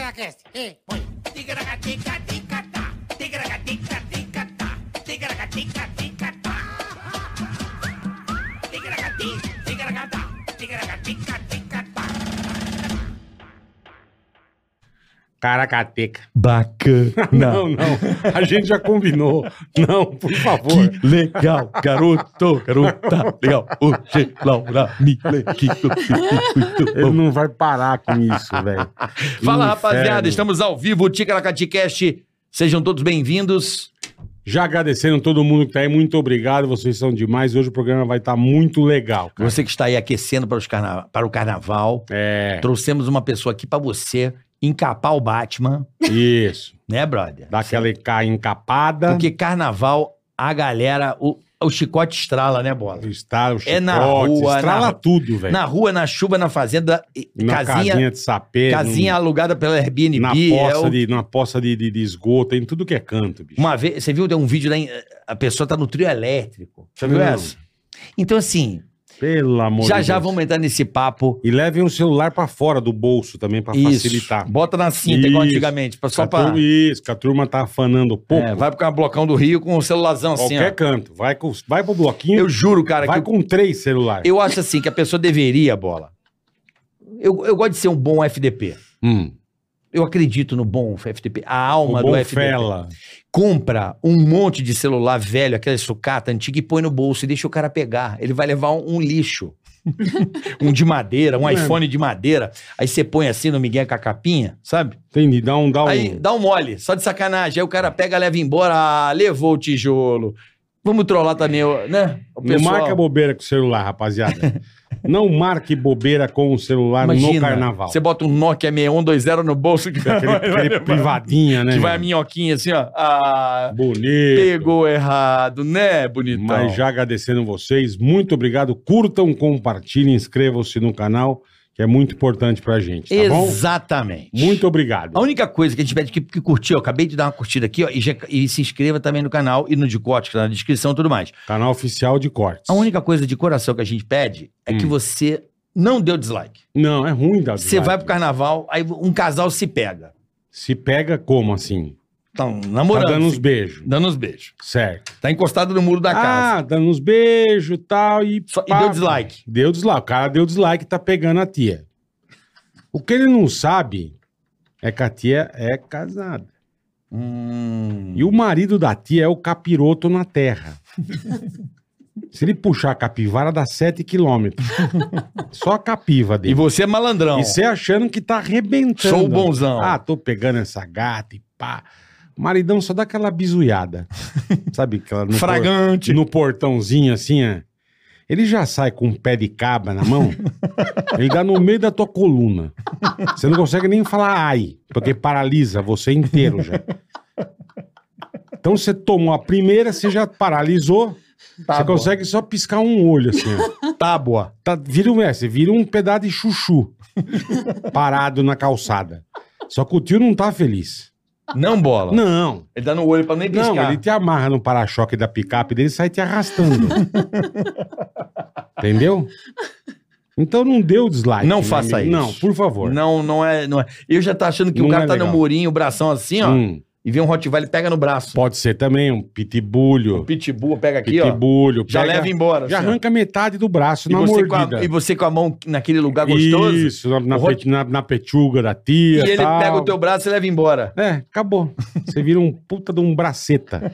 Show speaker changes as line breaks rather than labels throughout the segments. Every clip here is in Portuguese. Tigracast. E põe.
Tigragatica-ticatá, tigragatica-ticatá, tigragatica-ticatá. Tigragati, tigragatá, tigragatica-ticatá.
Caracateca.
Bacana.
Não, não. A gente já combinou. Não, por favor.
Que legal, garoto, garota, legal. Hoje, Laura, me lequito,
Ele não vai parar com isso, velho.
Fala,
Inferno.
rapaziada, estamos ao vivo, Ticaracaticast. Sejam todos bem-vindos.
Já agradecendo todo mundo que tá aí. Muito obrigado. Vocês são demais. Hoje o programa vai estar muito legal, cara.
Você que está aí aquecendo para, os carna- para o carnaval,
É,
trouxemos uma pessoa aqui para você encapar o Batman,
isso.
né, brother?
Dá aquela ca- encapada.
Porque carnaval, a galera, o, o chicote estrala, né, Bola?
Está, o
É na
chicote,
rua, na
Estrala
rua.
tudo, velho.
Na rua, na chuva, na fazenda, e-
Na casinha,
casinha,
de sapê.
casinha alugada pela Airbnb.
num- na
é
poça,
o-
de, na poça de, de, de esgoto. Em tudo que é canto, bicho.
Uma vez, você viu, tem um vídeo lá, em- a pessoa tá no trio elétrico. Você viu
Não.
essa? Então, assim,
Pelo Hum. amor
já
de
já
Deus.
vamos entrar nesse papo.
E levem o celular pra fora do bolso também, pra facilitar.
Bota na cinta, igual
Isso. um
antigamente. pra- Só
Que a
pra.
turma- Isso, que a turma tá afanando pouco.
É, vai pro blocão do Rio com o celularzão assim,
Qualquer
ó.
canto. Vai, com, vai pro bloquinho,
Eu juro, cara,
vai
que eu,
com três celulares.
eu acho assim que a pessoa deveria, bola. Eu, eu gosto de ser um bom FDP.
Hum,
Eu acredito no bom FDP. A
o
alma do
bom
FDP.
fela.
Compra um monte de celular velho, aquela sucata antiga, e põe no bolso e deixa o cara pegar. Ele vai levar um, um lixo. um de madeira, um
Mano.
iPhone de madeira. Aí você põe assim no Miguel com a capinha, sabe?
Entendi, dá um... Dá um...
Aí dá um mole, só de sacanagem. Aí o cara pega, leva embora, ah, levou o tijolo. Vamos trollar também, o- né? O
Não marca bobeira com o celular, rapaziada. Não marque bobeira com o celular no carnaval. É
Você bota um Nokia 6120 no bolso que,
Aquele,
vai, vai,
aquele
levar.
privadinha, né?
que vai a
meu?
minhoquinha assim, ó. Ah,
Bonito.
pegou errado, né, bonitão?
Mas já agradecendo vocês, muito obrigado. Curtam, compartilhem, inscrevam-se no canal, que é muito importante pra gente, tá bom?
Exatamente.
Muito obrigado.
A única coisa que a gente pede que, que curtir, eu acabei de dar uma curtida aqui, ó, e, já- e se inscreva também no canal e no de corte, que tá na descrição e tudo mais.
Canal oficial de cortes.
A única coisa de coração que a gente pede é que
Hum.
você não dê o dislike.
Não, é ruim da
Você vai pro carnaval, aí um casal se pega.
Se pega como assim?
Estão
Tá
namorando.
dando uns
se-
beijos.
dando uns beijos.
Certo.
Tá encostado no muro da casa.
Ah, dando uns beijos e tal. E,
Só- e
pá,
deu dislike.
Deu dislike. O cara deu dislike e tá pegando a tia. O que ele não sabe é que a tia é casada.
Hum.
E o marido da tia é o capiroto na terra. Se ele puxar a capivara, dá 7 quilômetros. Só a capiva
E
dele.
você é malandrão.
E você achando que tá arrebentando.
Sou o bonzão.
Ah, tô pegando essa gata e pá. O maridão só dá aquela bisuiada. Sabe? Aquela no, por-
Fragante.
no portãozinho assim, ó. Ele já sai com um pé de cabra na mão. ele dá no meio da tua coluna. Você não consegue nem falar ai, porque paralisa você inteiro já. Então você tomou a primeira, você já paralisou. você
Tábua.
consegue só piscar um olho assim, ó.
Tábua.
Tá, vira, um, é, você vira um pedaço de chuchu parado na calçada. Só que o tio não tá feliz.
Não bola.
Não.
Ele dá no olho pra nem piscar.
Não, ele te amarra no para-choque da picape dele e sai te arrastando. Entendeu? Então não dê o dislike.
Não
meu
faça
amigo.
isso.
Não, por favor.
Não, não é, não é. Eu já tô achando que
Não
o cara
é
tá
legal.
no murinho, o bração assim, ó.
Hum,
E vem um Rottweiler, pega no braço.
pode ser também um pitibulho.
O pitbull pega aqui, ó.
pitibulho.
Já
pega-
leva embora.
Já
assim, ó.
arranca metade do braço
e
na
você, com a,
mordida.
e você com a mão naquele lugar gostoso.
Isso, na, na
O Hot-
pe- na- na pechuga da tia.
E ele
tal.
pega o teu braço e leva embora.
É, acabou. Você vira um puta de um braceta.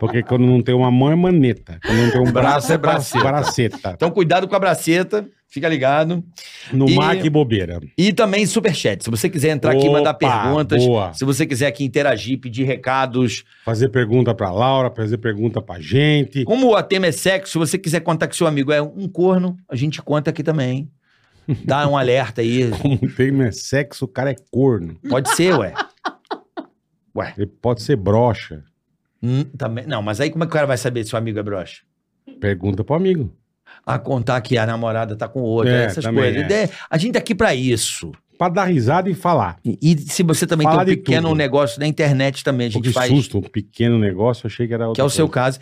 Porque quando não tem uma mão é maneta. Quando não tem um braço é braceta. braceta.
Então, cuidado com a braceta, fica ligado.
No
E-
mar que bobeira.
E também superchat. Se você quiser entrar aqui,
Opa,
mandar perguntas.
boa.
Se você quiser aqui interagir, pedir recados.
Fazer pergunta pra Laura, fazer pergunta pra gente.
Como o tema é sexo, se você quiser contar que seu amigo é um corno, a gente conta aqui também. Dá um alerta aí.
Como o tema é sexo, o cara é corno.
Pode ser, ué.
Ele pode ser broxa.
Hum, também, não, mas aí como é que o cara vai saber se o amigo é broxa?
Pergunta pro amigo.
A contar que a namorada tá com outro,
É,
essas
também
coisas. É, A gente tá aqui pra isso.
Pra dar risada e falar.
E, e se você também
Fala
tem um
de
pequeno
tudo.
negócio na internet também, a
Pô,
gente
que
faz.
susto, um pequeno negócio, achei que era outra
que é o seu
coisa.
caso.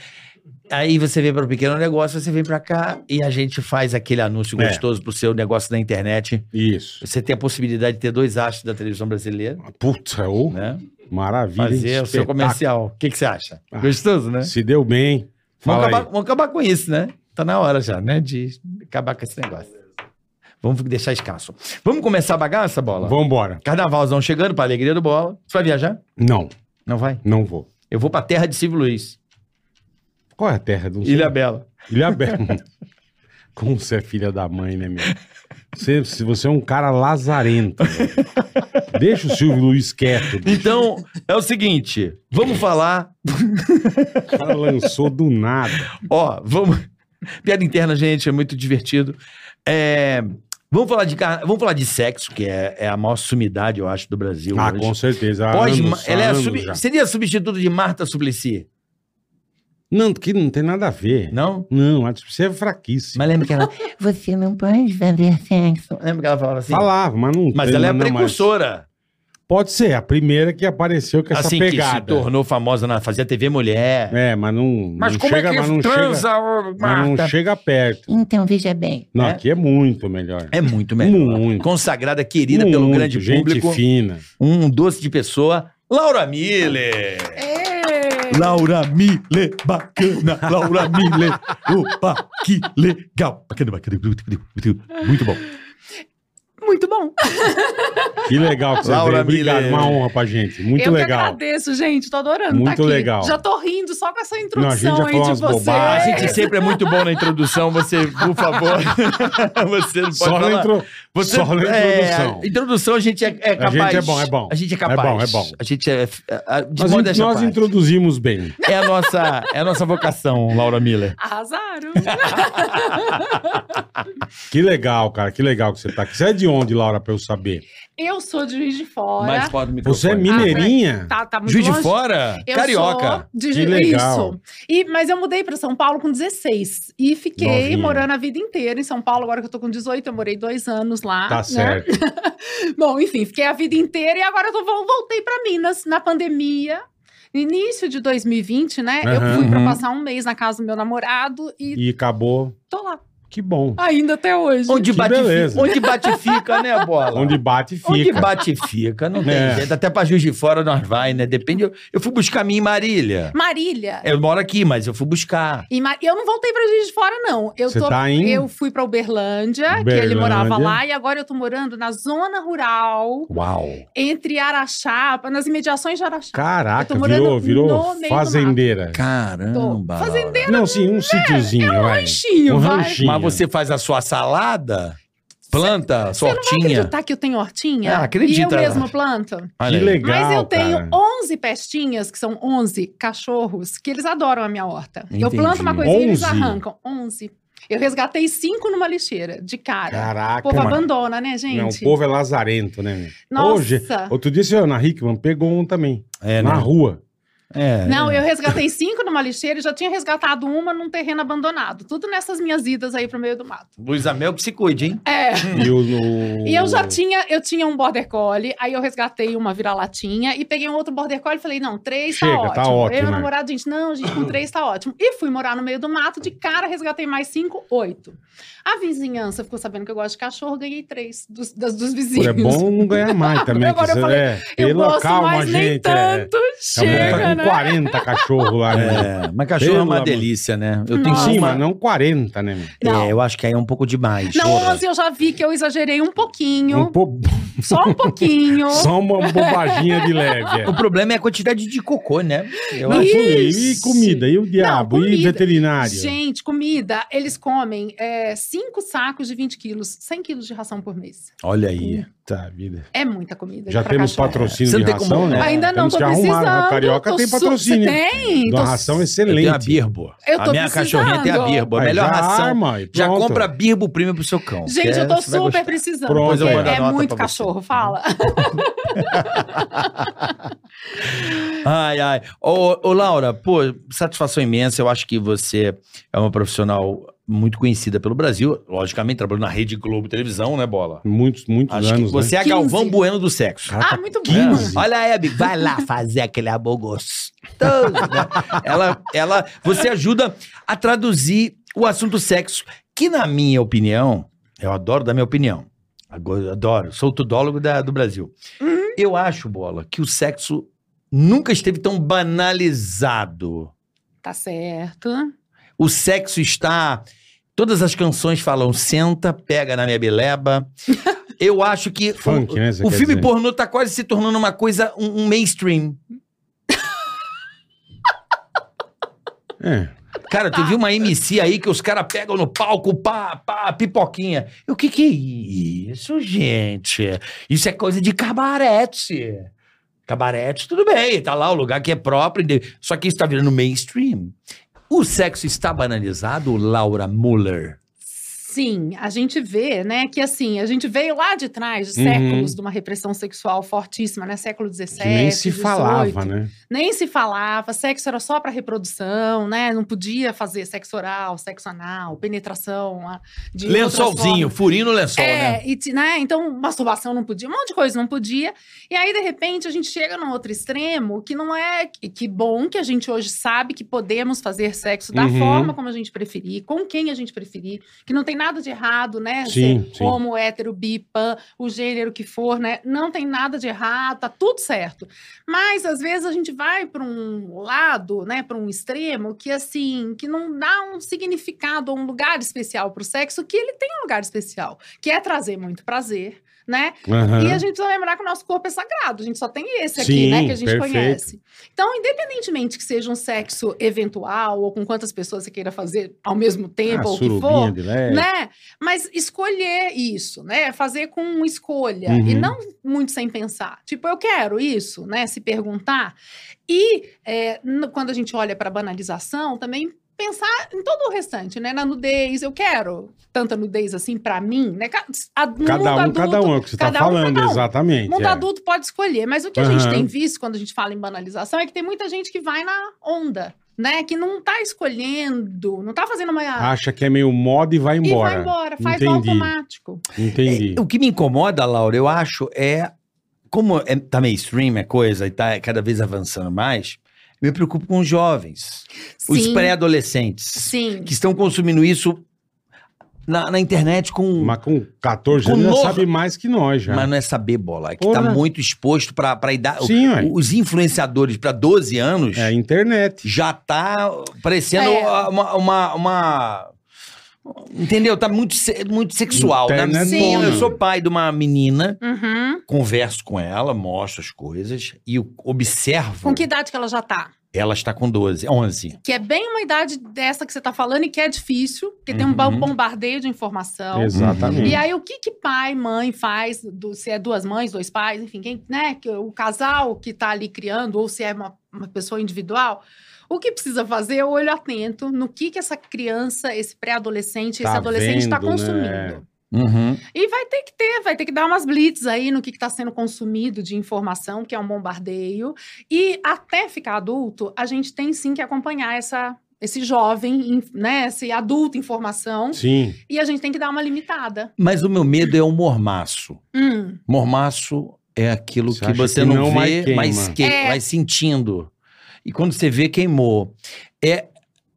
Aí você vem para o pequeno negócio, você vem para cá e a gente faz aquele anúncio
É.
gostoso pro seu negócio na internet.
Isso.
Você tem a possibilidade de ter dois astros da televisão brasileira,
Puta, ô,
né?
é maravilha. hein?
Fazer o seu
Espetáculo.
comercial. O que, que você acha?
Ah,
Gostoso, né?
Se deu bem. Fala
Vamos acabar,
aí.
vamos acabar com isso, né? Tá na hora já, né? De acabar com esse negócio. Vamos deixar escasso. Vamos começar a bagaça, bola?
Vambora.
Carnavalzão chegando pra alegria do bola. Você vai viajar?
Não,
Não vai?
não vou.
Eu vou pra terra de Silvio Luiz,
Qual é a terra do
Ilha Bela.
Ilha Bela. é Como você é filha da mãe, né, meu? Você, se você é um cara lazarento. velho. Deixa o Silvio Luiz quieto. bicho.
Então, é o seguinte, vamos falar,
O cara lançou do nada.
ó, vamos piada interna, gente, é muito divertido. É, vamos falar de car- vamos falar de sexo, que é, é a maior sumidade, eu acho, do Brasil.
Ah,
hoje.
com certeza. Há
Pós,
anos,
ela
há
é a
anos
sub-
já.
seria a substituto de Marta Suplicy,
Não, que não tem nada a ver.
não?
Não, a você é fraquíssimo.
Mas lembra que ela
Você não pode fazer sexo.
lembra que ela falava assim?
Falava, mas não
Mas
tem
ela é a
nada mais.
precursora.
Pode ser, a primeira que apareceu com essa
assim que se
pegada.
tornou famosa na fazia TV Mulher.
É, mas não, não chega, mas não chega,
ô,
mas não chega perto.
Então veja bem.
Não,
É.
aqui é muito melhor.
É muito melhor.
Muito.
Consagrada, querida pelo
Muito,
grande
gente
público.
fina.
Um doce de pessoa, Laura Miller.
Laura Miller, bacana. Laura Miller, opa, que legal. Bacana, bacana. muito, muito, Muito bom.
Muito bom.
Que legal que você
Laura
veio. Obrigado,
Miller.
uma honra pra gente. Muito
eu que
legal.
agradeço, gente. Tô adorando
Muito
tá aqui.
legal.
Já tô rindo só com essa
Não, a gente já
introdução
falou
aí de
umas
vocês.
A
bobagens.
gente sempre é muito bom na introdução. Você, por favor. você não pode
Só
falar.
na, intro-
Você,
só na
é,
introdução.
a introdução a gente é, é capaz.
gente é bom, é bom.
A gente é capaz.
É bom, é bom.
A gente é. a- de
Nós,
modéstia à
nós
parte.
introduzimos bem.
É a nossa, é a nossa vocação, Laura Miller.
Arrasaram.
Que legal, cara. Que legal que você tá aqui. Você é de onde, Laura, pra eu saber?
eu sou de Juiz de Fora.
pode me
Você é mineirinha?
Tá, tá muito
Juiz de
longe.
Fora?
Eu
Carioca.
Sou de
Que
Ju...
legal.
Isso. E, mas eu mudei para São Paulo com 16 e fiquei
Novinha.
morando a vida inteira em São Paulo. Agora que eu tô com 18, eu morei dois anos lá.
Tá
né?
certo.
Bom, enfim, fiquei a vida inteira e agora eu tô- vol- voltei para Minas na pandemia. No Início de 2020, né?
Aham.
Eu fui para
Uhum.
passar um mês na casa do meu namorado e
E acabou.
tô lá
Que bom.
ainda até hoje.
Onde
Que
bate,
beleza.
fica, onde bate fica, né, bola?
Onde bate, fica.
Onde bate fica, não tem
É.
jeito. Até pra Juiz de Fora nós vai, né? Depende. Eu, eu fui buscar minha em Marília.
Marília.
É.
Eu moro aqui, mas eu fui buscar.
E Ma- eu não voltei pra Juiz de Fora, não. Eu,
Você
tô-
tá em-
eu fui pra Uberlândia, que ele
Uberlândia.
morava lá, e agora eu tô morando na zona rural,
Uau.
entre Araxá, nas imediações de Araxá.
Caraca,
Eu tô morando
virou,
no
virou
meio do
fazendeira.
Caramba.
Tô fazendeira.
Não, sim, um sítiozinho,
é
vai.
Ranchinho,
Um
vai.
ranchinho.
Mas você faz a sua salada? Planta?
Você não vai
sortinha?
acreditar que eu tenho hortinha?
Ah, acredita.
E eu mesma planto?
Que
Olha aí.
legal,
Mas eu tenho
cara.
11 pestinhas, que são 11 cachorros, que eles adoram a minha horta. Eu
Entendi.
planto uma coisinha e eles
11?
arrancam. 11. Eu resgatei cinco numa lixeira, de cara. O
Caraca,
povo
mano.
abandona, né, gente?
Não, o povo é lazarento, né? meu?
Nossa.
Hoje,
Ah.
outro dia, senhor, na Hickman pegou um também.
É,
na
né?
rua.
É.
Não, eu resgatei cinco numa lixeira e já tinha resgatado uma num terreno abandonado. Tudo nessas minhas idas aí pro meio do mato.
Luiz Amel que se cuide, hein?
É.
E, o, o-
E eu já tinha, eu tinha um border collie, aí eu resgatei uma vira-latinha e peguei um outro border collie e falei, não, três
Chega,
tá ótimo.
tá ótimo,
eu e
né?
meu namorado, gente, não, gente, com três tá ótimo. E fui morar no meio do mato, de cara resgatei mais cinco, oito. A vizinhança ficou sabendo que eu gosto de cachorro, ganhei três dos, das- dos vizinhos.
Pô, é bom não ganhar mais também.
Agora
que
eu
você-
falei,
é,
Eu
pela-
gosto, mas nem
é.
tanto.
A mulher tá
Chega,
com
né?
40 cachorros lá, né?
É, mas cachorro é
Pelo
uma
amor.
delícia, né? Eu
Em
tenho
Nossa.
cima,
uma...
não 40, né? meu?
Não.
É, eu acho que aí é um pouco demais.
Não,
Porra.
11 eu já vi que eu exagerei um pouquinho.
Um po...
Só um pouquinho.
Só uma bobaginha de leve. é.
O problema é a quantidade de cocô, né? Eu
Não,
acho.
é e
Ixi.
comida, e o diabo, e
comida.
veterinário.
Gente, comida, eles comem é, cinco sacos de 20 quilos, 100 quilos de ração por mês.
Olha aí.
Puta Tá, vida.
É muita comida.
Já
pra
temos
cachorro.
patrocínio
Você
de
não tem como-
ração, né?
É,
Ainda não,
Temos
tô
que
precisando.
arrumar. A Carioca
tô
tem
su-
patrocínio.
Você tem?
De
Tô
uma ração
Eu tenho a
excelente.
Birbo.
Eu tô
a minha
precisando.
cachorrinha tem a Birbo. A
Aí
melhor
já
ração.
arma, e
Já
pronto.
compra Birbo Prêmio pro seu cão.
Gente,
que
eu
você
tô
vai
super
gostar.
precisando.
Pronto,
porque
eu mando
a
é
nota
muito
pra você.
cachorro, fala.
Ai, ai. Ô, ô, Laura, pô, satisfação imensa. Eu acho que você é uma profissional muito conhecida pelo Brasil. Logicamente, trabalhou na Rede Globo Televisão, né, Bola?
Muitos, muitos
Acho
anos, né?
que você é a
15.
Galvão Bueno do sexo.
Ah, muito bom.
15.
Olha a Hebe, vai lá fazer aquele amor gostoso. gostoso. né? ela, ela, você ajuda a traduzir o assunto sexo, que na minha opinião, eu adoro dar minha opinião. Agora, eu adoro, sou o tudólogo da- do Brasil.
Uhum.
Eu acho, Bola, que o sexo nunca esteve tão banalizado.
Tá certo.
O sexo está. Todas as canções falam senta, pega na minha beleba. Eu acho que
Funk, né? você
o
quer
filme
dizer?
pornô tá quase se tornando uma coisa, um, um mainstream.
É.
Cara, tu viu uma MC aí que os caras pegam no palco, pá, pá, pipoquinha. E o que que é isso, gente? Isso é coisa de cabarete. Cabarete, tudo bem, tá lá o lugar que é próprio. de- Só que isso tá virando mainstream. O sexo está banalizado, Laura Muller?
Sim, a gente vê, né, que assim, a gente veio lá de trás, de
Uhum.
séculos, de uma repressão sexual fortíssima, né, século XVII,
Que nem se falava,
18.
né?
Nem se falava, sexo era só para reprodução, né, não podia fazer sexo oral, sexo anal, penetração. a- de outras
né?
Lençolzinho, furinho no lençol,
é,
né?
e ti- né, Então, masturbação não podia, um monte de coisa não podia. E aí, de repente, a gente chega num outro extremo que não é. Que, que bom que a gente hoje sabe que podemos fazer sexo da
Uhum.
forma como a gente preferir, com quem a gente preferir, que não tem nada de errado, né?
Sim,
Ser
sim.
homo, hétero, bi, pan, o gênero que for, né? Não tem nada de errado, tá tudo certo. Mas às vezes a gente vai para um lado, né, para um extremo que assim, que não dá um significado ou um lugar especial para o sexo, que ele tem um lugar especial, que é trazer muito prazer, né?
Aham.
E a gente precisa lembrar que o nosso corpo é sagrado, a gente só tem esse aqui,
Sim,
né, que a gente
perfeito.
conhece. Então, independentemente que seja um sexo eventual ou com quantas pessoas você queira fazer ao mesmo tempo
Ah,
ou o que
surubinha
for,
de leve.
né? Mas escolher isso, né? Fazer com escolha
Uhum.
e não muito sem pensar. Tipo, eu quero isso, né? Se perguntar. E é, n- quando a gente olha para banalização, também pensar em todo o restante, né? Na nudez, eu quero tanta nudez assim para mim, né? Ca- a- no
Cada um,
mundo
cada
adulto,
um é o que você tá
cada um,
falando,
cada um.
exatamente.
Mundo
é.
adulto pode escolher, mas o que a
Aham.
gente tem visto quando a gente fala em banalização é que tem muita gente que vai na onda, né? Que não tá escolhendo, não tá fazendo uma
Acha que é meio moda e vai embora.
e vai embora, faz no
Entendi.
automático.
Entendi.
É, O que me incomoda, Laura, eu acho, é. Como é, tá mainstream, é coisa, e tá cada vez avançando mais, eu me preocupo com os jovens, os
Sim,
pré-adolescentes,
Sim.
que estão consumindo isso na, na internet com. Mas,
Mas com 14
Com
anos
novo-
já sabe mais que nós já.
não é saber bola, é que
Porra.
tá muito exposto pra, pra idade.
Sim, ué.
Os influenciadores pra 12 anos
É a internet.
já tá parecendo
É.
uma, uma- uma- Entendeu? Tá muito, se- muito sexual. né?
Internet é
Sim,
porno.
eu sou pai de uma menina.
Uhum.
converso com ela, mostro as coisas e o- observo.
Com que idade que ela já tá?
Ela está com 12, 11.
Que é bem uma idade dessa que você tá falando e que é difícil, porque tem um ba-
Uhum.
bombardeio de informação.
Exatamente.
E aí, o que que pai, mãe faz, do- se é duas mães, dois pais, enfim, quem, né, que o casal que tá ali criando, ou se é uma, uma pessoa individual, o que precisa fazer é o olho atento no que que essa criança, esse pré-adolescente,
Tá
esse adolescente está
vendo, né?
consumindo.
Uhum.
E vai ter que ter, vai ter que dar umas blitz aí no que está sendo consumido de informação, que é um bombardeio. E até ficar adulto, a gente tem sim que acompanhar essa, esse jovem, em- né, esse adulto em formação,
Sim.
e a gente tem que dar uma limitada.
Mas o meu medo é o mormaço.
Hum,
Mormaço é aquilo
Você
que
acha
você
que
não,
não, mas
vê,
queima.
mas, que,
É.
vai sentindo. E quando você vê, queimou. É,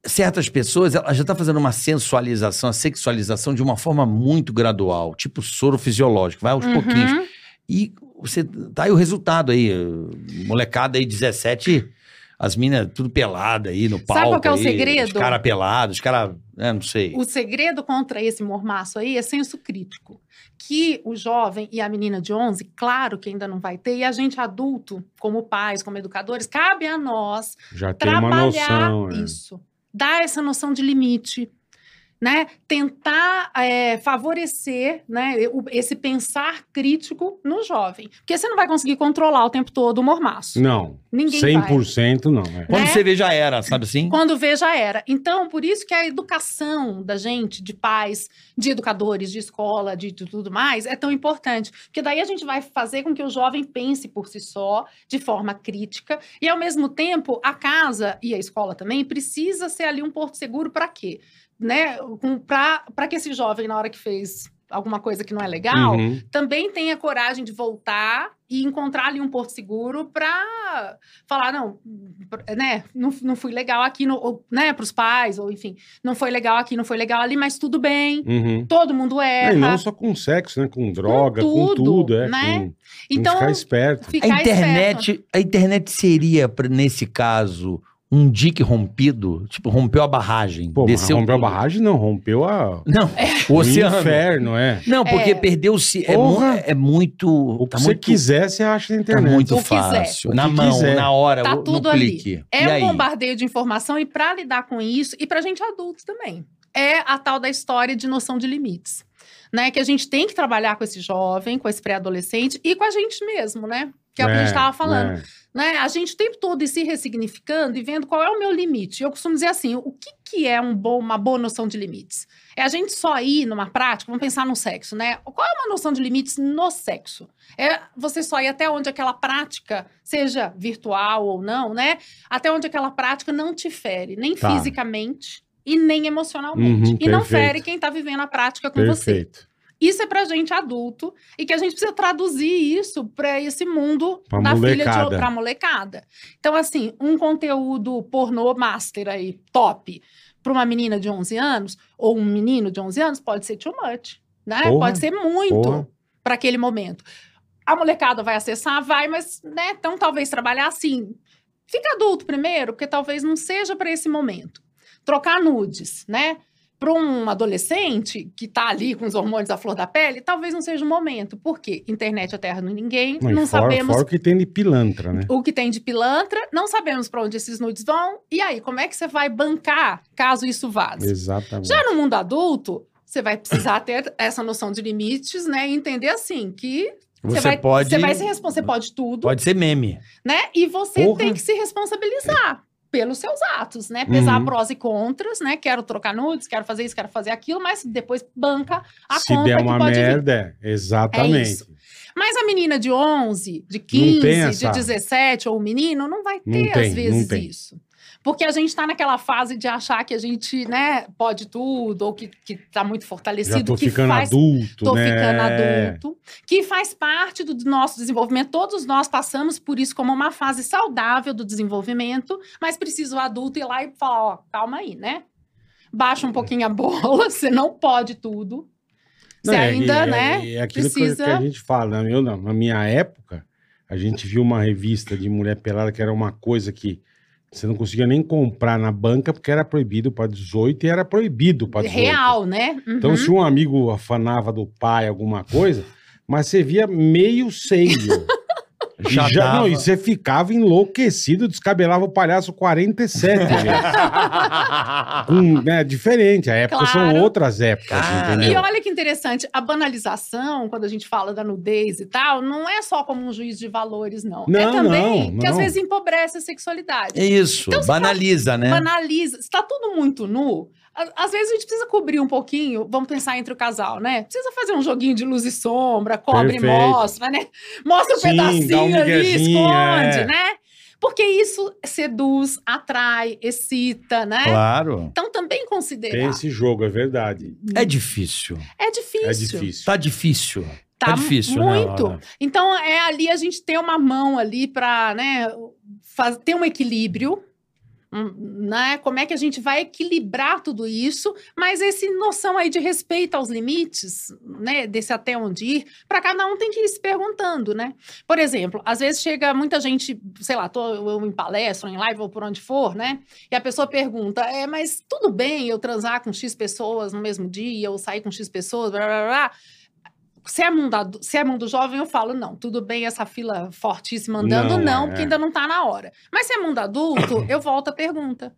certas pessoas, ela já está fazendo uma sensualização, a sexualização de uma forma muito gradual, tipo soro fisiológico, vai aos
uhum.
pouquinhos. E você tá aí o resultado aí. Molecada aí, 17, as minas tudo pelada aí no palco.
Sabe qual que é o
aí,
segredo?
Os caras pelados, os caras. É, não sei.
O segredo contra esse mormaço aí é senso crítico. Que o jovem e a menina de 11, claro que ainda não vai ter, e a gente adulto, como pais, como educadores, cabe a nós
Já tem uma
trabalhar
noção. é.
isso, dar essa noção de limite, né? Tentar eh, favorecer, né, o- esse pensar crítico no jovem, porque você não vai conseguir controlar o tempo todo o mormaço.
Não.
Ninguém vai.
100% não. é.
Quando
né?
você vê, já era, sabe assim?
Quando vê, já era. Então, por isso que a educação da gente, de pais, de educadores, de escola, de, de tudo mais, é tão importante. Porque daí a gente vai fazer com que o jovem pense por si só, de forma crítica, e ao mesmo tempo a casa e a escola também precisa ser ali um porto seguro para quê? Né? Para que esse jovem, na hora que fez alguma coisa que não é legal,
Uhum.
também tenha coragem de voltar e encontrar ali um porto seguro para falar, não, né, não, não fui legal aqui, não- ou, né, para os pais, ou enfim, não foi legal aqui, não foi legal ali, mas tudo bem,
Uhum.
todo mundo
É,
erra.
e não só com sexo, né? Com droga, com tudo,
tudo,
é.
né?
com- com
então,
ficar esperto.
ficar
A
esperto.
internet, a internet seria, pra- nesse caso, um dique rompido? Tipo, rompeu a barragem.
Pô, mas rompeu a
tudo.
barragem? Não, rompeu a...
Não, o
o
oceano.
inferno, é.
Não, porque
É.
perdeu-se. É, mu-
Porra.
é muito.
O que
Tá
você
muito,
quiser, você acha na
tá
internet.
muito
O que
fácil.
quiser.
Na
O que
mão,
quiser.
na hora,
Tá
o-
tudo
no
ali.
clique. e
É
aí?
um bombardeio de informação e para lidar com isso, e para gente adulto também, é a tal da história de noção de limites. Né, que a gente tem que trabalhar com esse jovem, com esse pré-adolescente e com a gente mesmo, né? Que é o que a gente estava falando.
é.
né? A gente o tempo todo ir se ressignificando e vendo qual é o meu limite. Eu costumo dizer assim: o que, que é um bom, uma boa noção de limites? É a gente só ir numa prática, vamos pensar no sexo, né? Qual é uma noção de limites no sexo? É você só ir até onde aquela prática, seja virtual ou não, né? Até onde aquela prática não te fere, nem
Tá.
fisicamente e nem emocionalmente.
Uhum,
e não
perfeito.
fere quem está vivendo a prática com você.
Perfeito.
Isso é pra gente adulto e que a gente precisa traduzir isso pra esse mundo
Pra
da filha
molecada.
de, pra molecada. Então, assim, um conteúdo pornô master aí, top, pra uma menina de 11 anos ou um menino de 11 anos, pode ser too much, né?
Porra,
pode ser
porra.
muito pra aquele momento. A molecada vai acessar, vai, mas, né? Então, talvez trabalhar assim. Fica adulto primeiro, porque talvez não seja pra esse momento. Trocar nudes, né? para um adolescente que está ali com os hormônios à flor da pele, talvez não seja o momento. Por quê? Internet é terra de ninguém,
Não,
não,
e fora,
sabemos
fora o que tem de pilantra, né?
o que tem de pilantra, não sabemos para onde esses nudes vão. E aí, como é que você vai bancar caso isso vaze?
Exatamente.
Já no mundo adulto, você vai precisar ter essa noção de limites, né? E entender assim que
Você,
vai,
pode.
você vai se responsabilizar, você pode tudo,
Pode ser meme.
né? E você
Porra.
tem que se responsabilizar pelos seus atos, né? Pesar
Uhum.
prós e contras, né? Quero trocar nudes, quero fazer isso, quero fazer aquilo, mas depois banca a
Se
conta
der
que
uma
pode vir.
merda, é. exatamente.
isso. Mas a menina de 11, de 15,
tem essa-
de 17 ou o menino não vai
Não
ter
tem, não
às vezes
tem.
isso. Porque a gente está naquela fase de achar que a gente, né, pode tudo ou que, que tá muito fortalecido,
Já tô
que
ficando
faz
adulto,
Tô
né?
ficando adulto, que faz parte do nosso desenvolvimento. Todos nós passamos por isso como uma fase saudável do desenvolvimento, mas precisa o adulto ir lá e falar: ó, calma aí, né? Baixa
É.
um pouquinho a bola, você não pode tudo. Você
Não, é-
ainda,
é-
né?
É aquilo que- que, a
precisa-
gente fala. né? Eu, na, na minha época, a gente viu uma revista de mulher pelada que era uma coisa que você não conseguia nem comprar na banca porque era proibido para 18 e era proibido para 18.
Real, né? Uhum.
Então, se um amigo afanava do pai alguma coisa, mas você via meio seio. E
Já
já, não,
dava.
e você ficava enlouquecido, descabelava o palhaço 47, gente. Um, né, diferente, a época
Claro.
são outras épocas,
Cara.
E
entendeu?
olha que interessante, a banalização, quando a gente fala da nudez e tal, não é só como um juiz de valores, não.
Não,
é também
não,
que às
não.
vezes empobrece a sexualidade.
É isso.
Então, você
banaliza,
É.
né?
banaliza. Está tudo muito nu. a- Às vezes a gente precisa cobrir um pouquinho, vamos pensar entre o casal, né? Precisa fazer um joguinho de luz e sombra, cobre e
Perfeito.
mostra, né? Mostra um
Sim, dá um
pedacinho ali,
miguezinho,
esconde,
é.
né? Porque isso seduz, atrai, excita, né?
Claro.
Então também
Tem
considerar.
esse jogo, é verdade.
É difícil.
É difícil.
É difícil.
Tá difícil.
Tá,
Tá difícil, né,
muito.
Laura?
então é ali a gente ter uma mão ali para, né, faz- ter um equilíbrio, hum, né? Como é que a gente vai equilibrar tudo isso? Mas esse noção aí de respeito aos limites, né, desse até onde ir, para cada um tem que ir se perguntando, né? Por exemplo, às vezes chega muita gente, sei lá, tô eu em palestra, em live ou por onde for, né? E a pessoa pergunta: é, mas tudo bem eu transar com X pessoas no mesmo dia, ou sair com X pessoas, blá blá blá. Se é, mundo, adu- se é mundo jovem, eu falo, não, tudo bem essa fila fortíssima andando,
Não,
não,
é,
porque
é.
ainda não está na hora. Mas se é mundo adulto, eu volto à pergunta.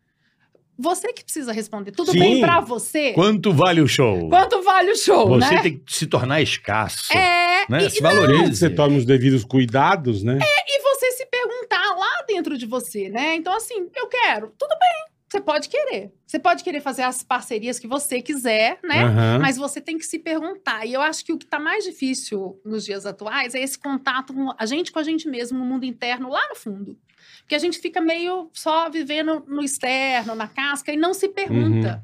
Você que precisa responder. Tudo
Sim.
bem para você?
Quanto vale o show?
Quanto vale o show,
Você
né?
tem que se tornar escasso.
É,
né?
e,
Se
Desde que
valorize.
você tome os devidos cuidados, né?
e você se perguntar lá dentro de você, né? Então, assim, eu quero, tudo bem. Você pode querer. Você pode querer fazer as parcerias que você quiser, né?
Aham.
Mas você tem que se perguntar. E eu acho que o que está mais difícil nos dias atuais é esse contato com a gente com a gente mesmo, no mundo interno, lá no fundo. Porque a gente fica meio só vivendo no externo, na casca, e não se pergunta.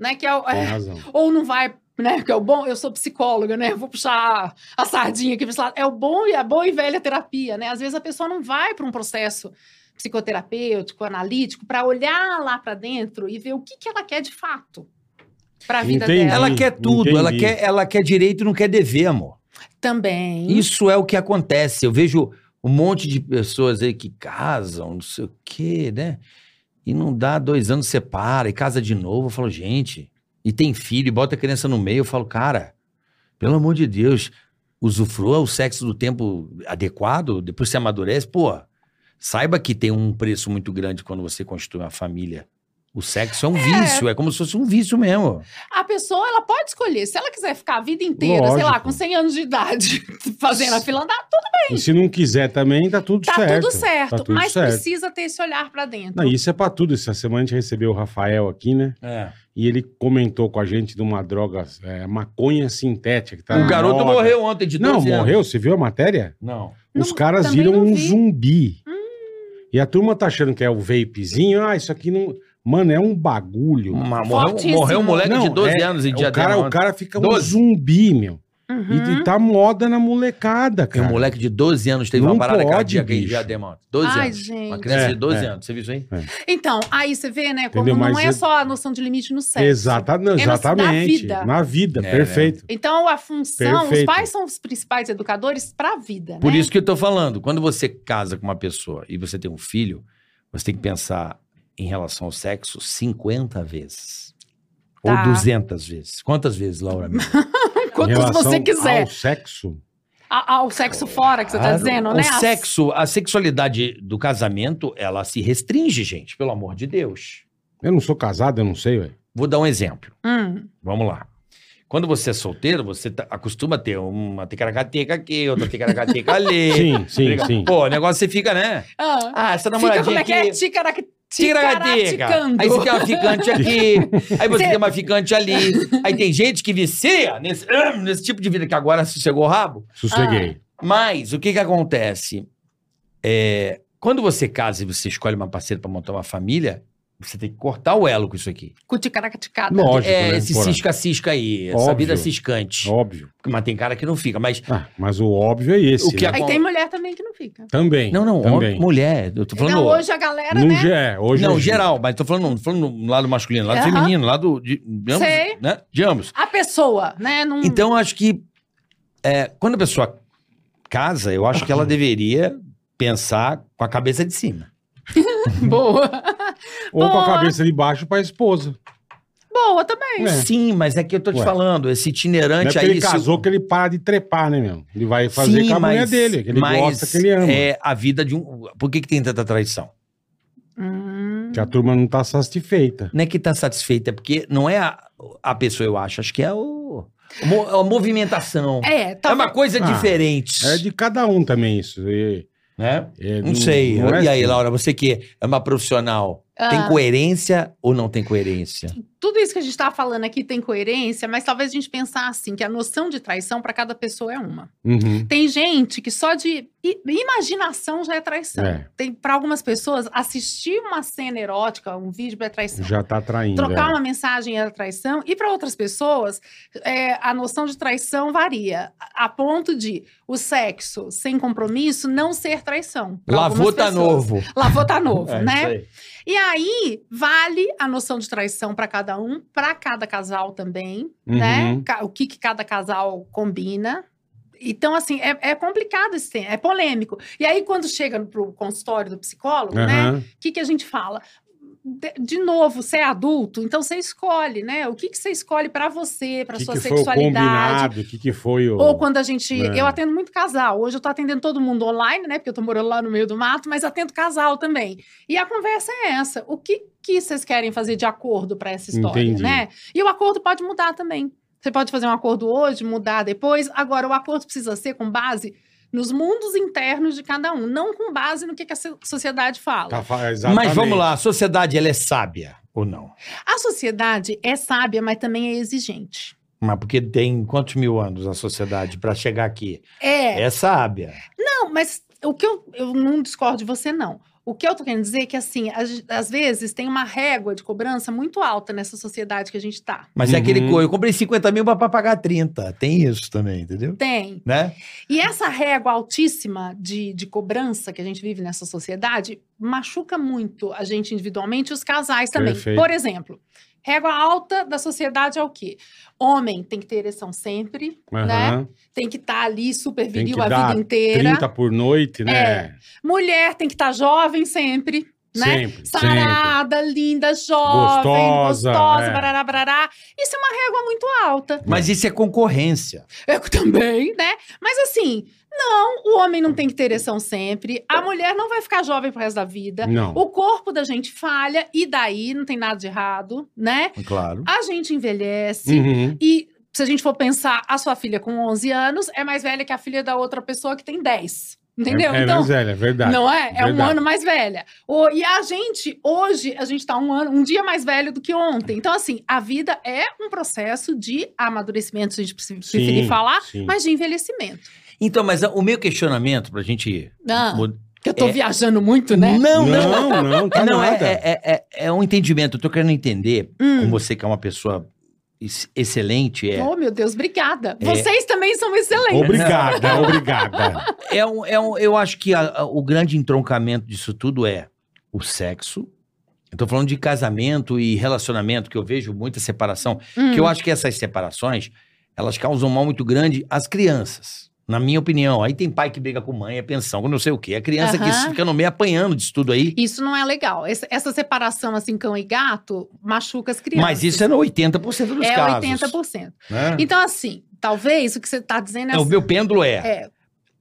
Né? Que é, o-
Tem razão.
ou não vai né? Porque é o bom, eu sou psicóloga, né? Vou puxar a sardinha aqui pra esse lado. É o bom e a boa e velha terapia, né? Às vezes a pessoa não vai para um processo psicoterapêutico, analítico, para olhar lá para dentro e ver o que, que ela quer de fato para a vida
Entendi.
dela.
Ela quer tudo, ela
entendi.
quer, ela quer direito e não quer dever, amor.
Também.
Isso é o que acontece. Eu vejo um monte de pessoas aí que casam, não sei o quê, né? E não dá dois anos, separa e casa de novo. Eu falo, gente, e tem filho, e bota a criança no meio. Eu falo, cara, pelo amor de Deus, usufrua o sexo do tempo adequado, depois você amadurece, pô. Saiba que tem um preço muito grande quando você constrói uma família. O sexo é um vício, é como se fosse um vício mesmo.
A pessoa, ela pode escolher. Se ela quiser ficar a vida inteira, sei lá,
Lógico.
com 100 anos de idade, fazendo a fila andar,
E se não quiser também, tá tudo
tá
certo.
tudo certo.
Tá tudo
mas
certo.
precisa ter esse olhar para dentro.
Não, isso é pra tudo. Essa semana a gente recebeu o Rafael aqui, né?
É.
E ele comentou com a gente de uma droga, é, maconha sintética. Que tá
O
na
garoto
moda.
morreu ontem de 12
Não,
anos.
morreu. Você viu a matéria?
Não.
Os
Não,
caras
também
viram
não
um
vi.
zumbi.
Hum.
E a turma tá achando que é o vapezinho. Ah, isso aqui não... Mano, é um bagulho.
Uma- morreu,
Fortíssimo.
morreu um moleque de
Não,
12
é-
anos em
o,
Diadema. né?
cara, o
ontem.
cara fica um
Doze.
zumbi, meu. E-
Uhum.
E, tá moda na molecada,
Tem
cara.
um moleque de 12 anos teve
Não
uma parada
pode,
cardíaca em
bicho.
Diadema. ontem. 12
Ai,
anos. Uma
gente.
criança
É,
de 12
é.
anos. Você viu isso aí?
Então, aí você vê, né, como
Entendeu?
não
Mas
é
eu-
só a noção de limite no sexo.
Exata, não,
É na- na
exatamente.
vida.
Na vida,
É, né?
perfeito.
Então, a função, os
Perfeito.
pais são os principais educadores para a vida,
Por
né?
isso que eu tô falando. Quando você casa com uma pessoa e você tem um filho, você tem que pensar em relação ao sexo 50 vezes.
Tá.
Ou 200 vezes. Quantas vezes, Laura? Miller?
Em
Quantos
relação
você quiser.
Ao sexo.
A- Ao sexo fora, que você tá
Claro.
dizendo,
o
né? A-
sexo, a sexualidade do casamento, ela se restringe, gente. Pelo amor de Deus.
Eu não sou casado, eu não sei, velho.
Vou dar um exemplo.
Hum,
Vamos lá. Quando você é solteiro, você tá- acostuma a ter uma ticaracateca aqui, outra ticaracateca ali.
Sim, sim,
Briga-
sim.
Pô, o negócio você fica, né?
ah,
Ah, essa
fica como
namoradinha
é que é?
aqui...
Ticaraca...
Ticaracateca.
Ticaracaticando.
Aí você tem uma ficante aqui, aí você
Cê-
tem uma ficante ali. Aí tem gente que vicia nesse, nesse tipo de vida que agora sossegou o rabo.
Sosseguei.
Mas o que que acontece? É, quando você casa e você escolhe uma parceira pra montar uma família, você tem que cortar o elo com isso aqui.
Com ticaracaticada.
Lógico,
É,
né?
esse
Porra,
cisca-cisca aí, essa
Óbvio.
vida ciscante.
Óbvio.
Mas tem cara que não fica, mas...
Ah, mas o óbvio é esse.
O que
né?
Aí tem mulher também que não fica.
Também.
Não, não,
também.
homem, mulher, eu tô falando...
Então, hoje a galera,
No
né?
ge- é, hoje
não,
é
geral, mas tô falando, tô falando do lado masculino, lado
Aham.
feminino, lado de, de ambos,
Sei.
né? De ambos.
A pessoa, né? Não...
Então, eu acho que é, quando a pessoa casa, eu acho que
Uhum.
ela deveria pensar com a cabeça de cima.
Boa.
Ou com a
Boa.
cabeça de baixo pra esposa.
Boa também.
É.
Sim, mas é que eu tô te
Ué.
falando, esse
Não é
itinerante
porque
aí...
ele
se-
casou que ele para de trepar, né, meu? Ele vai fazer
Sim,
com a mulher
mas-
dele, que ele
mas
gosta, que ele ama.
É a vida de um... Por que que tem tanta traição?
Hum.
Que a turma não tá satisfeita.
Não é que tá satisfeita, é porque não é a, a pessoa, eu acho, acho que é o... mo- a movimentação. É,
É, tá
uma coisa
Ah,
diferente.
É de cada um também isso. E-
né?
é,
Não, sei.
é
e aí,
assim.
Laura, você que é uma profissional,
Ah.
tem coerência ou não tem coerência?
tudo isso que a gente está falando aqui tem coerência, mas talvez a gente pensar assim, que a noção de traição para cada pessoa é uma.
Uhum.
Tem gente que só de i- imaginação já é traição.
É.
Tem para algumas pessoas assistir uma cena erótica, um vídeo é traição.
Já tá traindo.
Trocar
é.
uma mensagem é traição. E para outras pessoas, é, a noção de traição varia, a a ponto de o sexo sem compromisso não ser traição. pra
Lavou
algumas
tá
pessoas.
novo.
Lavou tá novo,
É,
né?
isso aí.
E aí, vale a noção de traição para cada um, para cada casal também, né?
Uhum.
Ca- O que, que cada casal combina. Então, assim, é, é complicado esse tema, é polêmico. E aí, quando chega pro consultório do psicólogo, né?
Aham.
O que, que a gente fala? De, de novo, você é adulto, então você escolhe, né? O que, que você escolhe para você, para
O que,
sua
que foi o
sexualidade.
combinado? O que, que foi o.
Ou quando a gente.
É.
Eu atendo muito casal. Hoje eu tô atendendo todo mundo online, né? Porque eu tô morando lá no meio do mato, mas atendo casal também. E a conversa é essa. O que, que vocês querem fazer de acordo para essa história,
Entendi.
né? E o acordo pode mudar também. Você pode fazer um acordo hoje, mudar depois. Agora, o acordo precisa ser com base nos mundos internos de cada um, não com base no que, que a so- sociedade fala.
Tá fa-
Mas
exatamente.
vamos lá, a sociedade ela é sábia ou não?
A sociedade é sábia, mas também é exigente.
Mas porque tem quantos mil anos a sociedade pra chegar aqui?
É,
É sábia.
Não, mas o que eu, eu não discordo de você, não. O que eu tô querendo dizer é que, assim, às às vezes tem uma régua de cobrança muito alta nessa sociedade que a gente tá.
Mas é
Uhum.
aquele co, eu comprei 50 mil pra- pra pagar 30. Tem isso também, entendeu?
Tem.
Né?
E essa régua altíssima de, de cobrança que a gente vive nessa sociedade machuca muito a gente individualmente e os casais também.
Perfeito.
Por exemplo, régua alta da sociedade é o quê? Homem tem que ter ereção sempre, né?
Aham.
Tem que estar ali super
Tem
viril
que
a
dar
vida inteira.
30 por noite,
É,
né?
Mulher tem que estar jovem sempre, né?
Sempre, sempre.
Sarada, linda, jovem,
Gostosa,
gostosa,
é.
barará, barará. Isso é uma régua muito alta.
Mas isso é concorrência.
Eu também, né? Mas assim, não, o homem não tem que ter ereção sempre, a mulher não vai ficar jovem pro resto da vida.
Não.
O corpo da gente falha, e daí não tem nada de errado, né?
Claro.
A gente envelhece,
Uhum.
e se a gente for pensar, a sua filha com 11 anos é mais velha que a filha da outra pessoa que tem 10. Entendeu?
É, é
então,
mais velha, é verdade.
não é? É um
Verdade.
ano mais velha. O- e a gente, hoje, a gente tá um ano, um dia mais velho do que ontem. Então, assim, a vida é um processo de amadurecimento, se a gente pre-
Sim,
preferir falar,
sim.
mas de envelhecimento.
Então, mas ah, o meu questionamento, pra gente.
Ah,
mud-
que eu tô
é-
viajando muito, né?
Não,
Não, não.
não, não, tá
não, é,
nada.
é, é, é- é um entendimento. Eu tô querendo entender com
Hum.
você, que é uma pessoa ex- excelente. É,
Oh, meu Deus, obrigada.
É.
Vocês também são excelentes.
Obrigada, obrigada.
é, um, é um, eu acho que a- a- o grande entroncamento disso tudo é o sexo. Eu tô falando de casamento e relacionamento, que eu vejo muita separação.
Hum.
é Que eu acho que essas separações, elas causam um mal muito grande às crianças. Na minha opinião. Aí tem pai que briga com mãe, é pensão, com não sei o quê. A criança que
Aham.
fica no meio apanhando disso tudo aí.
Isso não é legal. Essa, essa separação, assim, cão e gato, machuca as crianças.
Mas isso é no 80% dos
É
casos.
80%.
né?
Então, assim, talvez o que você tá dizendo é,
É, o
assim,
meu pêndulo é,
é,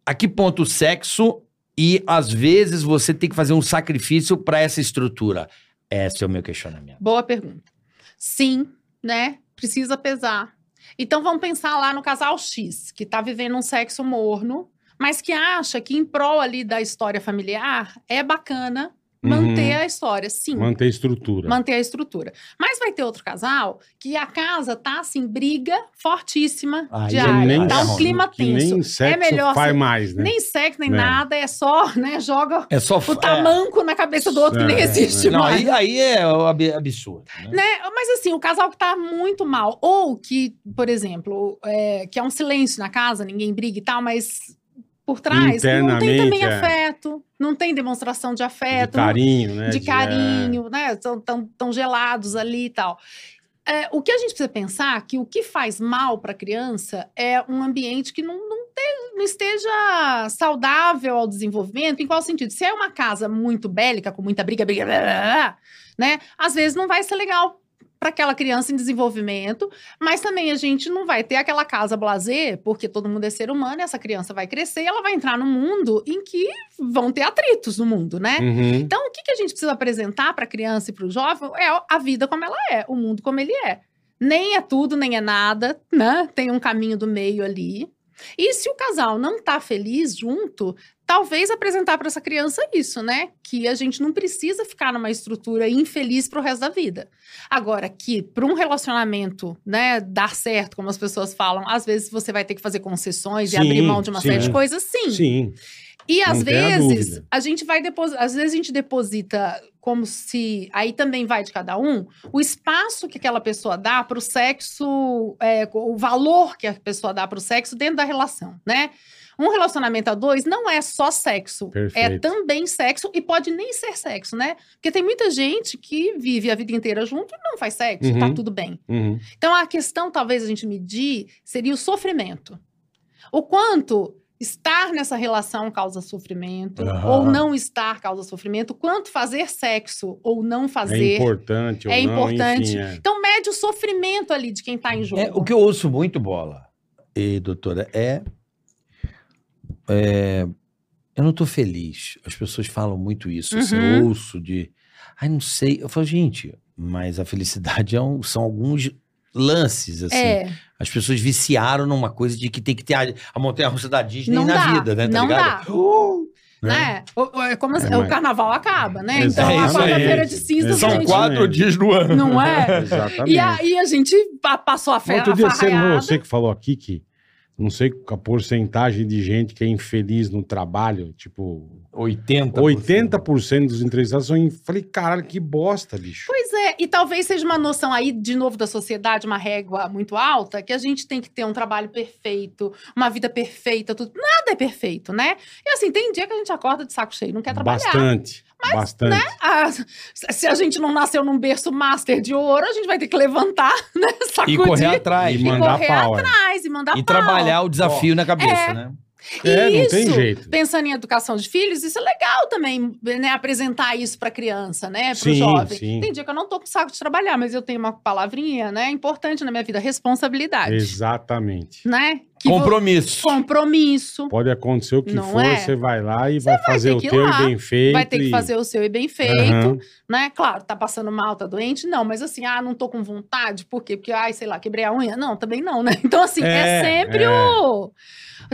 a que ponto o sexo e às vezes você tem que fazer um sacrifício pra essa estrutura. Esse é o meu questionamento.
Boa pergunta. Sim, né? Precisa pesar. Então vamos pensar lá no casal X, que tá vivendo um sexo morno, mas que acha que em prol ali da história familiar é bacana manter
Uhum.
a história, sim.
Manter a estrutura.
Manter a estrutura. Mas vai ter outro casal que a casa tá assim, briga fortíssima
Aí
Que
é
diária.
nem-
tá um
que
clima
né? que
tenso.
Nem sexo
é melhor.
faz
assim,
mais, né?
Nem sexo, nem
É.
nada, é só, né? Joga
É só...
o tamanco na cabeça do outro que nem
É,
existe
é.
Não,
mais.
aí, aí é ab- absurdo. né?
Né? Mas assim, o casal que tá muito mal, ou que, por exemplo, é, que é um silêncio na casa, ninguém briga e tal, mas por trás não tem também
Internamente, é.
afeto, não tem demonstração de
De
afeto, não-
carinho, né?
é, de carinho, né? Tão, tão, tão gelados ali e tal. É, o que a gente precisa pensar é que o que faz mal para a criança é um ambiente que não, não, te- não esteja saudável ao desenvolvimento. Em qual sentido? Se é uma casa muito bélica, com muita briga, briga, blá, blá, blá, né? Às vezes não vai ser legal para aquela criança em desenvolvimento, mas também a gente não vai ter aquela casa blazer, porque todo mundo é ser humano, e essa criança vai crescer e ela vai entrar num mundo em que vão ter atritos no mundo, né?
É. Uhum.
Então, o que, que a gente precisa apresentar para a criança e para o jovem é a vida como ela é, o mundo como ele é. Nem é tudo, nem é nada, né? Tem um caminho do meio ali. E se o casal não tá feliz junto, talvez apresentar para essa criança isso, né? Que a gente não precisa ficar numa estrutura infeliz pro resto da vida. Agora, que para um relacionamento, né, dar certo, como as pessoas falam, às vezes você vai ter que fazer concessões e
Sim,
abrir mão de uma
sim.
série de coisas, sim.
Sim.
E às
Não tenha
vezes
dúvida.
a gente vai depositar, às vezes a gente deposita como se aí também vai de cada um o espaço que aquela pessoa dá para o sexo, é, co- o valor que a pessoa dá para o sexo dentro da relação, né? Um relacionamento a dois não é só sexo, é
Perfeito.
também sexo e pode nem ser sexo, né? Porque tem muita gente que vive a vida inteira junto e não faz sexo, tá
Uhum.
tudo bem.
Uhum.
Então, a questão, talvez, a gente medir seria o sofrimento. O quanto estar nessa relação causa sofrimento,
Aham.
ou não estar causa sofrimento, quanto fazer sexo ou não
É
fazer.
importante ou
É
não,
importante.
enfim, é.
então, mede o sofrimento ali de quem está em jogo.
É, o que eu ouço muito, Bola, e doutora, é, é, Eu não tô feliz. As pessoas falam muito isso. Assim,
Uhum.
eu ouço de... Ai, não sei. Eu falo, gente, mas a felicidade é um- são alguns lances, assim.
É,
As pessoas viciaram numa coisa de que tem que ter a, a montanha-russa da Disney
Não
na
dá,
vida, né? Tá
não
ligado?
dá.
Uh, né?
né? O, o- é como se-
É, mas-
o carnaval acaba, né? Então, a
Exatamente.
quarta-feira de cinzas a
São
gente
quatro dias
no ano.
não é.
Exatamente.
E aí a gente pa- passou a fé
Outro
a
dia você,
farraiada.
você que falou aqui que não sei a porcentagem de gente que é infeliz no trabalho, tipo,
80%.
80% dos entrevistados são. in- Falei, caralho, que bosta, bicho.
Pois é, e talvez seja uma noção aí, de novo, da sociedade, uma régua muito alta, que a gente tem que ter um trabalho perfeito, uma vida perfeita, tudo. Nada é perfeito, né? E assim, tem dia que a gente acorda de saco cheio, não quer trabalhar.
Bastante. bastante.
Ah, se a gente não nasceu num berço master de ouro, a gente vai ter que levantar, né? Sacudir.
E correr atrás.
E
E,
mandar
correr
pau. é.
atrás e mandar pau.
trabalhar o desafio na cabeça,
É.
né?
É,
E
não tem jeito.
Pensando em educação de filhos, isso é legal também, né? Apresentar isso para criança, né? Para
Sim,
o jovem.
sim.
Tem dia que eu não tô com saco de trabalhar, mas eu tenho uma palavrinha, né? Importante na minha vida, responsabilidade.
Exatamente.
Né? Que vo-
Compromisso.
Compromisso.
Pode acontecer o que
Não
for,
é?
você vai lá e vai fazer
ter
o
que ir
teu
lá,
e bem feito.
Vai ter que
e-
fazer o seu e bem feito,
Aham.
né? Claro, tá passando mal, tá doente, não, mas assim, ah, não tô com vontade, por quê? Porque, ai, sei lá, quebrei a unha. Não, também não, né? Então, assim, é,
É,
sempre
é.
o.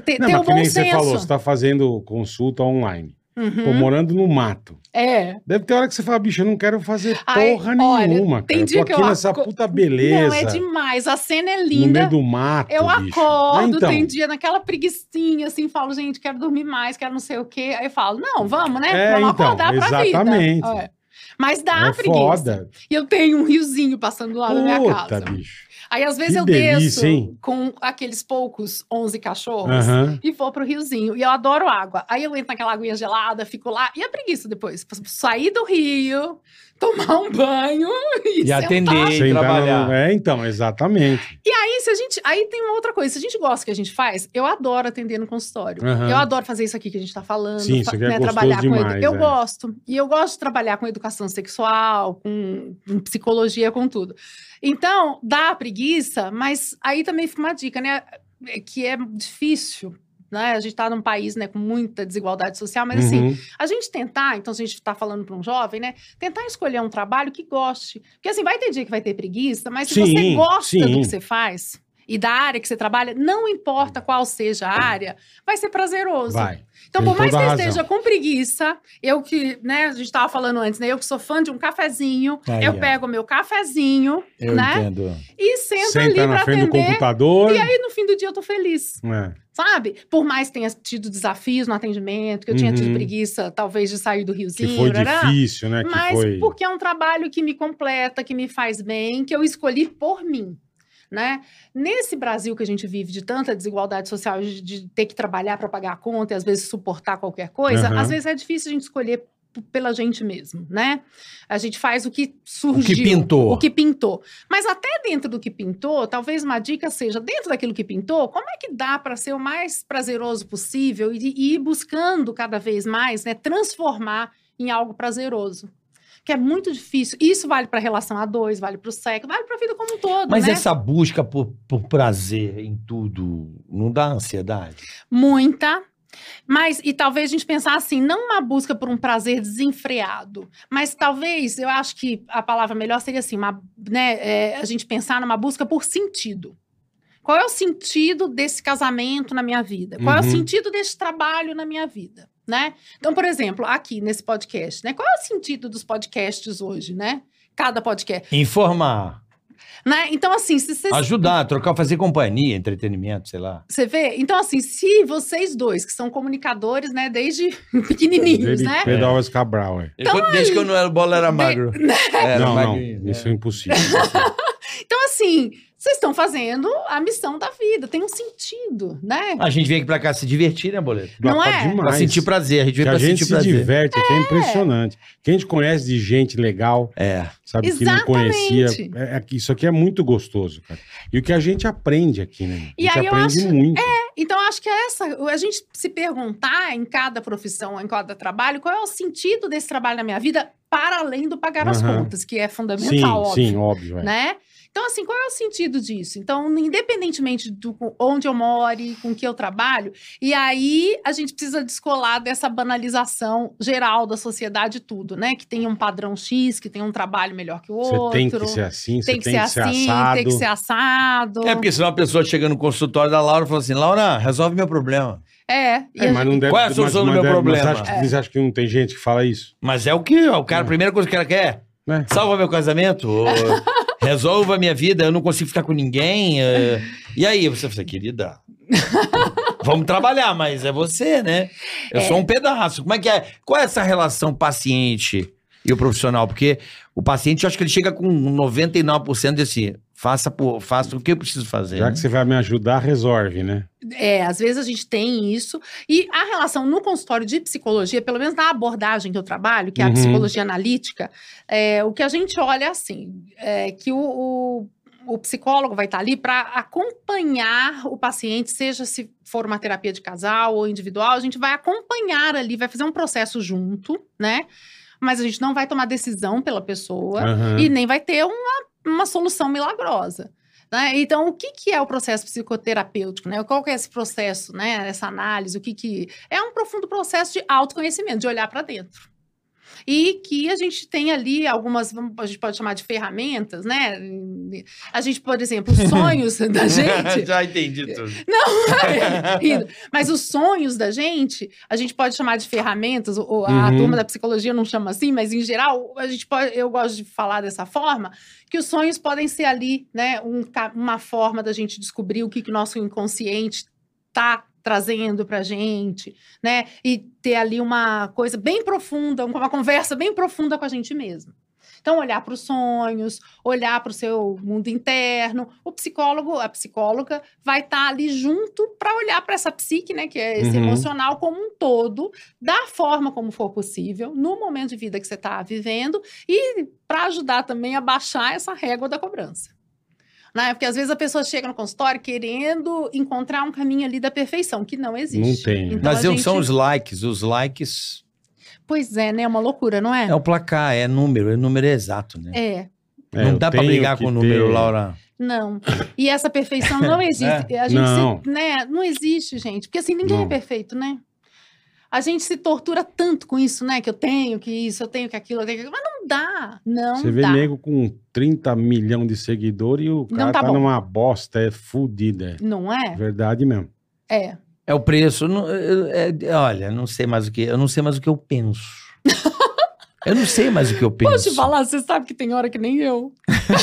Ter,
Não,
ter
mas
o
que
bom
nem você falou, você
senso.
tá fazendo consulta online.
Uhum.
Pô, morando no mato.
É.
Deve ter hora que você fala, bicho, eu não quero fazer
Ai,
porra
olha,
nenhuma,
tem
cara. Eu tô
dia que
aqui
eu
nessa
aco-
puta beleza.
Não, é demais. A cena é
No
linda.
meio do mato,
Eu
bicho. Ah,
acordo,
então,
tem dia naquela preguiçinha, assim, falo, gente, quero dormir mais, quero não sei o quê. Aí eu falo, não, vamos, né?
É,
vamos
então,
acordar pra vida.
exatamente.
É. Mas dá
é
preguiça.
foda.
E eu tenho um riozinho passando lá na minha
Puta,
casa.
bicho.
Aí às vezes
Que
eu
delícia,
desço
hein?
com aqueles poucos 11 cachorros
Aham.
e vou pro riozinho. E eu adoro água. Aí eu entro naquela aguinha gelada, fico lá. E a preguiça depois? Sair do rio, tomar um banho e,
E
sentar.
atender,
Você
e
entrar
trabalhar.
no- É, então, exatamente.
E aí, se a gente. Aí tem uma outra coisa. Se a gente gosta do que a gente faz, eu adoro atender no consultório.
Aham.
Eu adoro fazer isso aqui que a gente tá falando.
Sim, isso
fa-
aqui é gostoso
trabalhar com
demais,
edu- Eu
é.
gosto. E eu gosto de trabalhar com educação sexual, com, com psicologia, com tudo. Então, dá a preguiça, mas aí também fica uma dica, né? É Que é difícil. Né? A gente tá num país né, com muita desigualdade social, mas assim,
Uhum.
a gente tentar, então a gente está falando para um jovem, né? Tentar escolher um trabalho que goste. Porque assim, vai ter dia que vai ter preguiça, mas se
Sim,
você gosta
sim.
do que você faz e da área que você trabalha, não importa qual seja a área, vai ser prazeroso.
Vai.
Então,
tem
por mais que
toda
eu
a
esteja
razão.
com preguiça, eu que, né, a gente estava falando antes, né? Eu que sou fã de um cafezinho,
Aí,
eu
ó.
pego meu cafezinho
Eu
É né?
entendo.
e sento ali
Senta
para
na frente do
atender.
computador.
E aí, no fim do dia, eu tô feliz.
É.
Sabe? Por mais que tenha tido desafios no atendimento, que eu tinha tido
Uhum.
preguiça, talvez, de sair do riozinho,
Que foi
rará,
difícil, né? Que
mas
foi...
porque é um trabalho que me completa, que me faz bem, que eu escolhi por mim. Né? Nesse Brasil que a gente vive de tanta desigualdade social, de, de ter que trabalhar para pagar a conta e às vezes suportar qualquer coisa,
Aham.
às vezes é difícil a gente escolher p- pela gente mesmo, né? A gente faz o que
O
surgiu.
que pintou.
O que pintou. Mas até dentro do que pintou, talvez uma dica seja, dentro daquilo que pintou, como é que dá para ser o mais prazeroso possível e, e ir buscando cada vez mais, né, transformar em algo prazeroso. Que é muito difícil. Isso vale para relação a dois, vale para o sexo, vale para a vida como um todo,
Mas é
né?
essa busca por, por prazer em tudo não dá ansiedade?
Muita. Mas, e talvez a gente pensar assim, não uma busca por um prazer desenfreado, mas talvez, eu acho que a palavra melhor seria assim, uma, né, é, a gente pensar numa busca por sentido. Qual é o sentido desse casamento na minha vida? Qual é o
Uhum.
sentido desse trabalho na minha vida, né? Então, por exemplo, aqui nesse podcast, né? Qual é o sentido dos podcasts hoje, né? Cada podcast,
Informar,
né? Então, assim, se você
ajudar, trocar, fazer companhia, entretenimento, sei lá.
Você vê? Então, assim, se vocês dois, que são comunicadores, né, desde pequenininhos,
Ele-
né?
Pedro Alves Cabral, é.
Então
Desde que eu não era bola, era
De-
magro.
Né?
Era
não, não,
magrinho, né?
isso é impossível.
Então, assim, vocês estão fazendo a missão da vida, tem um sentido, né?
A gente vem aqui pra cá se divertir, né, Boleto?
Não
Dá pra
é?
Pra
Demais.
sentir prazer, a gente
Que
vem
a
pra
gente
sentir
se
prazer.
diverte, que é impressionante. Quem a gente conhece de gente legal,
É.
sabe, que não
Exatamente.
conhecia. é- é que isso aqui é muito gostoso, cara. E o que a gente aprende aqui, né?
E
a gente
aí eu
aprende
acho-
muito.
Então, acho que é essa, a gente se perguntar em cada profissão, em cada trabalho, qual é o sentido desse trabalho na minha vida, para além do pagar as
Aham.
contas, que é fundamental,
sim,
óbvio.
sim, óbvio. é.
né? Então, assim, qual é o sentido disso? Então, independentemente do com- onde eu more, com que eu trabalho, e aí a gente precisa descolar dessa banalização geral da sociedade e tudo, né? Que tem um padrão X, que tem um trabalho melhor que o
Você
outro.
tem que ser assim, você
tem que ser assim,
assado.
tem que ser assado.
É porque senão a pessoa chega no consultório da Laura e fala assim: Laura, resolve meu problema.
É, e
É,
a-
mas não deve,
Qual é a solução
mas- mas
do meu
deve- mas
problema?
acha que- Vocês acham que não tem gente que fala isso?
Mas é o que? O cara, a primeira coisa que ela quer. é
Né?
Salva meu casamento, ou resolva minha vida, eu não consigo ficar com ninguém. eh, E aí, você fala, querida, Vamos trabalhar, mas é você, né? Eu sou um pedaço. Como é que é? Qual é essa relação paciente e o profissional? Porque o paciente, eu acho que ele chega com um 99% de assim, faça, por, faça o que eu preciso fazer.
Já
né?
que você vai me ajudar, resolve, né?
É, às vezes a gente tem isso. E a relação no consultório de psicologia, pelo menos na abordagem que eu trabalho, que é a
Uhum.
psicologia analítica, é, o que a gente olha é assim, é que o, o- o psicólogo vai estar ali para acompanhar o paciente, seja se for uma terapia de casal ou individual, a gente vai acompanhar ali, vai fazer um processo junto, né? Mas a gente não vai tomar decisão pela pessoa
Aham.
e nem vai ter uma, uma solução milagrosa. Né? Então, o que, que é o processo psicoterapêutico? Né? Qual que é esse processo, né? essa análise? O que, que é um profundo processo de autoconhecimento, de olhar para dentro. E que a gente tem ali algumas, vamos- a gente pode chamar de ferramentas, né? A gente, por exemplo, os sonhos da gente. Então
Já entendi tudo.
Indo. Mas os sonhos da gente, a gente pode chamar de ferramentas, ou a
Uhum.
turma da psicologia não chama assim, mas em geral, a gente pode, eu gosto de falar dessa forma, que os sonhos podem ser ali, né, um ca- uma forma da gente descobrir o que, que o nosso inconsciente está trazendo pra gente, né? E ter ali uma coisa bem profunda, uma conversa bem profunda com a gente mesmo. Então, olhar para os sonhos, olhar para o seu mundo interno. O psicólogo, a psicóloga, vai estar ali junto para olhar para essa psique, né, que é esse
Uhum.
emocional como um todo, da forma como for possível, no momento de vida que você está vivendo e para ajudar também a baixar essa régua da cobrança. Né? Porque às vezes a pessoa chega no consultório querendo encontrar um caminho ali da perfeição, que não existe.
Não tem.
Então,
Mas
a
eu- um
gente-
são os likes. Os likes
Pois é, né? É uma loucura, não é?
é o placar, é número, é número exato, né?
É,
É,
não
eu
dá pra
tenho
brigar
que
com o número,
ter-
Laura.
não. E essa perfeição não
É.
existe. A gente
Não.
Se, né? não existe, gente. Porque assim, ninguém
Não.
é perfeito, né? A gente se tortura tanto com isso, né? Que eu tenho que isso, eu tenho que aquilo, eu tenho que... Mas não dá. Não
Você vê
dá.
nego com 30 milhões de seguidores e o cara
tá
tá,
bom.
numa bosta, é fudida.
Não
É
é?
verdade mesmo.
É.
É o preço. não- é- é- olha, não sei mais o que. Eu não sei mais o que eu penso. eu não sei mais o que eu penso.
Posso te falar, você sabe que tem hora que nem eu.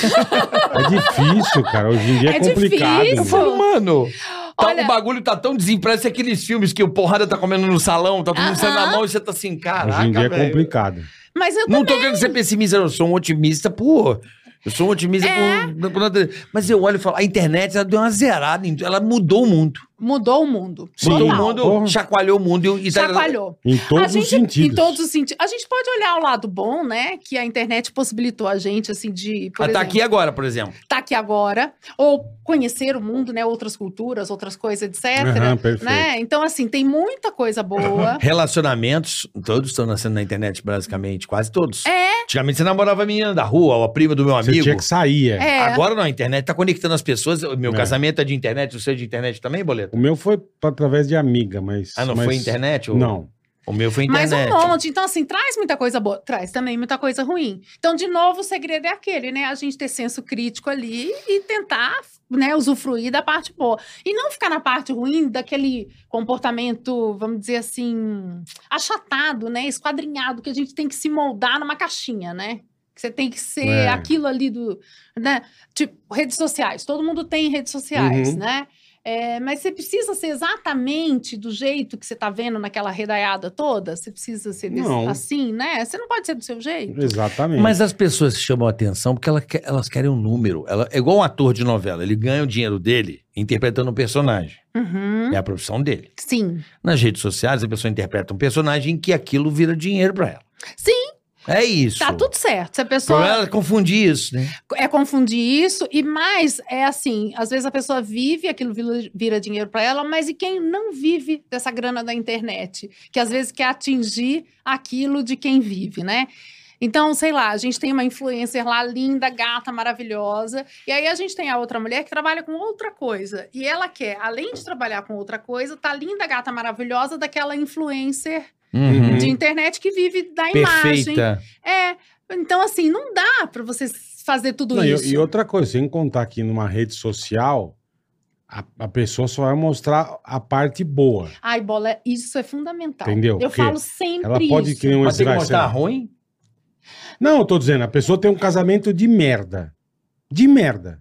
É difícil, cara. Hoje em dia é,
É
complicado.
difícil.
Eu falo, mano, tá-
Olha-
o bagulho tá tão desimpresso, é aqueles filmes que o porrada tá comendo no salão, tá todo mundo saindo na
Aham.
mão e você tá assim, caraca,
Hoje em dia é
velho.
complicado.
Mas eu
Não tô querendo ser pessimista, eu sou um otimista, pô. Eu sou um otimista
É.
com, Mas eu olho e falo, a internet ela deu uma zerada, em- ela mudou o mundo.
mudou o mundo.
Sim.
Mudou o
Total.
mundo,
Porra.
chacoalhou o mundo e, e tá-
Chacoalhou.
Em
A
todos
gente,
os sentidos.
Em todos os sentidos. A gente pode olhar o lado bom, né? Que a internet possibilitou a gente, assim, de. Por
Ah, tá
exemplo,
aqui agora, por exemplo.
tá aqui agora. Ou conhecer o mundo, né? Outras culturas, outras coisas, etc.
Aham, perfeito.
né? Então, assim, tem muita coisa boa.
Relacionamentos, todos estão nascendo na internet, basicamente, quase todos. É. Antigamente você namorava a menina da rua, ou a prima do meu
Você
amigo.
tinha que sair. é.
é.
Agora não, a internet tá conectando as pessoas. O Meu
É.
casamento é de internet, o seu é de internet também, Boleto?
O meu foi pra- através de amiga, mas.
Ah, não
mas-
foi internet? O,
Não.
O meu foi
Mas um
internet.
monte. Então, assim, traz muita coisa boa, traz também muita coisa ruim. Então, de novo, o segredo é aquele, né? A gente ter senso crítico ali e tentar, né, usufruir da parte boa. E não ficar na parte ruim daquele comportamento, vamos dizer assim, achatado, né? Esquadrinhado, que a gente tem que se moldar numa caixinha, né? Que você tem que ser
É.
aquilo ali do. Né? Tipo, redes sociais. Todo mundo tem redes sociais,
Uhum.
né? É, mas você precisa ser exatamente do jeito que você está vendo naquela redaiada toda? Você precisa ser desse-
Não.
assim, né? Você não pode ser do seu jeito.
Exatamente.
Mas as pessoas chamam a atenção porque ela quer- elas querem um número. Ela, é igual um ator de novela, ele ganha o dinheiro dele interpretando um personagem.
Uhum.
É a profissão dele.
Sim.
Nas redes sociais, a pessoa interpreta um personagem que aquilo vira dinheiro pra ela.
Sim,
É isso.
tá tudo certo. Se a
O
pessoa
problema é ela confundir isso, né?
é confundir isso, e mais é assim: às vezes a pessoa vive, aquilo vira- vira dinheiro para ela, mas e quem não vive dessa grana da internet? Que às vezes quer atingir aquilo de quem vive, né? Então, sei lá, a gente tem uma influencer lá linda, gata, maravilhosa. E aí a gente tem a outra mulher que trabalha com outra coisa. E ela quer, além de trabalhar com outra coisa, tá linda, gata, maravilhosa daquela influencer
Uhum.
de internet que vive da imagem.
Perfeita.
É, então assim, não dá pra você fazer tudo
Não, e-
isso.
E, outra coisa, sem contar aqui numa rede social, a, a pessoa só vai mostrar a parte boa.
Ai, bola, isso é fundamental.
Entendeu?
Eu
Porque
falo sempre
Ela pode
isso.
que nem um
Mas tem que
Israel, sei lá.
mostrar ruim?
Não, eu tô dizendo, a pessoa tem um casamento de merda. De merda.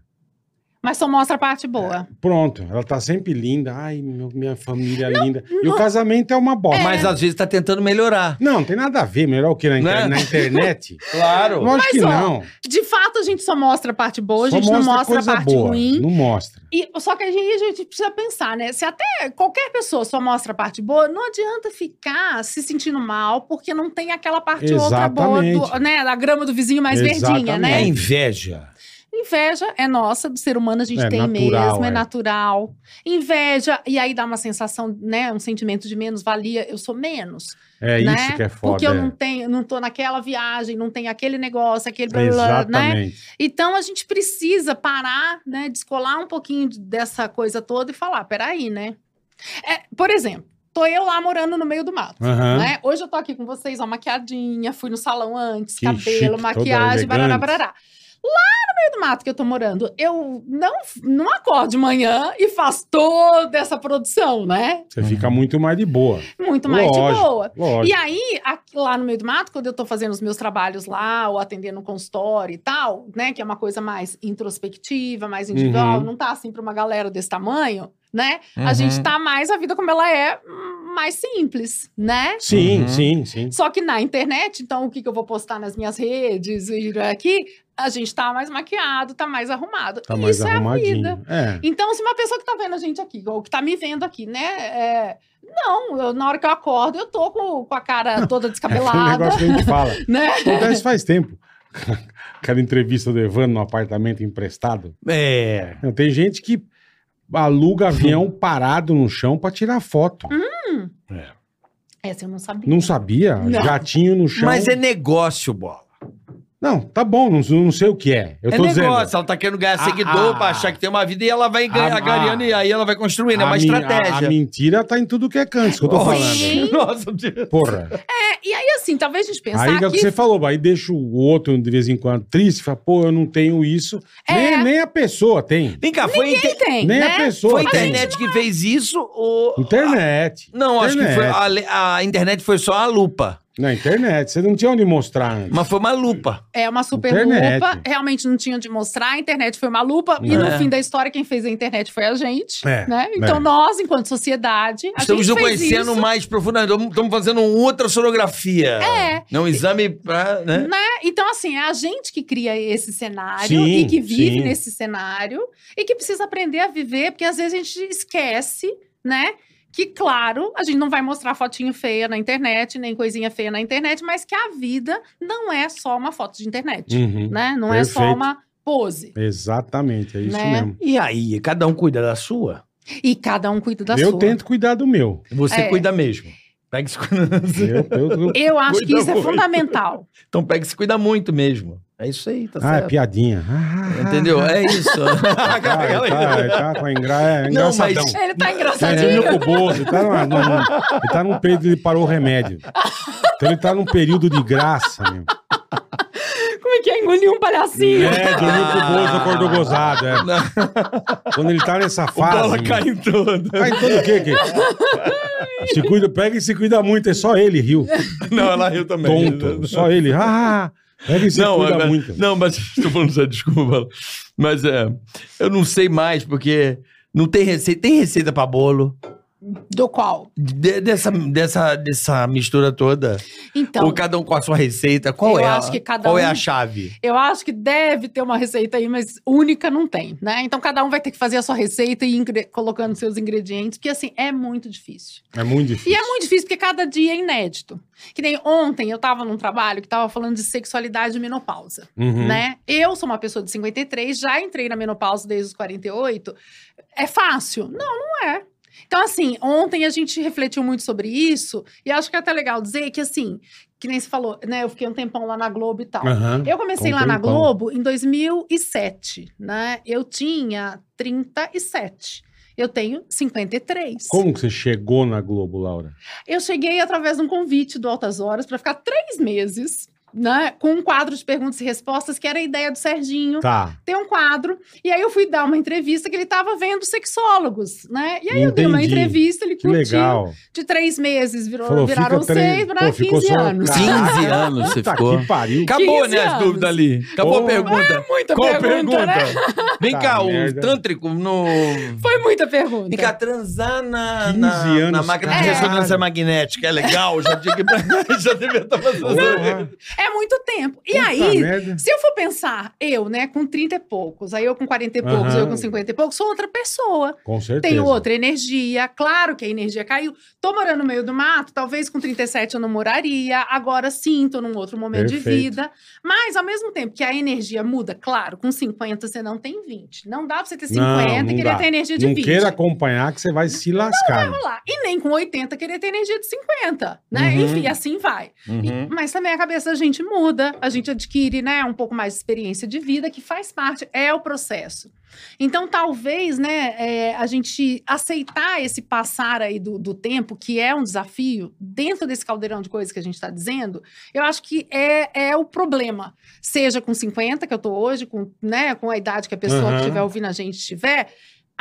Mas só mostra a parte boa.
Pronto, ela tá sempre linda. Ai, meu- minha família linda. E o casamento é uma bosta.
Mas às vezes tá tentando melhorar.
Não, tem nada a ver. Melhor o que na, inter-
Né? Então.
na internet?
Claro.
Lógico que
ó,
não.
De fato, a gente só mostra a parte boa, a
É. Só
gente não mostra a
coisa
parte
boa,
ruim.
Não mostra.
E, só que a gente, a gente precisa pensar, né? Se até qualquer pessoa só mostra a parte boa, não adianta ficar se sentindo mal, porque não tem aquela parte outra boa,
Exatamente.
do, né? Da grama do vizinho mais verdinha,
É
Exatamente.
né?
inveja.
Inveja é nossa, do ser humano a gente
É
tem
natural,
mesmo, é.
é.
natural. Inveja, e aí dá uma sensação, né? Um sentimento de menos valia, eu sou menos.
É
né?
isso que é foda.
Porque eu
é.
não tenho, não tô naquela viagem, não tenho aquele negócio, aquele blá, blá, blá, né?
Exatamente.
Então a gente precisa parar, né, descolar um pouquinho de- dessa coisa toda e falar, peraí, né? É, por exemplo, tô eu lá morando no meio do mato.
Aham.
Né? Hoje eu tô aqui com vocês, ó, maquiadinha, fui no salão antes,
Que chique,
cabelo,
toda
maquiagem, barará,
elegante.
barará. Lá no meio do mato que eu tô morando, eu não, não acordo de manhã e faço toda essa produção, né?
Você fica muito mais de boa.
Muito mais de
Lógico.
boa. E
Lógico.
aí, aqui- lá no meio do mato, quando eu tô fazendo os meus trabalhos lá, ou atendendo um consultório e tal, né? Que é uma coisa mais introspectiva, mais individual,
Uhum.
não tá assim pra uma galera desse tamanho, né? A
Uhum.
gente tá mais a vida como ela é, hum, mais simples, né?
Sim,
Uhum.
sim, sim.
Só que na internet, então, o que, que eu vou postar nas minhas redes e aqui, a gente tá mais maquiado, tá mais arrumado.
Tá
E
mais
Isso é a
arrumadinho.
vida.
É.
Então, se uma pessoa que tá vendo a gente aqui, ou que tá me vendo aqui, né? é, não, eu- na hora que eu acordo, eu tô com, com a cara toda
É um
descabelada,
negócio que a gente fala.
né?
Acontece faz tempo. Aquela entrevista do Evandro no apartamento emprestado.
É.
Não, tem gente que aluga avião parado no chão pra tirar foto.
Hum?
Essa eu não sabia.
Não sabia?
Não.
Jatinho no chão.
Mas é negócio, bola.
Não, tá bom, não, não sei o que é. Eu
é
tô
negócio.
dizendo.
Ela tá querendo ganhar seguidor
Ah,
pra achar que tem uma vida e ela vai ganhar,
ah,
ganhando e aí ela vai construindo. É uma
a min- a- A,
estratégia.
mentira tá em tudo que é canto, isso que eu tô
Oxi.
falando.
Nossa, Deus.
Porra.
É, e aí, assim, talvez a gente pensar
Aí é o que
que...
você falou, aí deixa o outro de vez em quando triste, fala, pô, eu não tenho isso.
É.
Nem, nem a pessoa tem.
Vem cá, foi, a inter-
Quem tem,
nem
né?
a
foi
pessoa
a
tem.
internet que fez isso ou...
Internet.
Não, acho que foi,
Internet.
a, le- a internet foi só a lupa.
Na internet, você não tinha onde mostrar antes.
Mas foi uma lupa.
É uma super
Internet.
lupa. Realmente não tinha onde mostrar. A internet foi uma lupa. E no
É.
fim da história, quem fez a internet foi a gente.
É,
né? Então,
é.
nós, enquanto sociedade, a
Estamos
gente
nos
fez
conhecendo
isso.
mais profundamente. Estamos fazendo uma ultrassonografia.
É.
Não, um exame pra... Né?
Né? Então, assim, é a gente que cria esse cenário
Sim,
e que vive
sim.
nesse cenário e que precisa aprender a viver, porque às vezes a gente esquece, né? Que, claro, a gente não vai mostrar fotinho feia na internet, nem coisinha feia na internet, mas que a vida não é só uma foto de internet,
Uhum.
né? Não é só
perfeito.
uma pose.
Exatamente, é isso
Né?
mesmo.
E aí, cada um cuida da sua?
E cada um cuida da
eu
sua.
tento cuidar do meu.
Você
É.
cuida mesmo. Pega e se cuida.
Eu, eu- eu-
Eu acho que
Cuida
isso é
muito.
fundamental.
Então pega e se cuida muito mesmo. É isso aí, tá
Ah, é
certo.
piadinha. Ah,
Entendeu? É isso.
Tá, tá, tá, tá com engra... é,
Não,
engraçadão.
mas-
Ele tá
Mas ele
engraçadinho.
é cuboso, ele tá, numa- numa- ele tá num período, ele parou o remédio. Então ele tá num período de graça, meu.
Como é que é engolir um palhacinho?
É, dormiu com o
ah.
Bozo, acordou gozado. é.
Não,
Quando ele tá nessa
o bola
fase. meu,
cai em toda.
Cai todo o quê? Que... Se cuida, pega e se cuida muito. É só ele, riu.
Não, ela riu também.
Tonto. Só ele. Ah, pega e se
Não,
cuida
agora-
muito.
não, mas estou falando sério, desculpa. Bola. Mas é, eu não sei mais, porque não tem receita. Tem receita pra bolo.
Do qual?
De- dessa, dessa, dessa mistura toda.
Então.
Ou cada um com a sua receita. Qual
Eu
é?
acho
a,
que cada
qual é
um-
a chave?
Eu acho que deve ter uma receita aí, mas única não tem, né? Então cada um vai ter que fazer a sua receita e ir ingre- colocando seus ingredientes, porque assim é muito difícil.
É muito difícil.
E é muito difícil porque cada dia é inédito. Que nem ontem eu tava num trabalho que tava falando de sexualidade e menopausa,
Uhum.
né? Eu sou uma pessoa de 53, já entrei na menopausa desde os 48. É fácil? Não, não é. Então, assim, ontem a gente refletiu muito sobre isso, e acho que é até legal dizer que, assim, que nem você falou, né? Eu fiquei um tempão lá na Globo e tal.
Aham.
Eu comecei
Com
lá na
tempão.
Globo em 2007, né? Eu tinha 37. Eu tenho 53.
Como que você chegou na Globo, Laura?
Eu cheguei através de um convite do Altas Horas para ficar três meses né, com um quadro de perguntas e respostas, que era a ideia do Serginho.
Tá.
Tem um quadro, e aí eu fui dar uma entrevista que ele estava vendo sexólogos, né? E aí eu dei uma
Entendi.
entrevista, ele
Que
curtiu.
legal.
De três meses virou,
Falou,
viraram
fica
seis,
três-
viraram
Pô, ficou
15
só- um
anos.
Cara,
15 anos você
Puta
ficou.
que pariu.
Acabou,
15
né, as
anos.
dúvidas ali. Acabou
Oh.
a pergunta.
Muita
Qual a
pergunta,
pergunta?
né?
Vem
Tá,
cá,
merda.
o tântrico no...
Foi muita pergunta.
Vem cá, transar na,
15
na, na
anos,
máquina de
caralho.
ressonância magnética. É legal, já, tinha que... já devia estar fazendo.
Porra,
É muito tempo. E
puta
né?
aí,
merda.
se eu for pensar, eu, né, com 30 e poucos, aí eu com 40 e poucos,
Aham.
eu com 50 e poucos, sou outra pessoa.
Com certeza.
Tenho outra energia. Claro que a energia caiu. Tô morando no meio do mato, talvez com 37 eu não moraria. Agora sim, tô num outro momento
Perfeito.
de vida. Mas ao mesmo tempo que a energia muda, claro, com 50 você não tem 20. Não dá pra você ter 50
Não, não
e querer
dá.
ter energia de
Não
20.
queira acompanhar que você vai se lascar.
rolar. E nem com 80 querer ter energia de 50, né?
Uhum.
Enfim, assim vai.
Uhum.
E- mas também a cabeça da gente muda, a gente adquire, né, um pouco mais de experiência de vida, que faz parte, é o processo. Então, talvez, né, é, a gente aceitar esse passar aí do, do tempo, que é um desafio, dentro desse caldeirão de coisas que a gente está dizendo, eu acho que é, é o problema. Seja com 50, que eu tô hoje, com, né, com a idade que a pessoa
Aham.
que estiver ouvindo a gente tiver,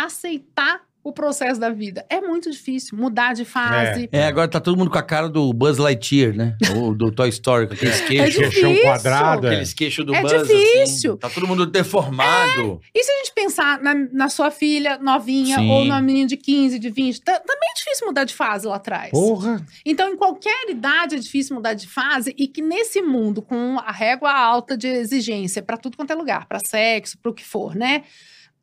aceitar o processo da vida. É muito difícil mudar de fase.
É, agora tá todo mundo com a cara do Buzz Lightyear, né? Ou do Toy Story, com aqueles queixos.
É difícil.
Queixão quadrado. é.
Aqueles queixos do
É
Buzz,
difícil. É.
assim. Tá todo mundo deformado.
E se a gente pensar na, na sua filha novinha
Sim.
ou numa menina de 15, de 20, ta- também é difícil mudar de fase lá atrás.
Oh.
Porra.
Então, em qualquer idade é difícil mudar de fase e que nesse mundo com a régua alta de exigência para tudo quanto é lugar, para sexo, para o que for, né?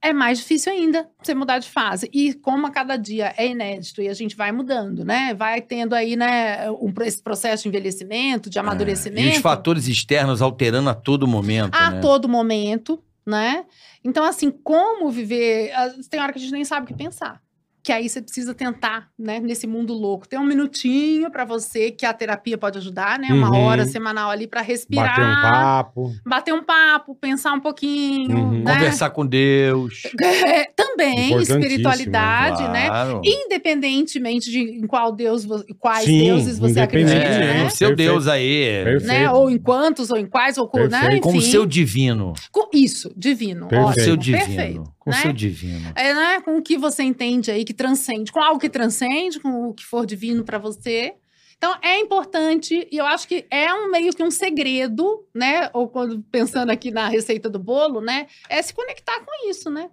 É mais difícil ainda você mudar de fase. E como a cada dia é inédito e a gente vai mudando, né? Vai tendo aí, né, um, pro- esse processo de envelhecimento, de amadurecimento.
É,
Ah,
E os fatores externos alterando a todo momento,
a
né?
todo momento, né? Então, assim, como viver. às- Tem hora que a gente nem sabe o que pensar. Que aí você precisa tentar, né? Nesse mundo louco. Tem um minutinho pra você que a terapia pode ajudar, né? Uma
Uhum.
hora semanal ali pra respirar,
Bater um papo.
bater um papo, pensar um pouquinho,
Uhum.
né?
Conversar com Deus.
É, Também
Importantíssimo, né?
espiritualidade, né?
Claro.
Independentemente de em qual Deus, vo- quais
Sim,
deuses você acredita,
independente,
É,
né?
o seu
Perfeito.
Deus aí.
Perfeito.
né? Ou em quantos, ou em quais, ou com, né?
Perfeito.
Com o
Enfim.
seu divino.
Com isso, divino.
Perfeito.
Com o
ótimo,
seu divino.
Perfeito.
com o
né?
seu divino.
É, né? Com o que você entende aí, que transcende, com algo que transcende, com o que for divino pra você. Então, é importante, e eu acho que é um meio que um segredo, né? Ou quando pensando aqui na receita do bolo, né? É se conectar com isso, né?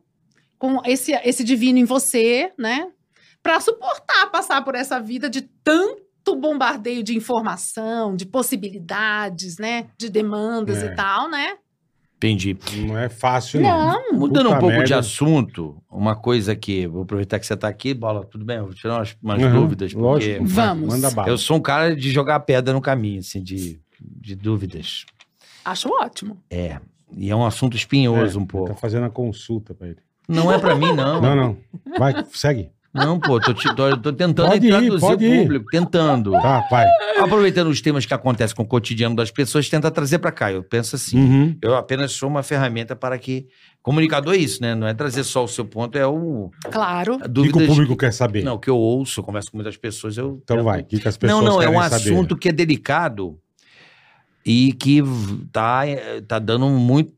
Com esse, esse divino em você, né? Pra suportar passar por essa vida de tanto bombardeio de informação, de possibilidades, né? De demandas
É.
e tal, né?
Entendi.
Não é fácil, não.
Não,
Mudando
Puta
um pouco de
merda.
assunto, uma coisa que. Vou aproveitar que você tá aqui, Bola, tudo bem? Eu vou tirar umas, umas
Aham,
dúvidas. porque-
Uhum. Lógico. é
Vamos.
Manda bala.
Eu sou um cara de jogar pedra no caminho, assim, de, de dúvidas.
acho ótimo.
E é um assunto espinhoso um
Tá
pouco.
fazendo a consulta pra ele.
Não é pra mim, não.
Não,
Não,
não. Vai, segue.
pô, tô, te- tô- tô tentando
Pode ir,
traduzir
pode
o
ir.
público, tentando.
Tá, vai.
Aproveitando os temas que acontecem com o cotidiano das pessoas, tenta trazer pra cá. Eu penso assim.
Uhum.
Eu apenas sou uma ferramenta para que. Comunicador é isso, né? Não é trazer só o seu ponto, é o.
Claro.
a
O que que o
Dúvidas.
público quer saber?
Não, que eu ouço, eu converso com muitas pessoas, eu.
Então
eu-
vai. O que, que as pessoas
Não, não, é um
querem saber?
assunto que é delicado e que v- tá, eh, tá dando muito.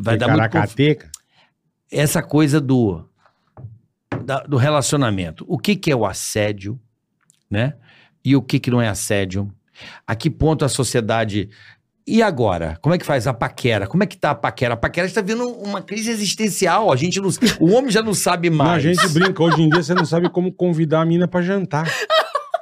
Vai
Tem
dar muito. conf-
caracateca?
Essa coisa do. da- do relacionamento. O que, que é o assédio, né? E o que, que não é assédio? A que ponto a sociedade. E agora? Como é que faz a paquera? Como é que tá a paquera? A paquera está vindo uma crise existencial. A gente não, o homem já não sabe
Não,
mais.
a gente brinca. Hoje em dia você não sabe como convidar a mina pra jantar.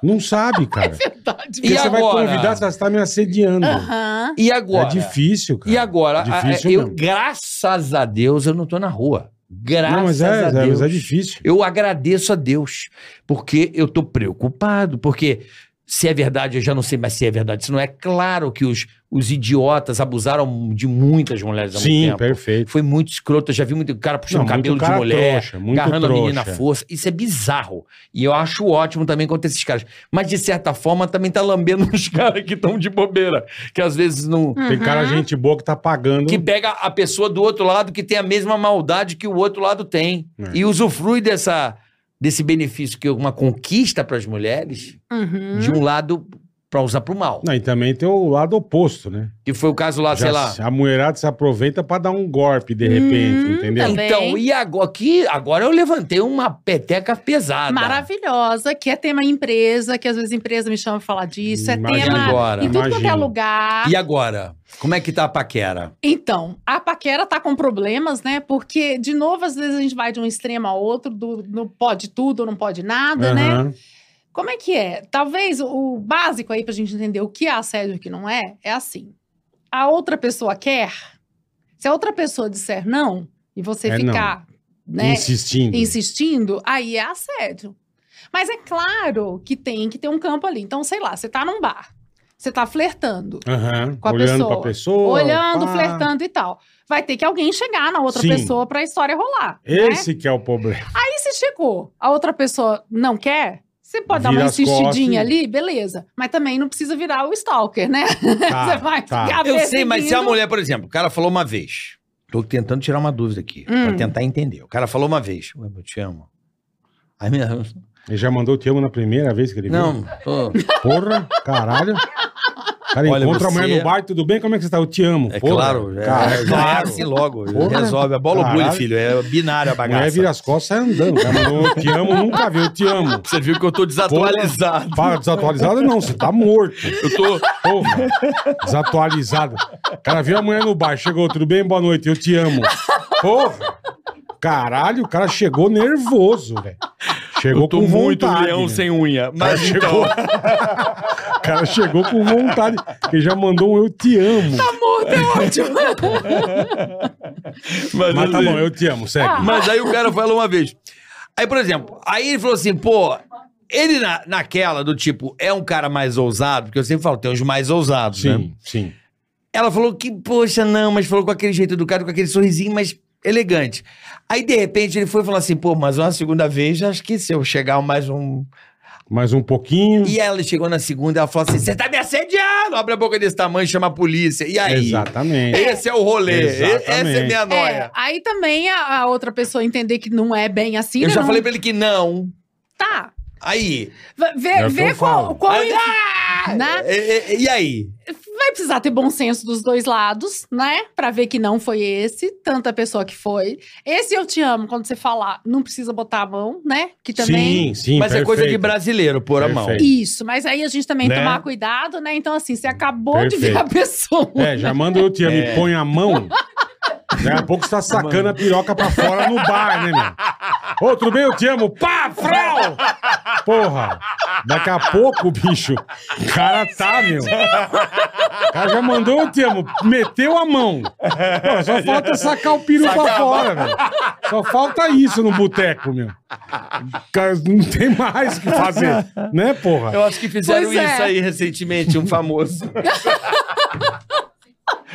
Não sabe, cara.
É Verdade.
Porque
E
você
agora?
vai convidar, você tá me assediando.
Aham.
E agora?
É difícil, cara. É
E agora, a- a-
Difícil
eu,
mesmo.
graças a Deus, eu não tô na rua. Graças
Não, mas é,
a
é, mas
Deus.
é difícil.
Eu agradeço a Deus, porque eu tô preocupado, porque se é verdade, eu já não sei mais se é verdade. Se não é claro que os, os idiotas abusaram de muitas mulheres há muito
Sim,
tempo.
perfeito.
Foi muito escroto, eu já vi muito cara puxando
Não, muito
cabelo de
cara
mulher,
trouxa, muito
agarrando a menina à
trouxa.
força. Isso é bizarro. E eu acho ótimo também contra esses caras. Mas, de certa forma, também tá lambendo os caras que estão de bobeira. Que às vezes não,
Tem cara,
Uhum.
gente boa que tá pagando.
que pega a pessoa do outro lado que tem a mesma maldade que o outro lado tem
É.
e usufrui dessa desse benefício que é uma conquista para as mulheres
Uhum.
de um lado pra usar pro mal.
Não, e também tem o lado oposto, né?
E foi o caso lá,
Já
Ah, sei lá.
se- A mulherada se aproveita pra dar um golpe de repente,
Hum,
entendeu?
também.
Então, e agora, que agora eu levantei uma peteca pesada.
Maravilhosa, que é tema empresa, que às vezes empresa me chama pra falar disso, é
Imagina
tema
agora,
em tudo quanto é
imagina.
lugar.
E agora? Como é que tá a paquera?
Então, a paquera tá com problemas, né? Porque, de novo, às vezes a gente vai de um extremo a outro, do não pode tudo, não pode nada, né?
Aham.
Como é que é? Talvez o o básico aí pra gente entender o que é assédio e o que não é, é assim. A outra pessoa quer. Se a outra pessoa disser não, e você
É não.
ficar, né,
Insistindo.
insistindo, aí é assédio. Mas é claro que tem que ter um campo ali. Então, sei lá, você tá num bar, você tá flertando
Aham.
com a
Olhando
pessoa.
pra pessoa.
olhando,
pá.
flertando e tal. Vai ter que alguém chegar na outra
Sim.
pessoa pra história rolar. né?
Esse que é o problema.
Aí se chegou, a outra pessoa não quer, você pode dar
Vira
uma
as costas e-
insistidinha ali, beleza. Mas também não precisa virar o stalker, né? você vai
tá.
ficar
Eu sei, mas se a
perseguindo.
mulher, por exemplo, o cara falou uma vez. Tô tentando tirar uma dúvida aqui, pra
Hum.
tentar entender. O cara falou uma vez. Ué, eu te amo. Aí me...
Ele já mandou o te amo na primeira vez que ele viu.
Não, tô...
Porra, caralho. O Cara,
Olha,
encontra a
você-
mulher no bar, tudo bem? Como é que você tá? Eu te amo.
É
Porra,
claro, é,
Cara,
é,
claro.
assim logo.
Porra. né?
Resolve. A bola ou
Caralho.
bullying, filho. É binário a
A mulher
bagaça.
vira as costas e sai andando. O Cara, mandou, eu te amo, nunca vi, eu te amo.
Você viu que eu tô desatualizado.
Para, desatualizado não, você tá morto.
Eu tô.
Porra, desatualizado. O cara viu a mulher no bar, chegou, tudo bem? Boa noite, eu te amo. Porra, caralho, o cara chegou nervoso, velho. Chegou
Eu tô
com
muito
vontade,
leão
né?
sem unha.
cara
Mas
chegou,
então,
o cara chegou com vontade, que já mandou um eu te amo.
Tá mas,
Mas tá
assim,
bom, eu te amo, segue.
mas aí o cara falou uma vez. Aí, por exemplo, aí ele falou assim, pô, ele na, naquela do tipo, é um cara mais ousado, porque eu sempre falo, tem os mais ousados, né?
Sim, sim.
Ela falou que, poxa, não, mas falou com aquele jeito educado, com aquele sorrisinho, mas elegante. Aí, de repente, ele foi falar assim, pô, mas uma segunda vez já esqueceu, chegar mais um.
Mais um pouquinho.
E ela chegou na segunda, ela falou assim: você tá me assediando! Abre a boca desse tamanho, chama a polícia. E aí?
Exatamente.
Esse é o rolê. E- Essa é
Exatamente.
minha
É,
noia.
aí também a, a outra pessoa entender que não é bem assim.
eu
né?
já
Não-
falei pra ele que não.
Tá.
Aí.
V-
É
Vê,
o que
vê
eu
qual.
falo.
qual
Aí-
né?
E, e- e aí?
Vai precisar ter bom senso dos dois lados, né? Pra ver que não foi esse, tanta pessoa que foi. Esse eu te amo, quando você falar, não precisa botar a mão, né? Que também.
Sim, sim.
mas é coisa de
perfeito.
brasileiro, pôr a mão.
Perfeito.
Isso, mas aí a gente também
Né?
tomar cuidado, né? Então, assim, você acabou
Perfeito.
de virar pessoa.
É, já manda eu te amo e põe a mão. Daqui a pouco você tá sacando a piroca pra fora no bar, né, meu? Ô, tudo bem? Eu te amo. Pá, frau! Porra. Daqui a pouco, bicho, o cara tá, meu. O cara já mandou eu te amo. Meteu a mão. Pô, só falta sacar o piru pra fora, velho. Só falta isso no boteco, meu. Cara, não tem mais o que fazer, né, porra?
Eu acho que fizeram
Pois é.
isso aí recentemente, um famoso.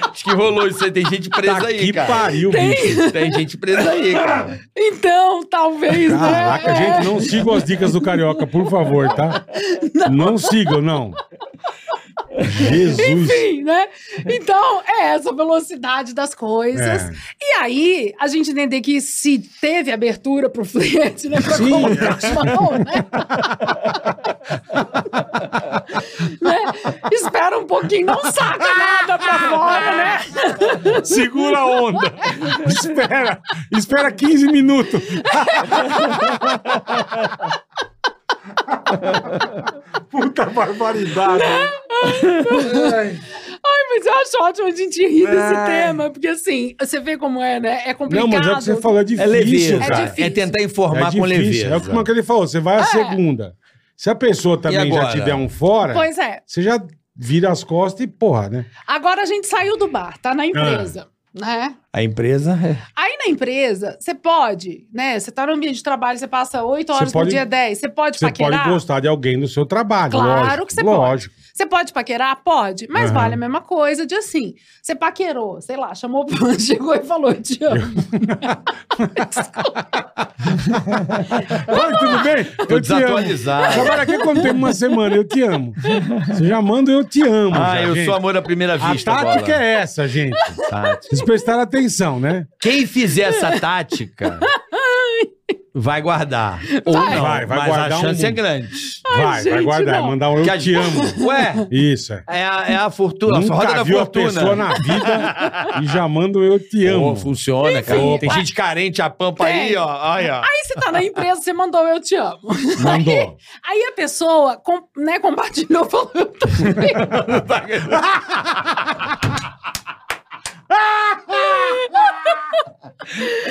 acho que rolou isso aí. Tem gente presa
Tá
aí,
que
cara.
pariu, bicho.
Tem gente presa aí, cara.
Então, talvez,
Caraca,
né?
gente, não sigam as dicas do Carioca, por favor, tá? Não, sigam, não. Jesus.
Enfim, né? Então, é essa velocidade das coisas.
É.
E aí, a gente entender que se teve abertura pro flerte, né? Pra
Sim.
colocar as mãos, né? né? Espera um pouquinho, não saca nada pra fora, né?
Segura a onda. Espera. Espera 15 minutos. Puta barbaridade.
Ai, mas eu acho ótimo a gente rir desse tema, porque assim, você vê como é, né? É complicado.
É. Não, mas é o que você falou, é
É
difícil,
leveza.
cara.
É
É,
difícil.
tentar informar com leveza.
É o que como ele falou, você vai à segunda. Se a pessoa também já
agora?
te der um fora,
Pois é.
você já vira as costas e porra, né?
Agora a gente saiu do bar,
Ah.
tá na empresa, né?
A empresa. é-
Aí na empresa, você pode, né? Você tá no ambiente de trabalho, você passa 8
Você
horas
pode-
por dia 10. Você pode
Você
paquerar?
pode gostar de alguém do seu trabalho.
Claro
lógico,
que você pode.
lógico.
Você pode paquerar? Pode. Mas
Aham.
vale a mesma coisa de assim. Você paquerou, sei lá, chamou, chegou e falou: "Eu Te amo.
Oi, tudo bem?
Tô
Eu te amo.
desatualizado.
Trabalha aqui quando tem uma semana, eu te amo. Você já manda eu te amo.
Ah,
já,
eu
gente.
sou amor à primeira
A
vista.
tática
Bola.
é essa, gente.
Tática.
Vocês prestaram atenção, né?
Quem fizer essa tática vai guardar. Ou não,
Vai, vai
mas
guardar
a chance
um-
é grande.
vai, vai
gente,
guardar.
não.
Mandar um
Que
eu
a-
te amo.
Ué,
Isso, é.
é a, é a fortuna, a roda
Nunca
da
viu a
fortuna.
pessoa na vida e já manda um eu te
Pô,
amo.
funciona, cara.
Enfim,
Tem
ué.
gente carente, a pampa aí,
Tem.
ó. Aí, ó.
Aí você tá na empresa, você mandou eu te amo.
Mandou.
Aí a pessoa com- né, compartilhou, falou eu tô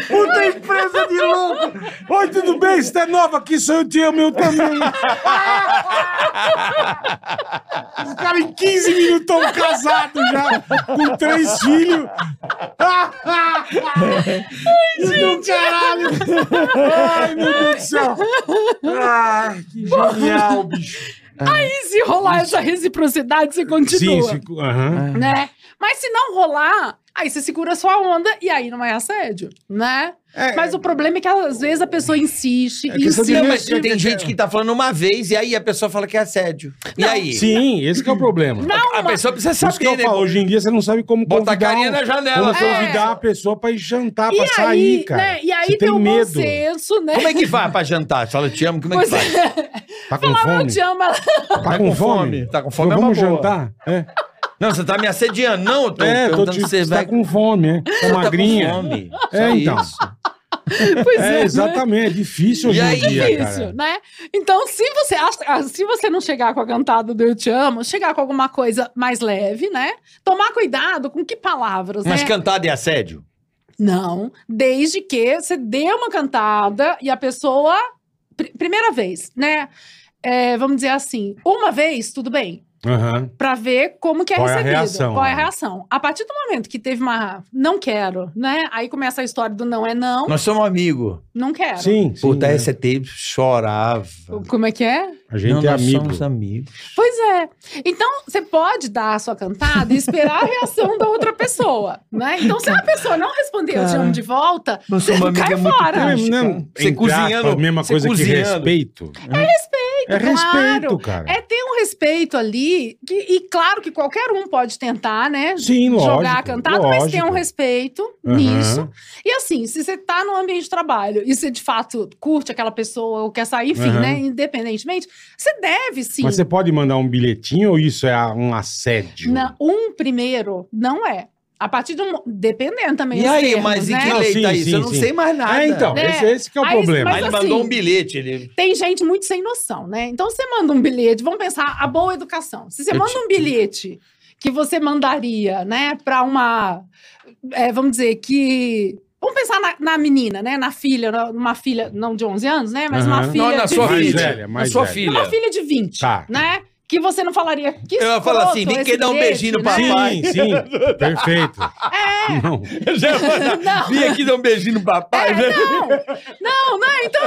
Puta empresa de louco! Oi, tudo bem? Você é nova aqui, sou eu te amo, eu também. Os caras em 15 minutos estão casados já, com três filhos. Ai, gente. caralho! Ai, meu Deus do céu! Ai, que genial, bicho!
E se rolar essa reciprocidade, você continua.
Sim, ficou. aham.
Né? Mas se não rolar, aí você segura a sua onda e aí não é assédio, né? Mas o problema é que às vezes a pessoa insiste,
É questão de
insiste.
Não, mas
eu-
tem gente que tá falando uma vez e aí a pessoa fala que é assédio. E aí?
Sim, esse que é o problema.
A pessoa precisa
Por isso que eu
saber, né?
falo, hoje em dia você não sabe como
Bota a
convidar
carinha
um-
na
Como
janela. pô.
convidar a pessoa pra ir jantar, pra
é. E
sair,
aí,
cara.
né? E aí
Você
tem
tem
o bom
medo.
senso, né?
Como é que vai pra jantar? Fala, te amo, como é que
Você
faz?
Tá com
fala, eu
fome?
te amo, ela
Tá com fome?
Tá com fome é uma
Vamos
boa.
jantar? É,
Não, você tá me assediando. Não, eu tô
é tô
perguntando
te...
se
você
você vai...
tá com fome, é. Tá magrinha.
fome.
É, então.
pois
É,
né?
exatamente. É difícil hoje
E
em
aí,
dia,
difícil,
cara.
né? Então, se você acha- ah, se você não chegar com a cantada do Eu Te Amo, chegar com alguma coisa mais leve, né? Tomar cuidado com que palavras,
Mas
né?
cantada é assédio?
Não, desde que você dê uma cantada e a pessoa. pri- primeira vez, né? É, vamos dizer assim, uma vez, tudo bem.
Aham.
Pra ver como que é
Qual é a
recebido.
reação,
qual é a
né?
reação. A partir do momento que teve uma não quero, né? Aí começa a história do não é não,
Nós somos amigos.
não quero.
Sim, sim.
Puta,
né?
essa teve chorava.
Como é que é?
A gente
Não,
é
nós
amigo.
somos amigos.
Pois é. Então, você pode dar a sua cantada e esperar a reação da outra pessoa, né? Então, se a pessoa não responder, eu te amo de volta,
Nós somos
Cai
amigos é muito
fora.
É,
triste, cara.
não,
Você
entre aspas,
cozinhando...
a mesma
você
coisa que
cozinhando.
respeito. É respeito. É respeito,
claro.
cara.
é ter um respeito ali. que- e claro que qualquer um pode tentar, né?
Sim, lógico.
Jogar a cantada, mas tem um
lógico.
respeito
Aham.
nisso. E assim, se você tá no ambiente de trabalho e você de fato curte aquela pessoa ou quer sair, enfim,
Aham.
né? Independentemente, você deve sim.
Mas você pode mandar um bilhetinho ou isso é a- um assédio?
Na- um primeiro não é. A partir de um. Dependendo também.
E
dos
aí,
termos,
mas em
né?
que
Não,
lei
sim,
tá isso?
sim,
Eu não
sim.
sei mais nada.
É, então,
Né?
esse, esse que é o
Aí-
problema.
Aí
mas
ele
assim-
mandou um bilhete, ele...
Tem gente muito sem noção, né? Então você manda um bilhete, vamos pensar a boa educação. Se você
Eu
manda
te-
um bilhete que você mandaria, né, para uma. é, vamos dizer que. Vamos pensar na, na menina, né? Na filha, na- uma filha, não de 11 anos, né? Mas uma
Aham.
filha.
Não, na
de
sua né?
20,
mais
filha.
velha,
Na
mais
sua
velha.
filha.
Uma filha de 20,
Tá.
né? Que você não falaria. Que
Ela fala assim,
escroto
vem
esse
que dá um
bilhete,
beijinho no
né?
papai.
Sim, sim. Perfeito. É. Não.
Eu já ia falar,
Não. É,
Vim aqui dar um beijinho no papai, né?
Não, não, não, então.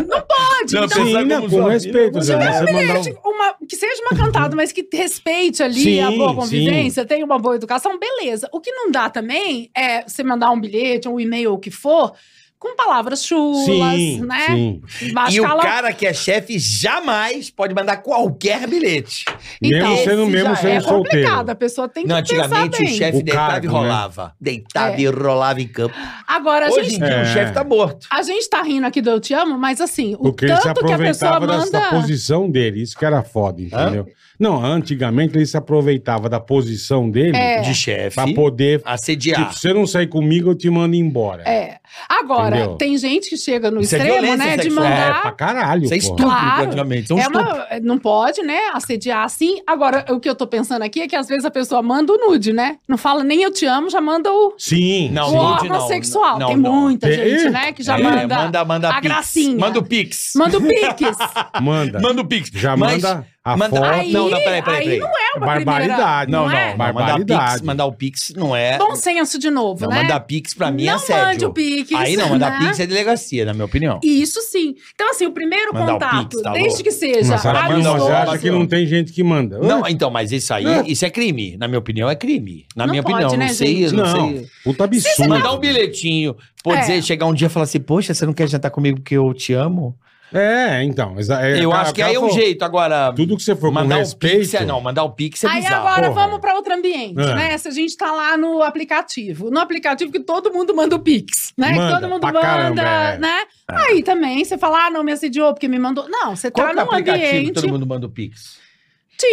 Não pode.
Não,
então,
pensar
Sim,
como
não, com
sua
respeito,
vida,
Zé.
mas
Você mandar um...
Gente, Tipo, uma- que seja uma cantada, mas que respeite ali
Sim,
a boa
sim.
convivência, tenha uma boa educação, beleza. O que não dá também é você mandar um bilhete, um e-mail, o que for, com palavras chulas,
Sim,
né?
sim.
Baixa
E o
cala-
cara que é chefe jamais pode mandar qualquer bilhete.
Mesmo
Então,
sendo,
esse
mesmo
já
sendo
é
solteiro.
complicado, a pessoa tem que
Não,
pensar
antigamente o
bem.
chefe
O
deitava
cargo,
e
né?
rolava. Deitava
É.
e rolava em campo.
Agora, a
Hoje
gente,
em dia
É.
o chefe tá morto.
a gente tá rindo aqui do Eu Te Amo, mas assim, o
Porque ele se
tanto que a pessoa
aproveitava da,
manda...
da posição dele. Isso que era foda, entendeu? Não, antigamente ele se aproveitava da posição dele
É. Ah.
De chefe.
pra poder.
Assediar.
Tipo, se você não sair comigo, eu te mando embora.
É. Agora,
Entendeu?
tem gente que chega no
Isso é
extremo,
violência
né, de
sexual.
É,
mandar...
pra caralho.
Isso
porra.
é estúpido
Claro.
praticamente.
Então,
Isso é um
É uma-
estúpido.
não pode, né? Assediar assim. Agora, o que eu tô pensando aqui é que às vezes a pessoa manda o nude, né? Não fala nem eu te amo, já manda o,
Sim.
Não,
o
sim.
nude
órgão
não,
sexual.
não,
Tem
não.
muita
É,
gente,
é.
né? Que já
É,
manda.
manda, manda
a
pix.
gracinha.
Manda o pix.
Manda o É Pix.
Manda.
Manda o pix.
Já
Mas-
manda a
manda-
foto.
Ai,
Aí,
Não, não, peraí, peraí,
aí
peraí.
não Ah, é uma
Barbaridade.
Primeira,
Não,
não,
não.
é?
não, Mandar o pix,
Barbaridade.
mandar o pix não é...
Bom senso de novo,
Não,
né?
mandar pix pra mim é
não
assédio.
mande o Pix.
Aí não, mandar
né?
pix é delegacia, na minha opinião.
Isso sim. Então, assim, o primeiro
Mandar o
contato,
Pix, tá
desde
louco?
que seja
Mas sabe que não,
Amistoso.
você
amistoso,
acha que não tem gente que manda?
Não, então, mas isso aí,
Não.
isso é crime. Na minha opinião, é crime. Na
Não
minha
pode,
opinião,
né,
não sei,
gente?
não,
Não.
sei.
Puta absurdo.
Mandar um bilhetinho, pô,
É.
dizer, chegar um dia e falar assim, poxa, você não quer jantar comigo porque eu te amo?
É, então. exa- é,
Eu
cara-
acho que
cara
aí é um
falou,
jeito. Agora,
Tudo que você for com
mandar o Pix é,
respeito...
não, mandar o Pix é
Aí
bizarro.
agora
porra.
vamos para outro ambiente,
É.
né? Se a gente tá lá no aplicativo, no aplicativo que todo mundo manda o Pix, né?
Manda,
que todo mundo
pra
manda,
caramba, é.
né? Aí também você fala, ah, não, me assediou porque me mandou. Não, você
Qual
tá
que é o
num
aplicativo que todo
ambiente.
mundo manda o Pix?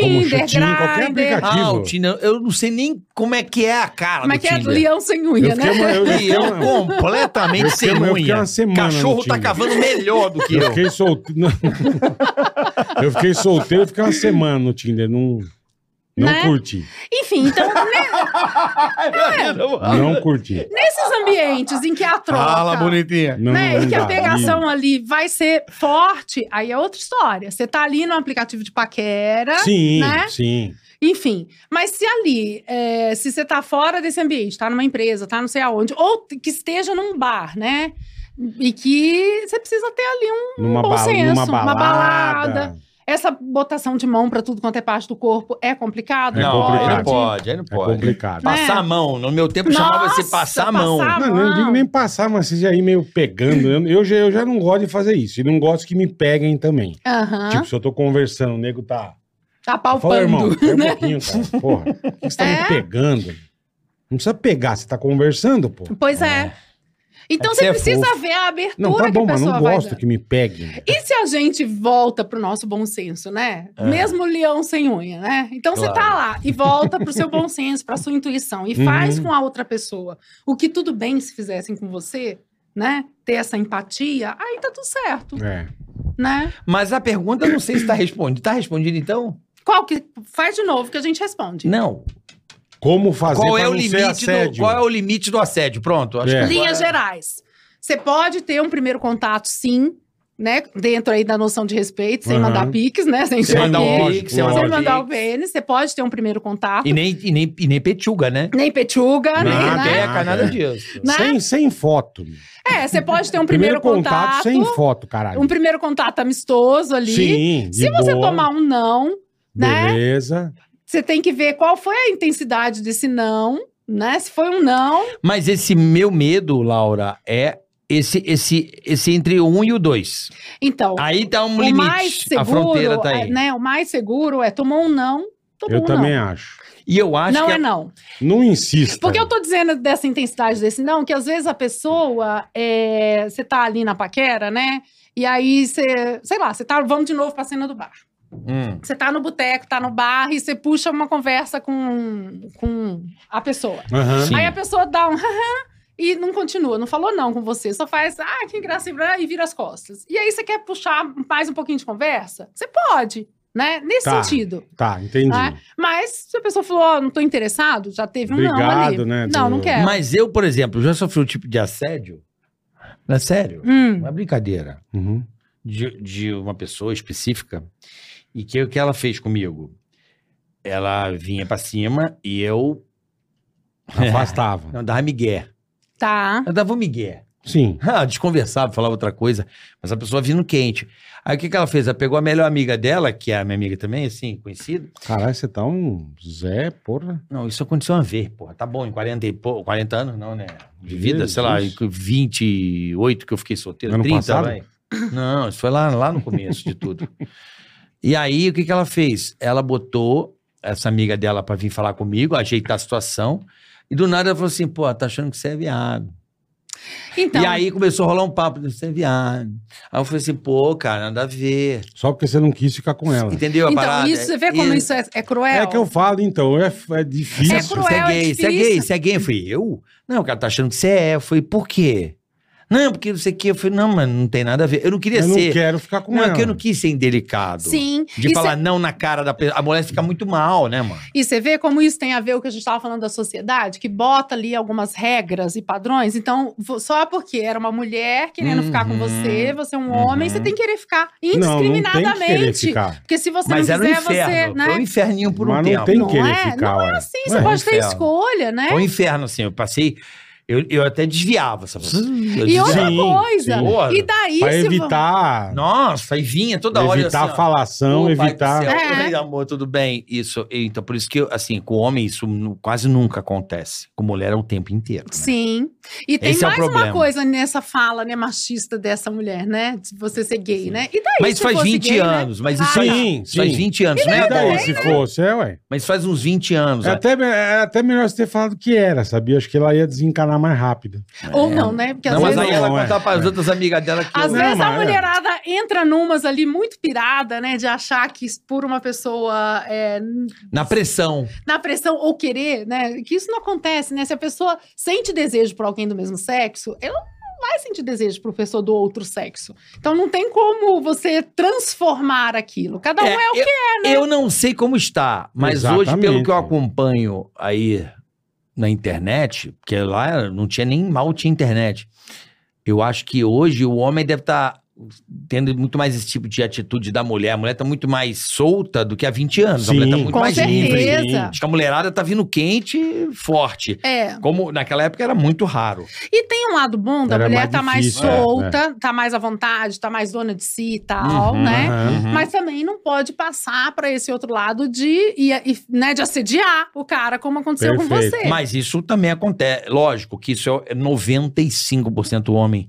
Como um
Tinder,
chutinho, qualquer
Grindr,
aplicativo.
Ah, o Tinder, eu não sei nem como é que é a cara
como é
do
que é
Tinder.
leão sem
Eu
unha,
fiquei uma-
né?
eu
E
fiquei
eu
uma-
completamente
Eu fiquei- um-
sem
eu fiquei
unha.
uma semana no
Cachorro tá
Tinder.
cavando melhor do que
Eu
eu.
fiquei solteiro. eu fiquei solteiro e fiquei uma semana no Tinder. Não, não
Né?
curti.
Enfim, então, né,
Não curti.
nesses ambientes em que a troca.
bonitinha.
Não,
né?
não
E que a
dá.
pegação ali vai ser forte, aí é outra história. Você tá ali no aplicativo de paquera,
Sim,
né?
sim.
enfim. Mas se ali, é, se você tá fora desse ambiente, tá numa empresa, tá não sei aonde, ou t- que esteja num bar, né? E que você precisa ter ali um.
Numa,
bom
ba
senso,
numa
uma
balada.
balada. Essa botação de mão pra tudo quanto é parte do corpo é complicado?
É
não, aí não
complicado.
pode, aí não
É
pode.
complicado.
Mas-
Passar a mão. No meu tempo chamava-se
Nossa,
passar a mão.
passar-
Não, não, eu digo nem passar, mas você já ir meio pegando. Eu, eu já, eu já não gosto de fazer isso. E não gosto que me peguem também.
Aham.
Tipo, se eu tô conversando, o nego tá.
tá
Fala, irmão,
palpando. né?
pera um pouquinho, cara. Porra, por que você tá
É?
me pegando? Não precisa pegar, você tá conversando, pô.
Pois é. Então
É que
você
você é
precisa ver a abertura
Não, tá
que
bom,
a
mas
pessoa
não
vai
gosto
dar.
que me peguem.
E se a gente volta pro nosso bom senso, né? Mesmo leão sem unha, né? Então você tá
Claro.
lá e volta pro seu bom senso, pra sua intuição e faz
Uhum.
com a outra pessoa o que tudo bem se fizessem com você, né? Ter essa empatia, aí tá tudo certo,
É.
né?
Mas a pergunta eu não sei se tá respondida. Tá respondida então?
Qual que faz de novo que a gente responde?
Não.
Como fazer
Qual
pra
é, o
não ser
limite do,
assédio?
qual é o limite do assédio? Pronto. Acho
É.
que
Linhas
agora-
gerais. Você pode ter um primeiro contato, sim, né? Dentro aí da noção de respeito, sem
Aham.
mandar piques, né? Sem
Você
Sim,
mandar o
lógico,
Pix, você
lógico.
Sem
mandar
mandar o
o Pix.
pênis, você pode ter um primeiro contato.
E nem, e, nem, e nem petuga, né?
Nem petuga,
Nada,
nem,
Nada,
né?
nada.
nada, nada disso.
né?
Sem, sem foto.
É, você pode ter um primeiro,
Primeiro, contato,
contato,
sem foto, caralho.
um primeiro contato amistoso ali.
Sim, de
Se você
boa,
tomar um não, né?
Beleza.
você tem que ver qual foi a intensidade desse não, né? Se foi um não,
Mas esse meu medo, Laura, é esse, esse, esse entre o 1 e o 2.
então,
Aí tá um
o
limite.
mais seguro,
a fronteira tá
é,
aí.
né? O mais seguro é tomou um não, tomou
Eu
um
também
não.
acho.
E eu acho
Não
que.
é não.
Não insista.
Porque eu tô dizendo dessa intensidade desse não, que às vezes a pessoa, é, você tá ali na paquera, né? E aí você, sei lá, você tá, vamos de novo pra cena do bar.
Hum.
Você tá no boteco, tá no bar e você puxa uma conversa com, com a pessoa.
Aham.
Sim.
Aí a pessoa dá um "Haha", e não continua, não falou não com você, só faz, ah, que engraçado, e vira as costas. E aí você quer puxar mais um pouquinho de conversa? Você pode, né? Nesse
Tá.
sentido.
Tá, entendi.
Né? Mas se a pessoa falou, ó, não tô interessado, já teve um não ali.
Obrigado, né,
Não,
do-
não quero.
Mas eu, por exemplo, já sofri um tipo de assédio. Não é sério?
Hum,
Não é brincadeira.
Uhum.
De, de uma pessoa específica. E que o que ela fez comigo? Ela vinha pra cima e eu. É.
Afastava.
Não, dava migué.
tá.
Eu dava um migué.
Sim.
Ah, desconversava, falava outra coisa, mas a pessoa vindo quente. Aí o que, que ela fez? Ela pegou a melhor amiga dela, que é a minha amiga também, assim, conhecida.
Caralho, você tá um Zé, porra.
Não, isso aconteceu uma vez, porra. Tá bom, em 40, e pou- 40 anos, não, né? De vida, sei lá, em
Jesus.
28 que eu fiquei solteiro,
Ano
30,
passado?
vai. Não, isso foi lá, lá no começo de tudo. E aí, o que, que ela fez? Ela botou essa amiga dela pra vir falar comigo, ajeitar a situação. E do nada ela falou assim, pô, tá achando que você é viado.
Então,
E aí começou a rolar um papo, você é viado. Aí eu falei assim, pô, cara, nada a ver.
Só porque você não quis ficar com ela.
Entendeu a
então
parada?
isso, você vê como
E-
isso é, é cruel?
É que eu falo, então, é, é difícil.
É cruel,
Você é
é
gay, você é
difícil.
gay, você é gay. Eu falei, eu? Não, o cara tá achando que você é. Eu falei, por quê? Não, porque não sei o quê. Eu falei, não, mas não tem nada a ver. Eu não queria
Eu não
ser.
quero ficar com
não, é
ela.
que eu não quis ser indelicado.
Sim. é
De
e
falar não na cara da pessoa. A mulher fica muito mal, né, mano?
E você vê como isso tem a ver com o que a gente estava falando da sociedade, que bota ali algumas regras e padrões. Então, vo- só porque era uma mulher querendo ficar com
Uhum,
você, você é um
uhum.
homem, você tem que querer
Não,
ficar
não tem que querer
indiscriminadamente.
ficar.
porque se você
Mas
não
era um
quiser, você.
inferno. Foi um
Né?
inferninho por um
Mas não
tempo.
tem
Não
que querer
é?
ficar,
Não é
ué.
assim,
Ué,
você pode ter
inferno. um
escolha, né?
Foi um inferno, assim. Eu passei. Eu, eu até desviava, sabe? Eu
E outra
desviava.
Sim,
coisa,
sim.
e daí
Pra
se vo-
evitar,
Nossa, e vinha toda hora.
evitar
assim,
a
ó.
falação,
Ô, pai do
evitar...
céu,
É.
ô, rei do amor, tudo bem? Isso. Então, por isso que, eu, assim, com homem, isso nu- quase nunca acontece. Com mulher é o tempo inteiro. né?
Sim. E tem
Esse é o
mais uma
problema.
coisa nessa fala, né, machista dessa mulher, né? De você ser gay, né? E daí
Mas isso
se
faz
fosse
20
gay, né?
anos. Mas isso faz,
Sim,
isso faz
sim.
20 anos, né,
E daí,
Dora?
se fosse, é, ué.
Mas isso faz uns 20 anos.
É
né?
até, me- é até melhor você ter falado que era, sabia? Acho que ela ia desencanar mais rápido.
Ou não, né? Porque
É. Não,
às
mas
vezes,
aí ela vai
é.
contar para as outras amigas dela que.
às
eu-
Não,
vezes a
mas é.
mulherada entra numas ali muito pirada, né? De achar que por uma pessoa é,
Na pressão.
na pressão ou querer, né? Que isso não acontece, né? Se a pessoa sente desejo por alguém do mesmo sexo, ela não vai sentir desejo por pessoa do outro sexo. Então não tem como você transformar aquilo. Cada um é, o
eu, eu não sei como está, mas hoje, pelo
Exatamente.
que eu acompanho aí na internet, porque lá não tinha nem mal tinha internet. Eu acho que hoje o homem deve estar tendo muito mais esse tipo de atitude da mulher. A mulher tá muito mais solta do que há 20 anos. a
Sim.
mulher tá muito
Com
mais livre.
certeza.
Acho que a mulherada tá vindo quente e forte.
É.
Como naquela época era muito raro.
E tem um lado bom da
Era
mulher
mais
tá mais
difícil, é, Uhum,
solta, tá mais à vontade, tá mais dona de si e tal, né?
Aham.
Mas também não pode passar pra esse outro lado de, e, e, né, de assediar o cara, como aconteceu com
Perfeito.
você.
Mas isso também acontece. Lógico que isso é 95% homem.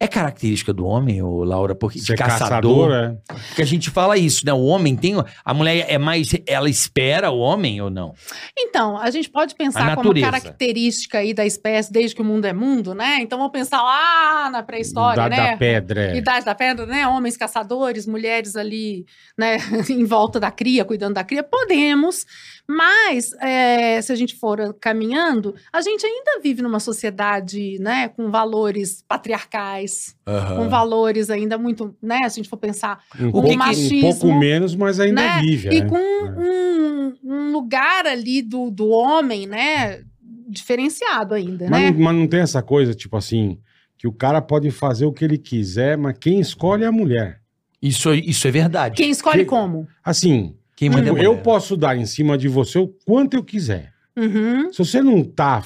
É característica do homem, ô Laura, porque
Ser
de caçador,
caçador, é.
Porque a gente fala isso, né? O homem tem. A mulher é mais. Ela espera o homem ou não?
Então, a gente pode
A
pensar como
natureza.
característica aí da espécie, desde que o mundo é mundo, né? Então vamos pensar lá na pré-história,
da,
né?
da pedra, é.
Idade da Pedra, né? Homens caçadores, mulheres ali, né? em volta da cria, cuidando da cria. Podemos, mas é, se a gente for caminhando, a gente ainda vive numa sociedade, né? Com valores patriarcais,
Ah.
com valores ainda muito, né? Se a gente for pensar,
Um,
que
pouco,
que-
um pouco menos, mas ainda
né?
vive,
e
né?
com um, um lugar ali do, do homem, né? Diferenciado ainda,
Mas,
né?
não, mas não tem essa coisa, tipo assim, que o cara pode fazer o que ele quiser, mas quem escolhe é a mulher.
Isso, isso é verdade.
Quem escolhe
que-
como?
Assim,
Quem manda é a
tipo,
mulher.
eu posso dar em cima de você o quanto eu quiser.
Uhum.
Se você não tá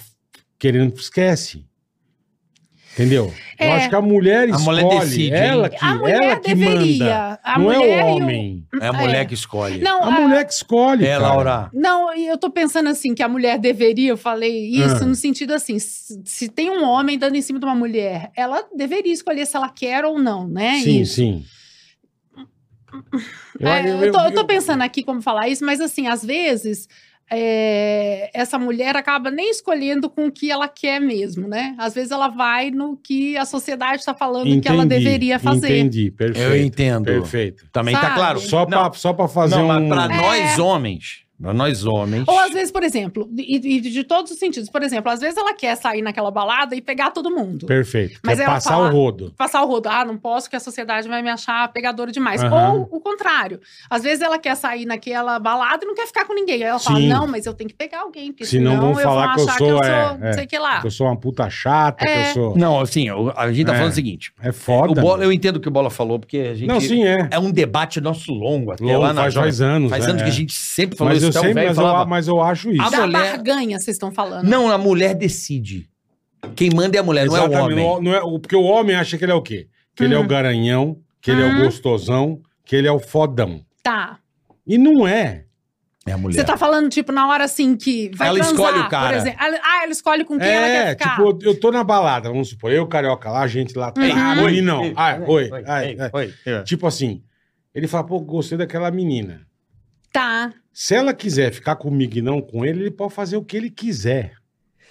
querendo, esquece. Entendeu?
É.
Eu acho que a mulher
A
escolhe.
mulher decide, hein?
ela que,
A mulher
ela que manda.
deveria. A
não
mulher
é
e
o
o-
homem.
É a mulher
É.
que escolhe.
Não,
A mulher que escolhe.
é,
cara.
Laura.
Não, e eu tô pensando assim, que a mulher deveria, eu falei isso,
Ah.
no sentido assim, se, se tem um homem dando em cima de uma mulher, ela deveria escolher se ela quer ou não, né?
sim,
Isso.
sim.
É, Eu, tô, eu tô pensando aqui como falar isso, mas assim, às vezes é, essa mulher acaba nem escolhendo com o que ela quer mesmo, né? Às vezes ela vai no que a sociedade está falando que ela
Entendi,
deveria fazer.
Entendi, perfeito.
Eu entendo.
Perfeito.
Também tá
Sabe?
claro.
Só,
não,
pra, só pra fazer
não, mas
um...
pra nós
É.
homens. Pra nós homens.
Ou às vezes, por exemplo, e, e de todos os sentidos, por exemplo, às vezes ela quer sair naquela balada e pegar todo mundo.
Perfeito.
Mas
Quer
ela
passar
fala-
o rodo.
passar o rodo. Ah, não posso que a sociedade vai me achar pegadora demais.
Aham.
Ou o contrário. Às vezes ela quer sair naquela balada e não quer ficar com ninguém. Aí ela fala,
Sim.
não, mas eu tenho que pegar alguém, porque
Senão
senão,
vão
eu vou
falar
achar
que eu sou, é, é,
não sei o que lá.
Que eu sou uma puta chata, que eu
Ah. É.
sou...
Não, assim, eu- a gente tá
É.
falando o seguinte.
É foda.
o Bola,
mano.
eu entendo o que o Bola falou, porque a gente.
Não, sim, é.
É um debate nosso longo até
Longo,
É lá na
faz,
Jovem-
faz anos.
Faz
né?
anos que a
É.
gente sempre falou
Mas
isso,
eu,
até o
sempre,
velho
mas,
falava, "Ah,
eu, mas eu acho isso.
A
da
mulher- Hum.
barganha, vocês estão falando.
Não, a mulher decide. Quem manda é a mulher, não é o
Exatamente.
homem.
Não- não é- o- porque o homem acha que ele é o quê? Que ele é o
Uhum.
garanhão, que ele é o
Uhum.
gostosão, que ele é o fodão.
Tá.
E não é.
É a
Você
mulher.
tá falando, tipo, na hora assim que vai
Ela
transar,
escolhe o cara.
por exemplo. Ela- Ah, ela escolhe com quem ela quer
É,
ficar. Uhum.
tipo, eu- eu tô na balada, vamos supor, eu, carioca lá, a gente lá.
Ei,
Ah,
oi,
oi, não.
ei,
Ai, oi,
oi,
ai,
ei,
ai.
oi, é.
Tipo assim, ele fala, pô, gostei daquela menina.
Tá.
Se ela quiser ficar comigo e não com ele, ele pode fazer o que ele quiser.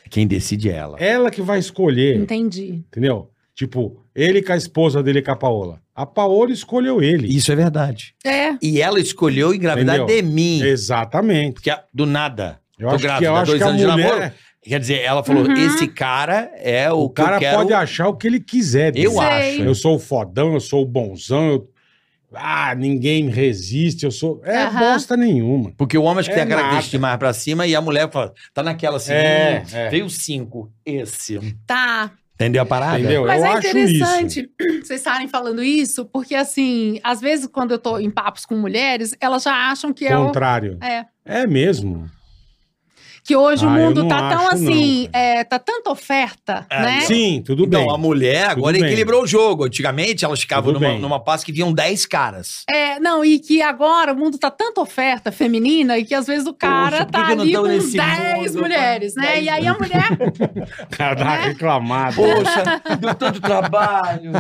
Quem decide é ela.
Ela que vai escolher,
Entendi.
entendeu? Tipo, ele com a esposa dele, com a Paola. A Paola escolheu ele.
Isso é verdade.
É.
E ela escolheu engravidar
Entendeu? É.
de mim.
Exatamente.
Porque a- do nada.
Eu
Tô
acho que,
grávida,
eu acho
dois
que a
anos de
mulher,
namoro. Quer dizer, ela falou:
Uhum.
esse cara é o,
o cara
que eu quero.
pode achar o que ele quiser. dele.
Eu
Sei.
acho.
Eu sou o fodão, eu sou o bonzão, eu... Ah, ninguém resiste, eu sou... É
Aham.
bosta nenhuma.
Porque o homem acho que
É
tem a característica de mais pra cima e a mulher fala, tá naquela assim.
É,
hum,
é.
Veio cinco. Esse.
Tá.
Entendeu a parada?
Entendeu?
Mas
eu
é
acho isso.
interessante vocês estarem falando isso, porque assim, às vezes quando eu tô em papos com mulheres, elas já acham que é o.
Contrário.
É.
É mesmo.
Que hoje o
Ah, eu
mundo
não
tá tão
acho, não,
assim,
cara.
é, tá tanta oferta,
É,
né?
Sim, tudo
Então,
bem.
a mulher agora
Tudo bem.
equilibrou o jogo. Antigamente, elas ficavam
Tudo
numa,
bem.
numa paz que vinham 10 caras.
É, não, e que agora o mundo tá tanta oferta feminina e que às vezes o cara
por que
tá
que eu não
ali
tô
com
nesse
10
mundo,
mulheres, né?
dez
E aí a mulher
O cara dá uma reclamada.
Poxa, deu tanto trabalho.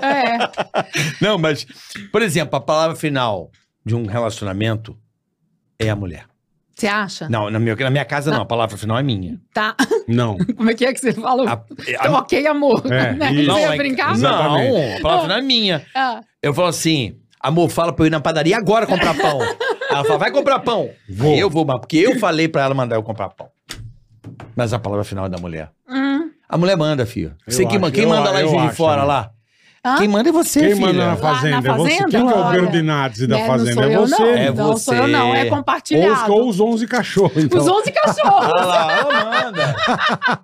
é,
Não, mas, por exemplo, a palavra final de um relacionamento é a mulher.
você acha?
Não, na minha, na minha casa não, a palavra final é minha.
Tá.
Não.
Como é que é que você fala?
A- a-
Então, ok, amor.
É,
né?
isso.
Você ia
é-
brincar?
Não.
Não, a palavra final é minha.
Ah,
Eu falo assim, amor, fala pra eu ir na padaria agora comprar pão. Ela fala, vai comprar pão.
Vou.
Eu vou, mas porque eu falei pra ela mandar eu comprar pão. Mas a palavra final é da mulher.
hum.
A mulher manda, filho.
Eu
Você que
acho,
manda, quem
eu
manda
a-
lá em
eu
Juiz de
acho,
Fora
né?
lá?
Hã?
Quem manda é você,
Quem
filha.
manda na fazenda? É você.
fazenda,
Quem que é o
olha.
Berdinazzi da
Né,
fazenda?
não
É
sou eu,
você.
não.
É
não sou eu,
você.
não. É
Ou os,
compartilhado.
ou os 11 cachorros. Então.
Os 11 cachorros.
Ah lá, ela manda.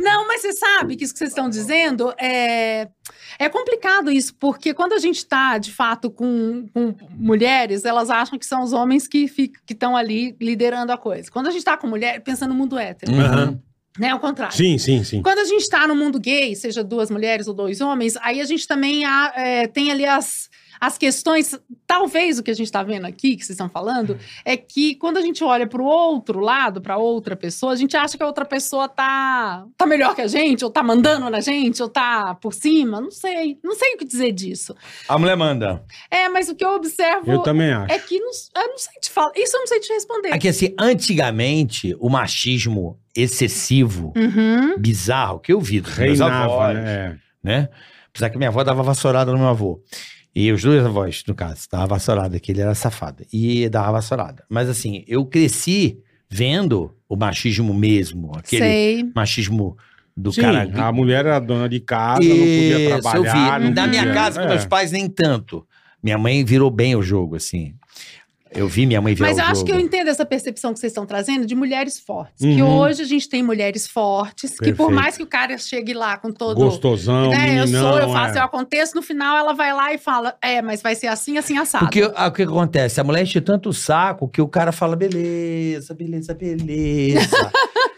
Não, mas você sabe que isso que vocês estão dizendo é, é complicado isso, porque quando a gente está, de fato, com, com mulheres, elas acham que são os homens que ficam- que estão ali liderando a coisa. Quando a gente está com mulher, pensa no mundo hétero,
Uhum.
né? Ao contrário.
Sim, sim, sim.
Quando a gente está no mundo gay, seja duas mulheres ou dois homens, aí a gente também há, é, tem ali as, as questões. Talvez o que a gente está vendo aqui, que vocês estão
Uhum.
falando, é que quando a gente olha para o outro lado, para outra pessoa, a gente acha que a outra pessoa tá, tá melhor que a gente, ou tá mandando na gente, ou tá por cima. Não sei. Não sei o que dizer disso.
A mulher manda.
É, mas o que eu observo
Eu também acho.
é que não, eu não sei te falar. Isso eu não sei te responder.
É que assim, antigamente, o machismo excessivo,
Uhum.
bizarro, que eu vi dos meus
Reinava,
avós,
né?
né? Apesar que minha avó dava vassourada no meu avô. E os dois avós, no caso, dava vassourada, que ele era safado. E dava vassourada. Mas assim, eu cresci vendo o machismo mesmo, aquele
Sei.
machismo do
Sim,
cara.
a mulher era dona de casa, não
Isso,
podia
eu
trabalhar.
vi.
não
Na
podia-
minha casa, com
é.
meus pais, nem tanto. Minha mãe virou bem o jogo, assim. Eu vi minha mãe virar
Mas
o
eu
jogo.
acho que eu entendo essa percepção que vocês estão trazendo de mulheres fortes. Que
Uhum.
hoje a gente tem mulheres fortes, que por
Perfeito.
mais que o cara chegue lá com todo.
Gostosão,
né, eu
meninão.
sou, eu faço,
é.
eu aconteço, no final ela vai lá e fala: É, mas vai ser assim, assim, assado.
Porque ah, o que acontece? A mulher enche tanto o saco que o cara fala: beleza, beleza, beleza.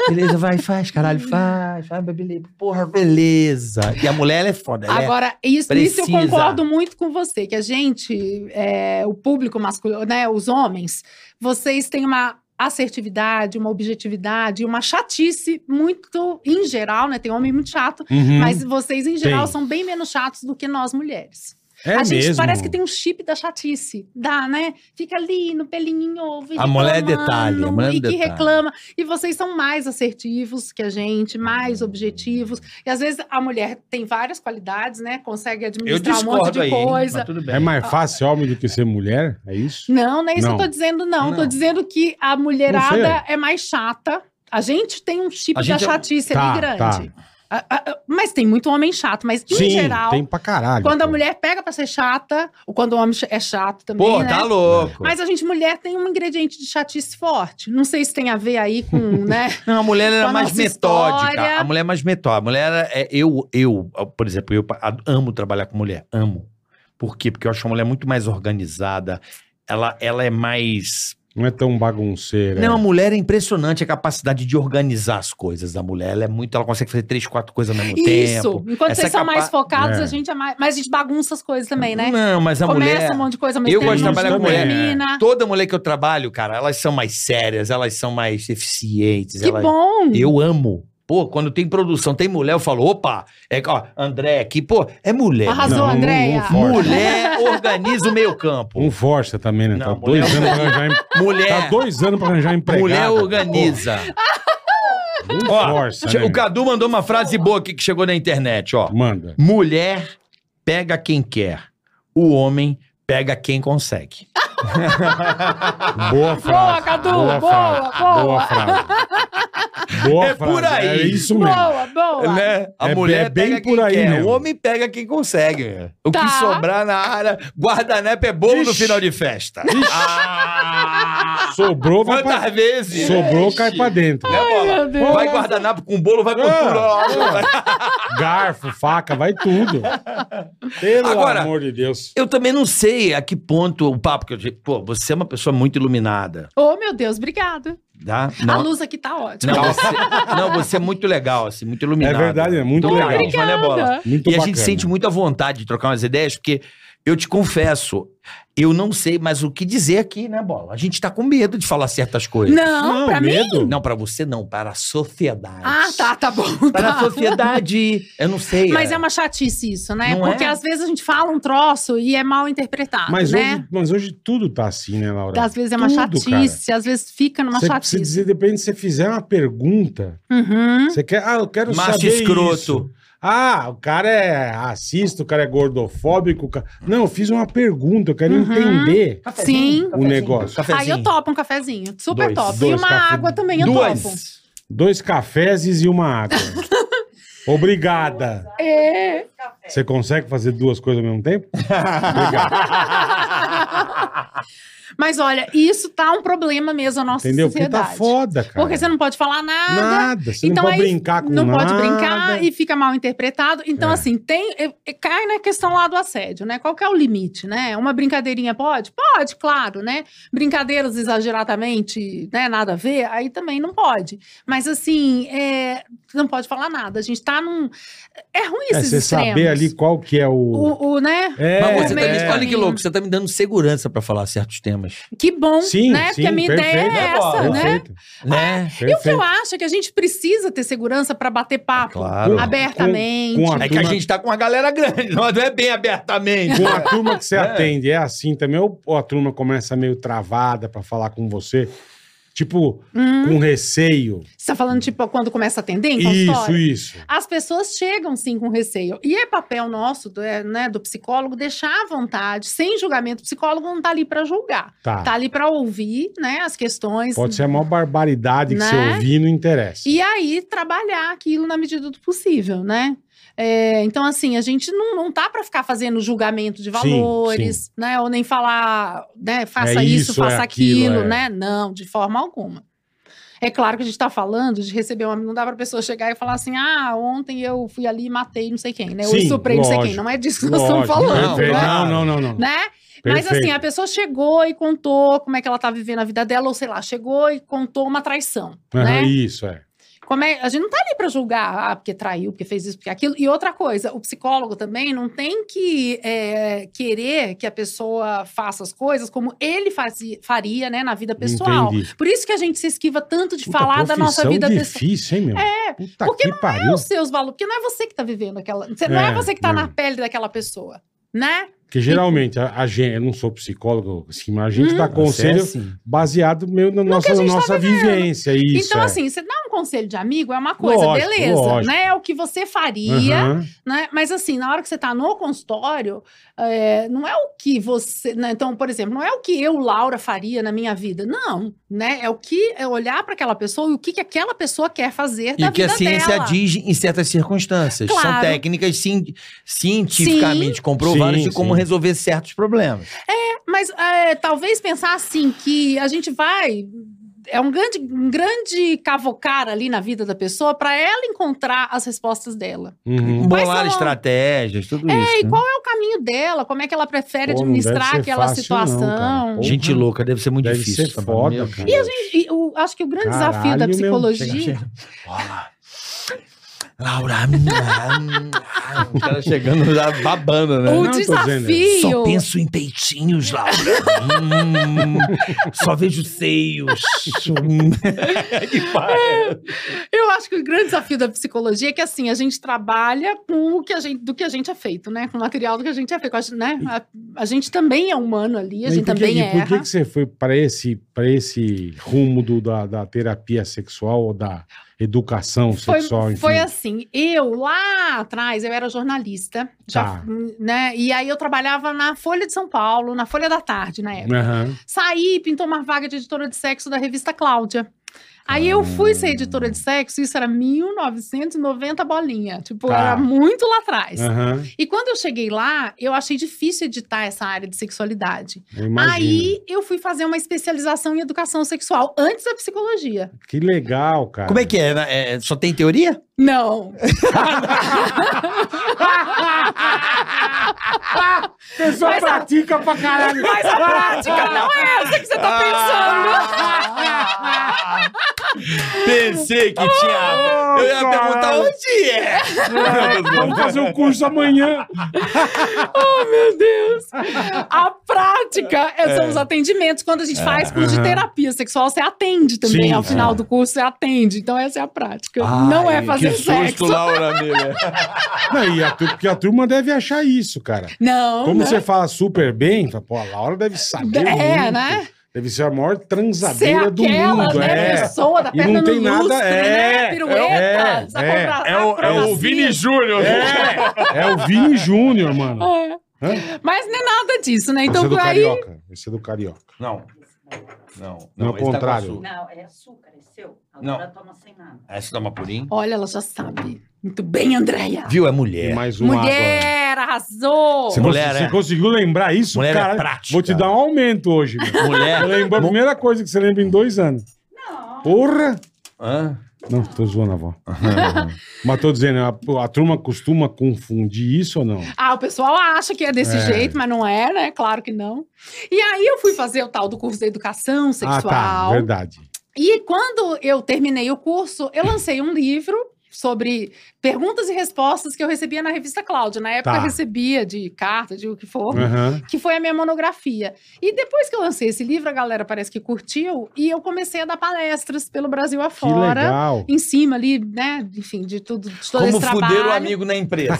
beleza, vai, faz, caralho, faz, vai, beleza, porra, beleza. E a mulher, ela é foda. Ela é...
Agora, isso, isso eu
Precisa.
concordo muito com você, que a gente, é, o público masculino, né, os homens, vocês têm uma assertividade, uma objetividade, uma chatice muito, em geral, né, tem homem muito chato,
Uhum.
mas vocês, em geral,
Tem.
são bem menos chatos do que nós mulheres.
É
a gente
mesmo.
parece que tem um chip da chatice. Dá, né? Fica ali no pelinho em ovo. e
A mulher é detalhe, a mulher é
E que
detalhe.
reclama. E vocês são mais assertivos que a gente, mais objetivos. E às vezes a mulher tem várias qualidades, né? Consegue administrar um monte de
hein,
coisa.
mas tudo bem.
É mais fácil homem do que ser mulher? É isso?
um Não, não é isso
Não.
que eu tô dizendo, não.
Não.
Tô dizendo que a
Não
mulherada é mais chata. A gente tem um chip
A
da
gente é-
chatice
Tá,
ali grande. Ah, ah, ah, Mas tem muito homem chato. Mas em
Sim,
geral,
tem pra caralho.
quando a
pô.
mulher pega pra ser chata, ou quando o homem é chato também,
Pô,
né?
tá louco.
Mas a gente, mulher, tem um ingrediente de chatice forte. Não sei se tem a ver aí com, né?
Não, a mulher
Com
era
a
mais
nossa
metódica.
história.
A mulher é mais metódica. A mulher era, é, eu, eu, por exemplo, eu pa- amo trabalhar com mulher. Amo. Por quê? Porque eu acho a mulher muito mais organizada. Ela, ela é mais.
Não é tão bagunceira.
Não, a mulher é impressionante a capacidade de organizar as coisas da mulher. Ela é muito. Ela consegue fazer três, quatro coisas ao mesmo
Isso.
tempo.
Enquanto
Essa
vocês são
capa-
mais focados,
É.
a gente é mais. Mas a gente bagunça as coisas também, né?
Não, mas a
Começa
mulher.
um monte de coisa ao mesmo
Eu
tempo,
gosto de
não
trabalhar com mulher.
termina.
Toda mulher que eu trabalho, cara, elas são mais sérias, elas são mais eficientes.
Que
elas-
bom!
Eu amo. Pô, quando tem produção, tem mulher, eu falo, opa, é, ó, André aqui, pô, é mulher.
Arrasou,
Não, um, não-
Andréia.
não
Não,
força.
Mulher organiza o meio campo.
Um força também, né?
Não,
tá dois
mulher- é
anos pra arranjar em... Tá
Mulher,
dois anos pra arranjar empregado.
É. mulher organiza.
Um
Ó,
força,
che-
né?
O Cadu mandou uma frase boa aqui que chegou na internet, ó.
Manda.
Mulher pega quem quer, o homem pega quem consegue. Ah,
Boa frase.
Cadu, boa,
frase,
boa.
Boa frase. Boa
É
frase,
por aí.
É isso mesmo.
Boa, boa!
Né? A
É
mulher
bem- é bem
pega quem
por aí
quer,
mesmo.
o homem pega quem consegue. O
Tá.
que sobrar na área, guardanapo é bolo no
Ixi.
final de festa. Ah,
Sobrou, vai pra...
Quantas vezes?
Sobrou, cai pra dentro.
Né, bola?
meu Deus.
Vai guardanapo com bolo, vai com
Ah.
tudo. ó.
Garfo, faca, vai tudo. Pelo
Agora-
amor de Deus.
Eu também não sei a que ponto o papo que eu digo. Pô, você é uma pessoa muito iluminada.
Oh, meu Deus, obrigado.
Tá?
A
Não,
luz aqui tá ótima.
não, você, não, você é muito legal, assim, muito iluminado.
É verdade, é muito
Então,
legal.
parabéns, valeu a bola.
Muito
E a
bacana.
gente sente um muito a vontade de trocar umas ideias, porque eu te confesso, eu não sei mais o que dizer aqui, né, Bola? A gente tá com medo de falar certas coisas.
Não, pra mim.
medo?
Não, pra você não, para a sociedade.
Ah, tá, tá bom.
Para a
Tá.
sociedade, eu não sei.
Mas é uma chatice isso, né?
Não
Porque
é?
às vezes a gente fala um troço e é mal interpretado,
Mas,
né?
hoje, mas hoje tudo tá assim, né, Laura?
Às vezes é uma
Tudo,
chatice, às vezes fica numa
Você
chatice.
precisa dizer, depende se você fizer uma pergunta.
Uhum.
Você quer, ah, eu quero
Macho
saber
escroto.
isso. Ah, o cara é racista, o cara é gordofóbico. o cara- Não, eu fiz uma pergunta, eu quero
Uhum.
entender
Sim.
o negócio.
Aí eu topo um cafezinho. Super
Dois,
top. e
dois
uma
cafe-
água também eu topo.
Duas.
Dois cafés e uma água. Obrigada.
É.
Você consegue fazer duas coisas ao mesmo tempo?
Mas olha, isso tá um problema mesmo a nossa
Entendeu? Porque
sociedade.
tá foda, cara.
Porque você não pode falar nada.
Nada. Você
então
não pode
aí
brincar com
não
nada. né?
pode brincar e fica mal interpretado. Então,
É.
assim, tem é- é- cai na questão lá do assédio, né? Qual que é o limite, né? Uma brincadeirinha pode? Pode, claro, né? Brincadeiras exageradamente, né? Nada a ver, aí também não pode. Mas, assim, é, não pode falar nada. A gente tá num... É ruim
É,
esses
você
extremos.
saber ali qual que é o...
O, o, né?
É,
Mas você
meio
tá me...
caminho.
Olha que louco, você tá me dando segurança pra falar certos temas.
Que bom,
Sim,
né?
sim,
Porque a minha ideia é
perfeito.
essa,
Adoro.
né?
Perfeito.
Né?
E o que eu
perfeito.
acho é que a gente precisa ter segurança pra bater papo
Claro.
abertamente.
Com- com a-
É que a gente tá com uma galera grande, não é bem abertamente.
Com a turma que você
É.
atende, é assim também? Ou ou a turma começa meio travada pra falar com você? Tipo,
Hum.
com receio.
Você tá falando, tipo, quando começa a atender em
Isso,
consultório?
isso.
As pessoas chegam, sim, com receio. E é papel nosso, do, é, né, do psicólogo, deixar à vontade, sem julgamento. O psicólogo não tá ali para julgar.
Tá.
Tá ali para ouvir, né, as questões.
Pode ser a maior barbaridade que
Né?
você ouvir e não interessa.
E aí, trabalhar aquilo na medida do possível, né? É, então, assim, a gente não, não tá para ficar fazendo julgamento de valores, né? Ou nem falar, né, faça
É
isso,
isso, é
faça
aquilo,
aquilo,
é.
né? Não, de forma alguma. É claro que a gente tá falando de receber uma. Não dá pra pessoa chegar e falar assim: ah, ontem eu fui ali e matei não sei quem, né? Ou
Sim,
estuprei não sei quem.
lógico,
Não é disso que nós estamos
Lógico,
falando,
perfeito.
né?
Não, não, não, não.
né? Mas assim, a pessoa chegou e contou como é que ela tá vivendo a vida dela, ou sei lá, chegou e contou uma traição, né?
Isso, é.
Como é- a gente não tá ali para julgar, ah, porque traiu, porque fez isso, porque aquilo. E outra coisa, o psicólogo também não tem que é, querer que a pessoa faça as coisas como ele fazia, faria, né, na vida pessoal.
Entendi.
Por isso que a gente se esquiva tanto de
Puta,
falar da nossa
profissão
vida pessoal.
difícil, hein, meu? É. Puta
porque
que pariu.
Os seus valores, porque não é você que tá vivendo aquela. você- Não é
É,
você que tá
não.
na pele daquela pessoa, né?
Porque geralmente a, gente, eu não sou psicólogo, assim, mas a gente dá
Conselho?
conselho
assim.
baseado meio na nossa,
Hum. a gente
na
tá
nossa vivência. Isso,
então,
é.
assim, você dá um conselho de amigo, é uma coisa,
Lógico,
beleza,
lógico.
né? É o que você faria,
Aham.
né? Mas assim, na hora que você tá no consultório, é, não é o que você. né? Então, por exemplo, não é o que eu, Laura, faria na minha vida. Não, né? É o que é olhar para aquela pessoa e o que, que aquela pessoa quer fazer
E
da
o que a
Tá vida
ciência
dela.
diz em certas circunstâncias. São
Claro.
técnicas cien- cientificamente comprovadas
Sim,
de como
sim.
resolver certos problemas.
Mas é, talvez pensar assim que a gente vai. É um grande, um grande cavocar ali na vida da pessoa para ela encontrar as respostas dela.
Uhum.
Bolar
são-
estratégias, tudo isso.
E
né?
qual é o caminho dela? Como é que ela prefere
Pô, não deve
administrar
ser
aquela
fácil não,
situação?
cara. Porra.
Gente louca, deve ser muito
Deve
difícil.
ser
tá bom?
foda,
Meu
cara.
Deus.
E eu acho que o grande desafio
Caralho,
da
meu.
psicologia.
Olá. Laura. hum, hum, ah, o cara chegando já babando, né?
Não,
O
é um eu tô
desafio.
Só penso em peitinhos, Laura. Hum, só vejo seios. Hum. que pai.
Eu acho que o grande desafio da psicologia é que assim, a gente trabalha com o que a gente, do que a gente é feito, né? Com o material do que a gente é feito. A, gente- né? a, a gente também é humano ali, a
E
gente
por que-
também
e por que,
erra.
que você foi para esse, pra esse rumo do- da, da terapia sexual ou da educação sexual?
Foi,
enfim?
foi assim, eu lá atrás, eu era jornalista, já,
Tá.
né? E aí eu trabalhava na Folha de São Paulo, na Folha da Tarde, na época.
Aham.
Saí e pintou uma vaga de editora de sexo da revista Cláudia. Aí eu fui
Ah.
ser editora de sexo, isso era 1990 bolinha. Tipo,
Tá. É.
era muito lá atrás.
Aham.
E quando eu cheguei lá, eu achei difícil editar essa área de sexualidade.
Eu imagino.
Aí eu fui fazer uma especialização em educação sexual, antes da psicologia.
Que legal, cara.
Como é que é? né? É, Só tem teoria?
Não.
Pessoa
Mas a-
pratica pra caralho.
Mas a prática não é essa que você
Ah.
tá pensando.
Pensei que tinha. Eu ia
caralho.
perguntar onde é.
Vamos fazer o curso amanhã.
Oh, meu Deus. A prática é- são os atendimentos. Quando a gente faz curso de
É. Aham.
terapia sexual, você atende também.
Sim, É.
ao
sim.
final do curso, você atende. Então, essa é a prática. não é fazer
que susto,
sexo.
Laura Miller.
Não, e a, tu- porque a turma deve achar isso, cara.
Não.
Como
não.
você fala super bem, fala, pô, a Laura deve saber
É,
muito.
né?
Deve ser a maior
Ser
transadeira é do
aquela
mundo.
né,
É.
pessoa da
E não
perna no
tem nada-
lustre,
é,
né? Piruetas,
é, é.
acrobra- acrobacias.
Júnior.
É, é o Vini Júnior, mano.
É.
Hã?
Mas não é nada disso, né?
Esse é
Então,
do
por aí...
Carioca. Esse é do Carioca.
Não. Não.
Não,
Não,
ao
esse tá com
contrário.
açúcar.
Não, é açúcar, é seu.
Não.
Agora toma sem nada.
Essa dá uma purinha.
Olha, ela já sabe. Muito bem, Andréia.
Viu? É
E
mulher.
mais uma agora.
Mulher, arrasou!
Você,
Mulher,
cons- você
é.
conseguiu lembrar isso?
Mulher é
Caralho,
prática.
Vou te dar um aumento hoje. meu. Você
Mulher.
Lembrou a primeira coisa que você lembra em dois anos.
Não.
Porra!
Hã?
Não, tô zoando a avó. Mas tô dizendo, a, a turma costuma confundir isso ou não?
Ah, o pessoal acha que é desse
É.
jeito, mas não é, né? Claro que não. E aí eu fui fazer o tal do curso de educação
Ah, tá,
sexual.
verdade.
e quando eu terminei o curso, eu lancei um livro sobre perguntas e respostas que eu recebia na revista Cláudia. Na época
Tá. É.
eu recebia de carta, de o que for.
Aham.
que foi a minha monografia. E depois que eu lancei esse livro, a galera parece que curtiu, e eu comecei a dar palestras pelo Brasil
Que
afora.
legal.
Em cima ali, né? Enfim, de tudo, de todo
Como
esse
fuder o
trabalho.
amigo na empresa.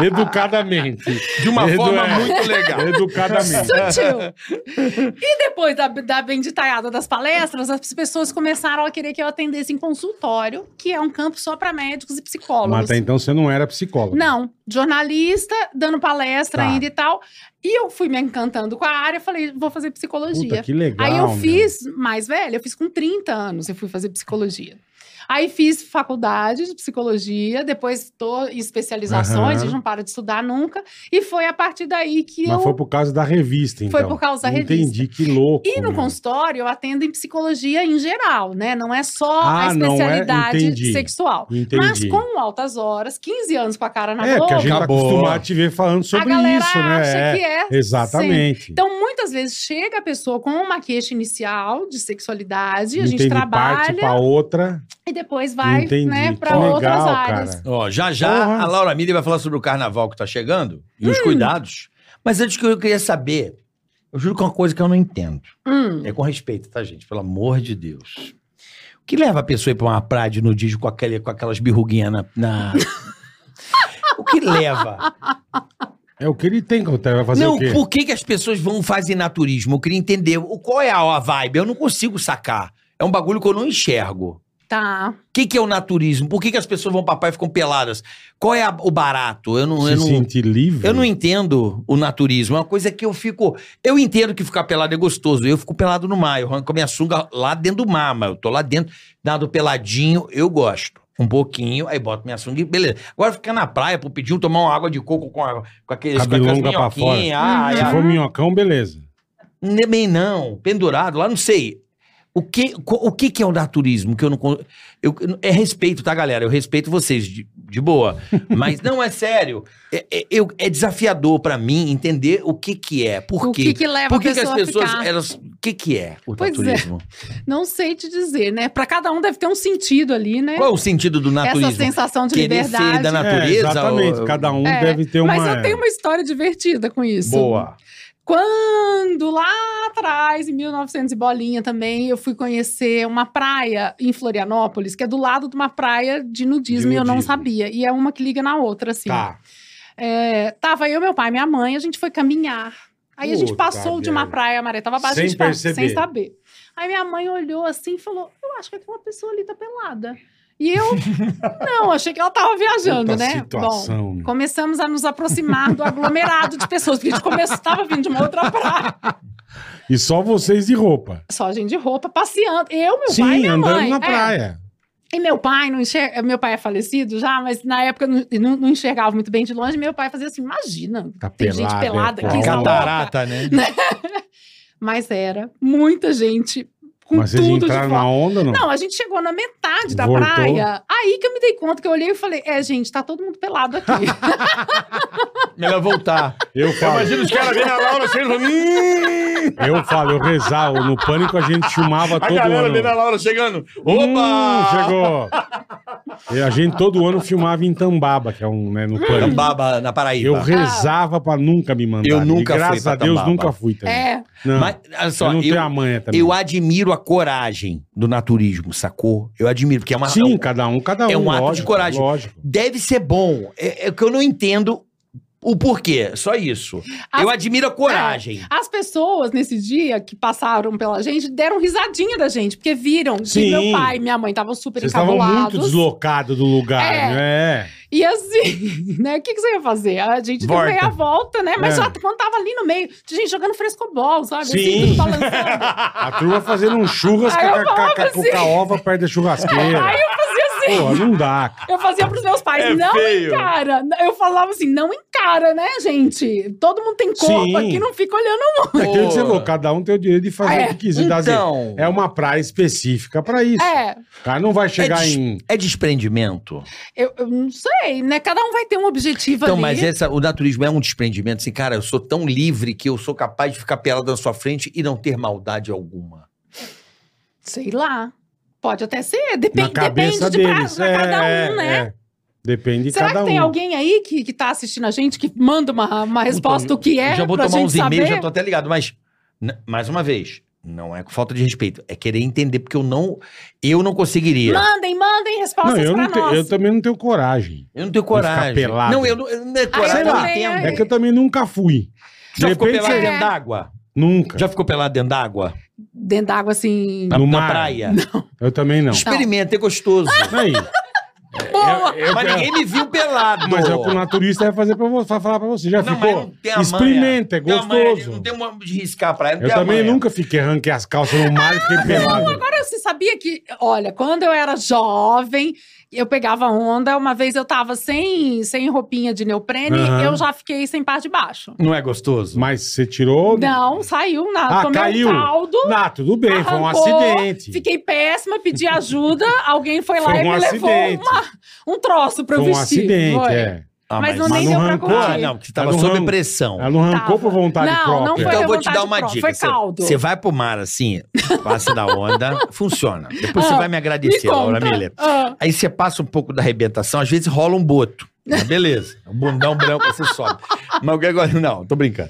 Educadamente.
De uma
Edu-
forma
é.
muito legal.
Educadamente.
Sutil. E depois da, da benditaiada das palestras, as pessoas começaram a querer que eu atendesse em consultório, que é um campo só para médicos e psicólogos.
Mas até então você não era psicólogo.
Não, jornalista, dando palestra
Tá.
ainda e tal. E eu fui me encantando com a área, falei, vou fazer psicologia.
Puta, que legal.
Aí eu
meu.
fiz mais velha, eu fiz com 30 anos, eu fui fazer psicologia. Aí fiz faculdade de psicologia, depois estou em especializações,
Aham.
a gente não para de estudar nunca. E foi a partir daí que
Mas
eu.
foi por causa da revista, então.
Foi por causa da revista.
Entendi, que louco.
E no
meu.
consultório eu atendo em psicologia em geral, né? Não é só a
Ah, não é?
especialidade
Entendi.
sexual.
Entendi.
Mas com altas horas, 15 anos com a cara na
É, porque
boca,
a gente tá
Acabou.
acostumado a te ver falando
a
sobre
galera
isso, né?
acha
É,
que é.
Exatamente.
Então, muitas vezes chega a pessoa com uma queixa inicial de sexualidade, um a
Não
gente
tem de parte
trabalha
pra outra.
e depois vai
Entendi.
né,
Que
para outras
legal,
áreas.
cara.
Ó, já já
Porra.
a Laura Miller vai falar sobre o carnaval que tá chegando e os cuidados. Mas antes que eu queria saber, eu juro que é uma coisa que eu não entendo.
Hum.
É com respeito, tá, gente? Pelo amor de Deus. O que leva a pessoa a ir pra uma praia de nudismo com, aquele, com aquelas birruguinhas na, na- o que leva?
É o que ele tem que vai fazer
não,
o quê?
por que, que as pessoas vão fazer naturismo? Eu queria entender o, qual é a, a vibe. Eu não consigo sacar. É um bagulho que eu não enxergo.
Tá.
O que, que é o naturismo? Por que, que as pessoas vão pra praia e ficam peladas? Qual é a- o barato? Eu não,
Se
eu não,
sentir livre.
eu não entendo o naturismo. É uma coisa que eu fico. Eu entendo que ficar pelado é gostoso. Eu fico pelado no mar. Eu arranco a minha sunga lá dentro do mar, mas eu tô lá dentro, nado peladinho, eu gosto. Um pouquinho, aí boto minha sunga e beleza. Agora ficar na praia pro pedir tomar uma água de coco com, a, com aqueles com aquelas
Cabelonga pra fora.
minhoquinhas, ah, é ai,
Se
ai.
for minhocão, beleza.
Nem bem não, pendurado lá, não sei. O que, co- o que, que é o naturismo? Que eu não, con- eu, eu- é respeito, tá, galera? Eu respeito vocês, de, de boa. Mas não, é sério. É, é- eu- é desafiador pra mim entender o que que é. Por
o
quê?
que, que leva
Por que,
a
que as
pessoa
pessoas...
a ficar?
Elas, o que que é o
Pois é.
naturismo?
Não sei te dizer, né? Para cada um deve ter um sentido ali, né?
Qual é o sentido do naturismo?
Essa sensação de
Querer ser
liberdade.
da natureza?
É, exatamente.
ou-
Cada um
É,
deve ter uma.
Mas eu tenho uma assim, história divertida com isso.
Boa.
Quando lá atrás, em 1900 e bolinha também, eu fui conhecer uma praia em Florianópolis, que é do lado de uma praia de nudismo,
De
e eu não
nudismo.
sabia. E é uma que liga na outra, assim.
Tá.
É, tava eu, meu pai, minha mãe, a gente foi caminhar. Aí a gente
Puta
passou de uma
merda.
praia, a maré tava baixa, a
Sem
gente passou,
perceber.
sem saber. Aí minha mãe olhou assim e falou: Eu acho que aquela pessoa ali tá pelada. E eu, não, achei que ela tava viajando,
Puta
né? Bom,
Situação. meu.
começamos a nos aproximar do aglomerado de pessoas, porque a gente começou, tava vindo de uma outra praia.
E só vocês de roupa.
Só gente de roupa passeando. Eu, meu pai e
Sim,
minha
andando
mãe.
na
É.
praia.
E meu pai não enxerga. Meu pai é falecido já, mas na época não, não- não enxergava muito bem de longe. Meu pai fazia assim: imagina,
Tá
tem
pelado,
gente pelada
é
aqui,
claro.
catarata.
né?
Mas era muita gente com
Mas vocês
tudo de
entraram na
volta.
onda ou não?
Não, a gente chegou na metade da
Voltou?
praia. Aí que eu me dei conta que eu olhei e falei: é, gente, tá todo mundo pelado aqui.
Melhor voltar.
Eu falo,
os caras vendo a Laura chegando
eu falo, eu rezava. No pânico a gente filmava Tá todo ano.
Laura chegando.
Hum, chegou! E a gente todo ano filmava em Tambaba, que é um,
Hum.
né, no pânico.
Tambaba na Paraíba.
Eu rezava pra nunca me mandar.
Eu nunca
e
fui
graças
pra
a Deus
Tambaba.
nunca fui também.
é.
Não,
Mas, olha só,
eu não tenho
eu,
a manha também.
eu admiro a coragem do naturismo, sacou? Eu admiro, porque é uma. é
Sim,
um-
cada um, cada um.
é um ato de
lógico,
coragem.
Lógico.
deve ser bom. É, é que eu não entendo o porquê, só isso.
As-
Eu admiro a coragem.
É.
As pessoas nesse dia que passaram pela gente deram risadinha da gente, porque viram
Sim.
que meu pai e minha mãe estavam super
Vocês estavam muito
encabulados.
deslocados do lugar,
É.
né?
E assim, né? O que, que você ia fazer? A gente deu
Volta.
meia volta, né? Mas
É.
só quando tava ali no meio, tinha gente jogando frescobol, sabe?
Sim.
Assim, tudo balançando.
A turma fazendo um churras
Aí eu
com a-
falava
com a- com
assim.
a caova perto da churrasqueira.
Aí eu fazia assim.
Pô, não dá. cara.
Eu fazia pros meus pais,
É
não
feio.
encara. Eu falava assim, não encara, né, gente? Todo mundo tem corpo
Sim.
aqui, não fica olhando muito.
É aquilo que você falou, cada um tem o direito de fazer
É,
o que quiser. Quer dizer,
Então,
É uma praia específica pra isso.
É,
O cara não vai chegar
É de-
em.
é desprendimento.
eu, eu não sei, né? Cada um vai ter um objetivo
Então,
ali.
mas essa, o naturismo é um desprendimento. Assim, cara, eu sou tão livre que eu sou capaz de ficar pelado na sua frente e não ter maldade alguma.
Sei lá. Pode até ser, depende,
na cabeça
depende de pra-
deles.
pra,
é,
cada um,
é,
né?
é. Depende de
Será
cada
que
um.
tem alguém aí que, que tá assistindo a gente que manda uma, uma resposta do que é?
eu já vou
pra
tomar
gente
uns e-mails,
saber?
já tô até ligado. Mas, n- mais uma vez, não é com falta de respeito. É querer entender, porque eu não, eu não conseguiria.
Mandem, mandem
Não,
respostas
eu,
pra
não te-
nós.
eu também não tenho coragem.
Eu não tenho
Vou ficar
coragem.
pelado.
Não, eu não, eu não é coragem.
sei
eu não
lá.
tenho.
É que eu também nunca fui.
Já
é
ficou
Depende
pelado
se-
dentro d'água?
Nunca.
Já ficou pelado dentro d'água?
Dentro d'água, assim.
Na,
No
na
mar.
praia?
Eu também não.
Experimenta, é gostoso.
Aí,
É,
é.
Boa!
eu-
mas ninguém me viu pelado.
mas é o que o naturista vai fazer pra você, vai falar pra você. Já
Não, mas
ficou.
não tem a manha.
Experimenta, é
Não tem a manha,
gostoso.
Não tem uma de riscar a praia. Não
Eu
tem a
também
manha. Ah,
nunca fiquei, arranquei as calças no mar e fiquei pelado.
Agora você sabia que, olha, quando eu era jovem, eu pegava onda, uma vez eu tava sem, sem roupinha de neoprene,
Aham.
eu já fiquei sem par de baixo.
Não é gostoso?
Mas você tirou.
Não, saiu nada.
Ah,
Tomei
caiu.
um caldo.
Ah, tudo bem, foi um
Arrancou,
acidente.
Fiquei péssima, pedi ajuda, alguém foi lá
Foi
e
um
me levou
acidente.
uma- um troço pra eu
Foi um
vestir.
acidente,
Foi.
é.
Ah,
mas não
mas
nem
não
deu pra
arrancou,
Ah,
curtir.
não, porque você tava
Mas não
sob
arran-
pressão.
Ela não arrancou
Tava.
por vontade
Não,
própria.
não foi
Então eu vou te
vontade
dar uma
própria,
dica.
foi
Você-
caldo.
Você vai pro mar assim, passe da onda, funciona. Depois você
Ah,
vai me agradecer, Laura Miller.
Ah,
Aí você passa um pouco da arrebentação, às vezes rola um boto. Mas beleza. Um bundão branco, você sobe. Mas o que agora. Não, tô brincando.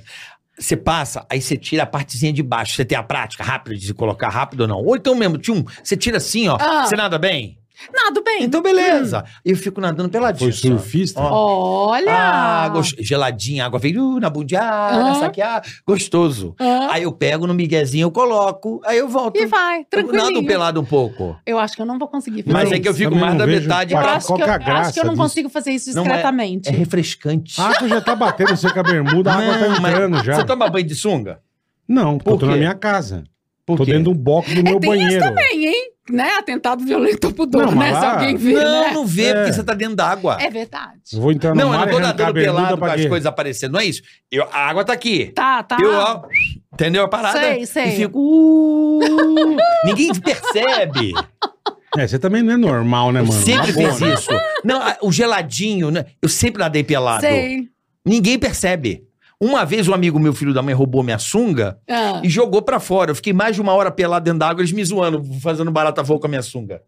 Você passa, aí você tira a partezinha de baixo. Você tem a prática rápida de se colocar rápido ou não? Ou então mesmo, tira um, você tira assim, ó.
Ah. Hum.
Você nada bem?
nada bem.
Então beleza. Eu fico nadando
Foi
peladinho. só.
surfista?
Ó.
Olha!
Ah, gost- geladinha, água veio uh, na bundiada,
Ah.
saque, ah, gostoso.
Ah,
Aí eu pego no miguezinho, eu coloco, aí eu volto.
e
Eu
vai,
nado
tranquilinho.
pelado um pouco.
Eu acho que eu não vou conseguir fazer
Mas é
isso.
que eu fico
também
mais
não
da
vejo
metade.
Eu
qual-
acho
qual
que eu,
é a
acho que eu não
graça
consigo fazer isso
Não é-
discretamente.
É refrescante.
A água já tá batendo você com a bermuda, a água tá
Não, mas-
entrando já.
Você toma banho de sunga?
Não, porque
Por
eu tô na
quê?
minha casa.
Por
tô
quê?
dentro do box do meu
É, tem isso
banheiro.
Bem, hein? Né? Atentado violento ao pudor,
Não, mas
né? Se
lá-
alguém vê,
Não,
né?
não vê,
É.
porque você tá dentro d'água.
É verdade.
Eu Vou entrar no
Não, eu
mar
não
e
tô
arrancar a
nadando
bermuda
pelado com
pra
as
quê?
coisas aparecendo, não é isso? Eu- a água tá aqui.
Tá, tá.
Eu, ó, entendeu a parada?
Sei, sei.
E fico. uh, ninguém percebe.
É, você também não é normal, né,
Eu
mano?
sempre
Na boa,
fiz
né?
isso. Não, a- o geladinho, né? Eu sempre nadei pelado.
Sei.
Ninguém percebe. Uma vez um amigo meu, filho da mãe, roubou minha sunga
Ah.
e jogou pra fora. Eu fiquei mais de uma hora pelado dentro d'água, eles me zoando, fazendo barata voa com a minha sunga.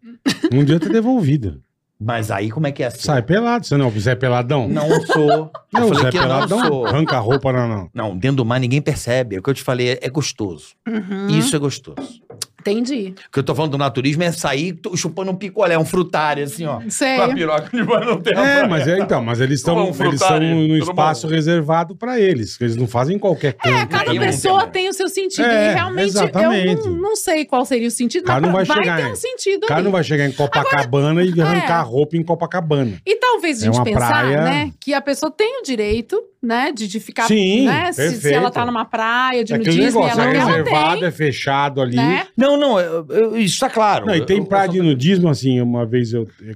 Um dia tá devolvido.
Mas aí como é que é assim?
Sai pelado, você não. Você é peladão?
Não sou.
Não,
eu
você é
falei que eu não
peladão.
sou.
Arranca a roupa, não, não.
Não, dentro do mar ninguém percebe. É o que eu te falei, é- é gostoso.
Uhum.
Isso é gostoso.
Entendi.
O que eu tô falando do naturismo é sair t- chupando um picolé, um frutário, assim, ó.
Sei.
Com a piroca de banana.
É, mas é, então, mas eles estão
Como um
eles estão
frutari,
no
tudo
espaço
bom?
reservado pra eles. que Eles não fazem em qualquer canto.
É, cada
Aí eu não
pessoa
entendo.
tem o seu sentido.
É,
e realmente
exatamente.
eu não, não sei qual seria o sentido,
Cara,
mas
não vai
vai
chegar,
ter
hein?
um sentido
O cara
ali.
não vai chegar em Copacabana e
é.
arrancar a roupa em Copacabana.
E talvez a
É
gente
uma
pensar,
praia-
né, que a pessoa tem o direito, né, de, de ficar,
Sim,
né, se, se
perfeito.
ela tá numa praia, de
É aquele
nudismo, e
negócio,
ela
é
quer, ela
reservado,
tem,
é fechado ali.
né?
Não, não, eu- eu- isso tá claro.
Não, e tem
Eu- eu-
praia de nudismo, assim, uma vez eu, eu-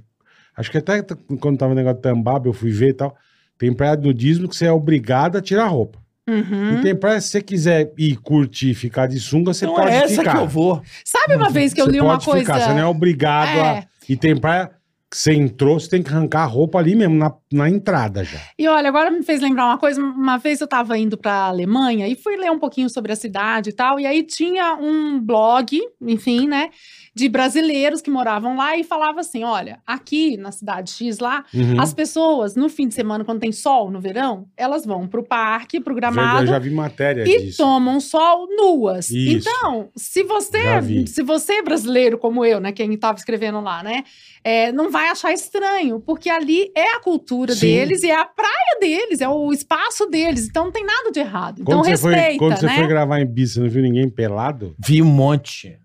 Acho que até t- quando tava o negócio de Tambaba, eu fui ver e tal. Tem praia de nudismo que você é obrigado a tirar a roupa.
Uhum.
E tem praia, se você quiser ir curtir, ficar de sunga, você
Então
pode
é essa
ficar.
que eu vou.
Sabe uma vez que eu
Uhum. Você
li uma
pode
coisa.
Ficar, você não é obrigado a.
É.
E tem praia que você entrou, você tem que arrancar a roupa ali mesmo, na, na entrada já.
E olha, agora me fez lembrar uma coisa. Uma vez eu estava indo para a Alemanha e fui ler um pouquinho sobre a cidade e tal. E aí tinha um blog, enfim, né? De brasileiros que moravam lá e falava assim: olha, aqui na cidade X lá,
Uhum.
as pessoas no fim de semana, quando tem sol no verão, elas vão pro parque, pro
Verdade,
gramado.
Eu já vi matéria
e
disso.
tomam sol nuas.
Isso.
Então, se
Já vi.
você, se você é brasileiro como eu, né, quem estava escrevendo lá, né, é, não vai achar estranho, porque ali é a cultura
Sim.
deles e é a praia deles, é o espaço deles. Então não tem nada de errado. Então
Quando, você, foi,
respeita,
quando você
né?
foi gravar em Ibiza, você não viu ninguém pelado?
Vi um monte.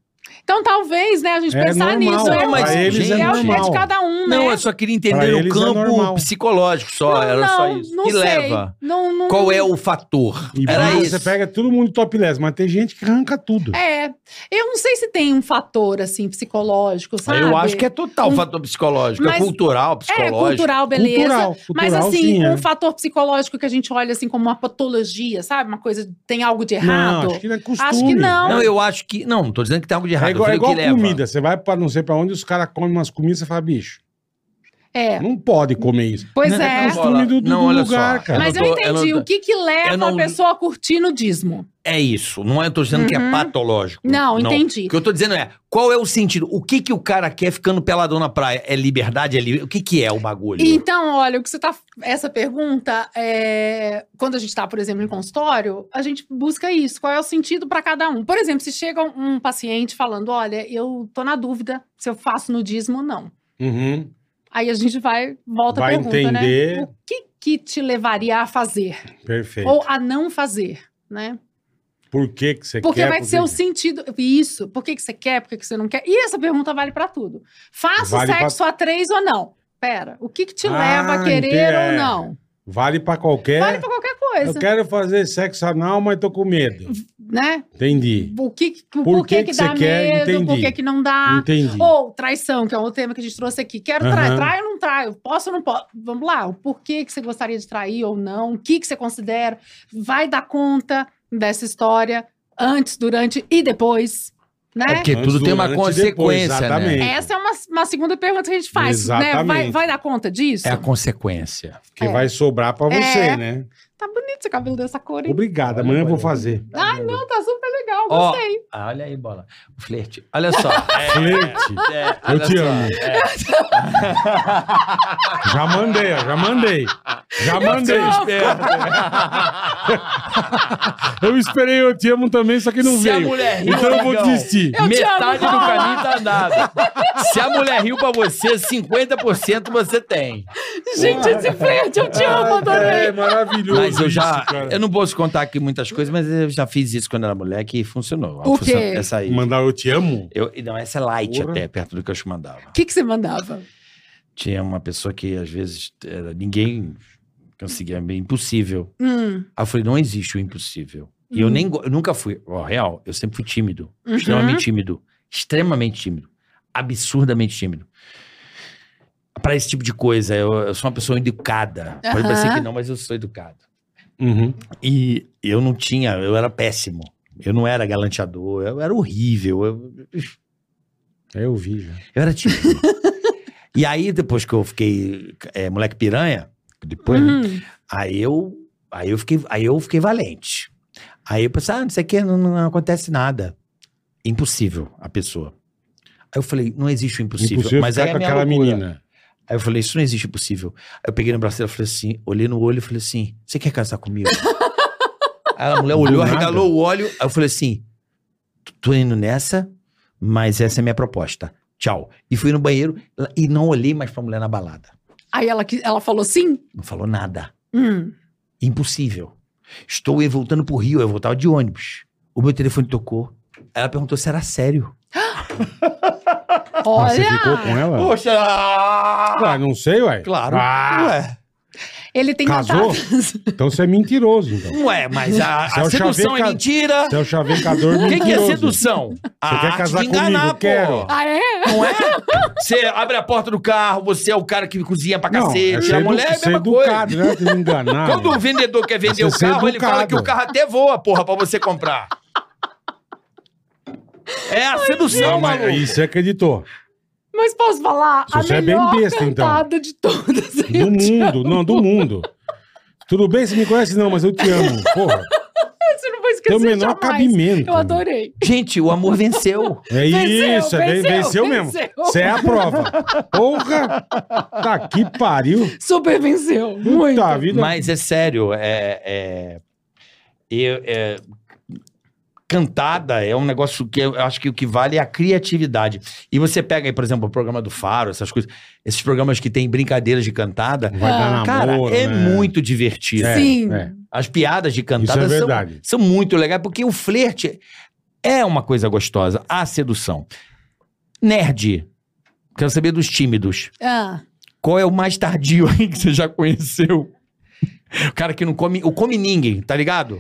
Então talvez, né, a gente
É
pensar
normal,
nisso
pra
é, o-
eles é
é o que é
normal.
de cada um, né?
Não, eu só queria entender
Pra
o
eles é
campo
normal.
psicológico só, era só isso.
não
que
sei.
leva?
Não, não,
Qual é o fator?
E
era
Ibiza,
isso.
você pega todo mundo topless, mas tem gente que arranca tudo.
É, eu não sei se tem um fator assim psicológico, sabe?
Eu acho que é total
Um-
fator psicológico, é
Mas-
cultural,
É,
psicológico.
cultural, beleza.
Cultural,
Mas
cultural,
assim,
sim, é.
um fator psicológico que a gente olha assim como uma patologia, sabe? Uma coisa, tem algo de errado.
Não, acho que não é costume.
Acho que não.
Não, eu acho que. Não, não tô dizendo que tem algo de errado.
É igual,
eu
é
falei
igual
que leva.
comida. Você vai pra não sei pra onde os caras comem umas comidas você fala, bicho,
É,
não pode comer isso.
pois
Não,
é.
não,
costume do- do
não, olha
lugar,
só.
cara.
Mas eu,
não tô-
entendi.
não-
o que que leva
eu não-
a pessoa a curtir nudismo?
É isso. Não é, eu tô dizendo que é
Uhum.
patológico.
Não, entendi.
O que eu tô dizendo é, qual é o sentido? O que que o cara quer ficando peladão na praia? É liberdade? É li... O que que é o bagulho?
Então, olha, o que você tá. Essa pergunta é. Quando a gente tá, por exemplo, em consultório, a gente busca isso. Qual é o sentido para cada um? Por exemplo, se chega um um paciente falando: olha, eu tô na dúvida se eu faço nudismo ou não.
Uhum.
Aí a gente vai, volta
Vai
à pergunta,
entender.
né? O que, que te levaria a fazer?
Perfeito.
Ou a não fazer, né?
Por que que você
Porque
quer?
vai ser o
que-
sentido. Isso, por que, que você quer, por que, que você não quer? E essa pergunta vale pra tudo. Faço
Vale pra-
sexo a três ou não? Pera, o que, que te
Ah,
leva a querer
entendi, é.
ou não?
Vale pra qualquer...
Vale pra qualquer coisa,
Eu quero fazer sexo anal, mas tô com medo.
né?
Entendi.
O que,
Por
o por,
que
que,
que
que,
você
dá
quer?
medo, por
Entendi.
que, que não dá.
Entendi.
Ah, Ou traição, que é um tema que a gente trouxe aqui. Quero trair,
Aham.
traio ou não traio? Posso ou não posso? Vamos lá, o porquê que você gostaria de trair ou não? O que, que você considera? Vai dar conta dessa história antes, durante e depois,
É
né?
porque
Antes,
tudo tem uma
durante e depois,
consequência, né?
exatamente.
Essa é uma, uma segunda pergunta que a gente faz, né? Vai,
Exatamente.
vai dar conta disso?
É a consequência.
Que
É.
vai sobrar pra você,
É.
né?
Tá bonito esse cabelo dessa cor, hein?
Obrigado, amanhã eu vou fazer.
Ai, não, tá super legal,
Ó,
gostei.
Ah, olha aí, bola. O flerte. Olha só.
Flerte.
É, é,
Eu
olha
te
só.
amo.
É.
Já mandei, ó, já mandei. Já mandei. Eu esperei eu te amo também, só que não
Se a
veio.
mulher riu,
Então eu vou
amigão.
desistir.
Eu te
Metade
amo,
do
Bola.
caminho tá andado. Se a mulher riu pra você, 50% você tem.
Gente, esse flerte, eu te amo,
Ai, cara, É
adorei.
maravilhoso.
Mas eu já.
isso, cara.
Eu não posso contar aqui muitas coisas, mas eu já fiz isso quando era moleque e funcionou.
O
Funcionou
quê?
Essa aí.
Mandar eu te amo?
Eu, não, essa é light
Porra.
até, perto do que eu te mandava.
O que, que você mandava?
Tinha uma pessoa que às vezes era- ninguém conseguia, é meio impossível.
Hum,
Aí eu falei, não existe o impossível. E eu
Uhum.
Hum.
nem go- eu nunca fui, ó, real, eu sempre fui tímido.
Uhum.
Extremamente tímido. Extremamente tímido. Absurdamente tímido. Pra esse tipo de coisa, eu, eu sou uma pessoa educada. Pode
Aham.
parecer que não, mas eu sou educado.
Uhum.
E eu não tinha, eu era péssimo. Eu não era galanteador, eu era horrível. Eu,
É, Eu vi já.
eu era tipo. e aí, depois que eu fiquei é, moleque piranha, depois, né?
uhum.
aí eu, aí eu fiquei, aí eu fiquei valente. Aí eu pensei, ah, não sei o que, não, não acontece nada. Impossível a pessoa. Aí eu falei, não existe o impossível.
Impossível
mas
ficar
aí é
com
a minha
aquela
loucura.
menina.
Aí eu falei, isso não existe impossível. Aí eu peguei no braço dela, falei assim, olhei no olho e falei assim, você quer casar comigo? aí a mulher
Do
olhou,
nada.
arregalou o olho, aí eu falei assim, "Tô- tô indo nessa, mas essa é minha proposta. Tchau. E fui no banheiro e não olhei mais pra mulher na balada.
Aí ela, que- ela falou sim?
Não falou nada.
Hum.
Impossível. Estou eu voltando pro Rio, eu voltava de ônibus. O meu telefone tocou. Ela perguntou se era sério.
Ah, Você
Olha!
ficou com ela?
Poxa!
Ah, não sei, ué.
Claro.
Ah,
Ué.
Ele tem
Casou?
batatas.
Então você é mentiroso, então.
Ué, mas a,
Você é
a
o
sedução é
chaveca-
mentira.
Você é o chavecador
O que,
mentiroso.
que é sedução? A
quer
arte
casar
de Ah, enganar,
comigo?
pô.
Quero.
Ah, é?
Não é? Você abre a porta do carro, você é o cara que cozinha pra
Não, é
cacete.
ser
a
edu-
mulher é a
ser
mesma coisa.
educado, né? Tem que enganar.
Quando o vendedor quer vender
É
o
ser
carro, ele fala
educado.
que o carro até voa, porra, pra você comprar. É a sedução,
Não, mas
maluco.
aí você acreditou.
Mas posso falar?
Se você
a
é bem
melhor
besta, então.
cantada de todas.
Do mundo, não, do mundo. Tudo bem, você me conhece? Não, mas eu te amo. Porra,
Você não vai
tem
esquecer
o menor
jamais.
cabimento.
Eu adorei.
Gente, o amor venceu.
É
Venceu,
isso, é bem- venceu,
venceu,
mesmo.
venceu.
Você é a prova. Porra, tá que pariu.
Super venceu. Muito.
Puta vida.
Mas é sério, é, é- eu- é- cantada é um negócio que eu acho que o que vale é a criatividade. E você pega aí, por exemplo, o programa do Faro, essas coisas, esses programas que tem brincadeiras de cantada,
Vai dar namoro,
cara, é
né?
muito divertido.
É,
Sim.
é.
As piadas de
Isso é
cantada são,
verdade.
são muito legais, porque o flerte é uma coisa gostosa, a sedução. Nerd. Quero saber dos tímidos.
Ah,
Qual é o mais tardio aí que você já conheceu? O cara que não come. O come ninguém, tá ligado?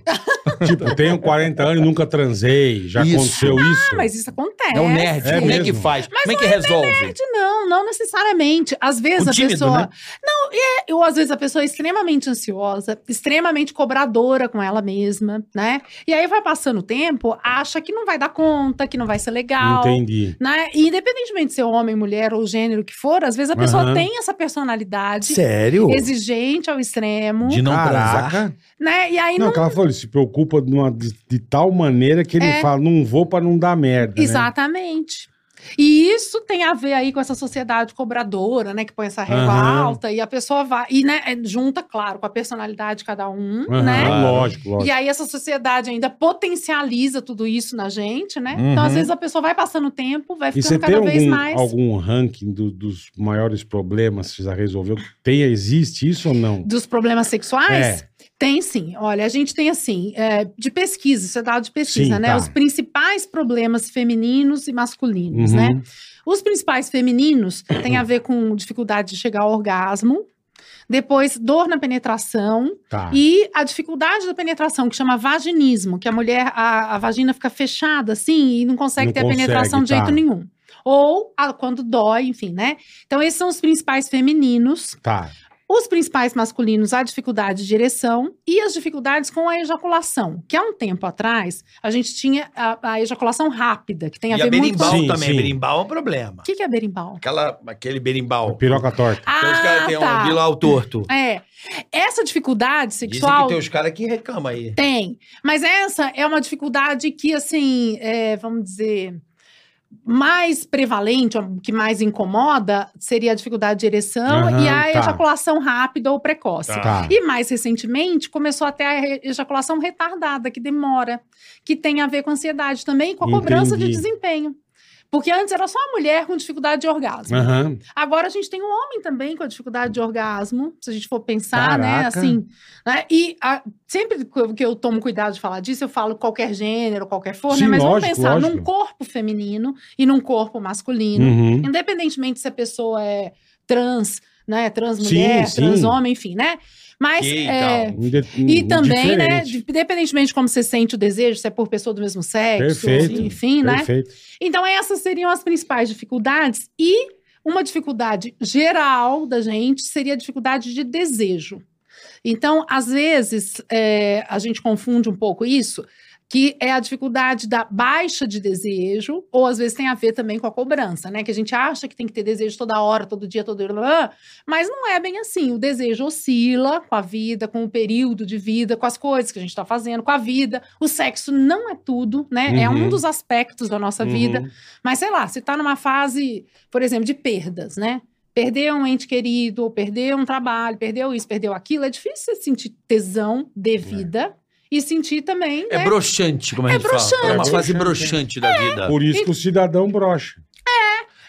Tipo, tenho 40 anos e nunca transei. Já
Isso. Ah,
aconteceu isso.
mas isso acontece.
É o nerd.
É
Como é que
mesmo.
faz? Como é que resolve?
Não, não necessariamente. Às vezes
O
a
tímido,
pessoa.
né?
Não, é, ou às vezes a pessoa é extremamente ansiosa, extremamente cobradora com ela mesma, né? E aí vai passando o tempo, acha que não vai dar conta, que não vai ser legal.
Entendi.
Né? E independentemente de ser homem, mulher ou gênero que for, às vezes a pessoa
Aham.
tem essa personalidade
Sério?
exigente ao extremo,
De não transar.
Caraca.
né? E aí
Não,
não.
que ela falou, ele se preocupa de, uma- de- de tal maneira que ele
É.
fala, não vou pra não dar merda. né?
Exatamente. E isso tem a ver aí com essa sociedade cobradora, né? Que põe essa régua
Aham.
alta e a pessoa vai. E né, é, junta, claro, com a personalidade de cada um,
Aham,
né?
Lógico,
E
lógico.
aí essa sociedade ainda potencializa tudo isso na gente, né?
Uhum.
Então, às vezes, a pessoa vai passando o tempo, vai
E você
ficando
tem
cada vez
algum,
mais.
algum ranking do- dos maiores problemas que você já resolveu? Tem, existe isso ou não?
Dos problemas sexuais?
É.
Tem sim. Olha, a gente tem assim, é, de pesquisa, isso é dado de pesquisa,
Sim,
né?
tá.
Os principais problemas femininos e masculinos,
Uhum.
né? Os principais femininos têm a ver com dificuldade de chegar ao orgasmo, depois dor na penetração
Tá.
e a dificuldade da penetração, que chama vaginismo, que a mulher, a, a vagina fica fechada assim e não consegue
Não
ter
consegue,
a penetração de
tá.
jeito nenhum. Ou a- quando dói, enfim, né? Então, esses são os principais femininos.
Tá.
Os principais masculinos, a dificuldade de ereção e as dificuldades com a ejaculação, que há um tempo atrás a gente tinha a, a ejaculação rápida, que tem a
E
ver
a
muito com.
berimbau
Sim,
também.
sim.
Berimbau é um problema.
O que, que é berimbau?
Aquela, aquele berimbau.
Piroca torta.
Ah,
Então os caras têm um bilau torto.
É. Essa dificuldade
Dizem que
sexual
tem os caras que reclamam aí.
tem. Mas essa é uma dificuldade que, assim, é, vamos dizer, mais prevalente, o que mais incomoda, seria a dificuldade de ereção
Aham,
e a
tá.
ejaculação rápida ou precoce.
Tá.
E mais recentemente começou até a re- ejaculação retardada, que demora, que tem a ver com ansiedade também, com a cobrança de
Entendi.
desempenho. Porque antes era só a mulher com dificuldade de orgasmo.
Aham.
Agora a gente tem o homem também com a dificuldade de orgasmo, se a gente for pensar, né?
Caraca.
Assim, né? E a- sempre que eu- que eu tomo cuidado de falar disso, eu falo qualquer gênero, qualquer for,
Sim,
né? Mas
lógico,
vamos pensar
lógico.
num corpo feminino e num corpo masculino.
Uhum.
Independentemente se a pessoa é trans, né? Trans
Sim,
mulher,
sim.
trans homem, enfim, né? Mas.
Gay e
é,
tal.
Inde-
e também, né,
Um diferente.
independentemente de como você sente o desejo, se é por pessoa do mesmo sexo,
Perfeito,
enfim, né?
Perfeito.
Então, essas seriam as principais dificuldades. E uma dificuldade geral da gente seria a dificuldade de desejo. Então, às vezes, é, a gente confunde um pouco isso, que é a dificuldade da baixa de desejo, ou às vezes tem a ver também com a cobrança, né? Que a gente acha que tem que ter desejo toda hora, todo dia, todo dia, mas não é bem assim. O desejo oscila com a vida, com o período de vida, com as coisas que a gente está fazendo, com a vida. O sexo não é tudo, né? É
Uhum.
um dos aspectos da nossa vida.
Uhum.
Mas sei lá, se está numa fase, por exemplo, de perdas, né? Perder um ente querido, ou perder um trabalho, perdeu isso, perdeu aquilo, é difícil você sentir tesão de vida e sentir também.
É
né?
broxante, como a
É
gente fala. É uma
broxante.
fase broxante da vida.
Por isso que o cidadão brocha.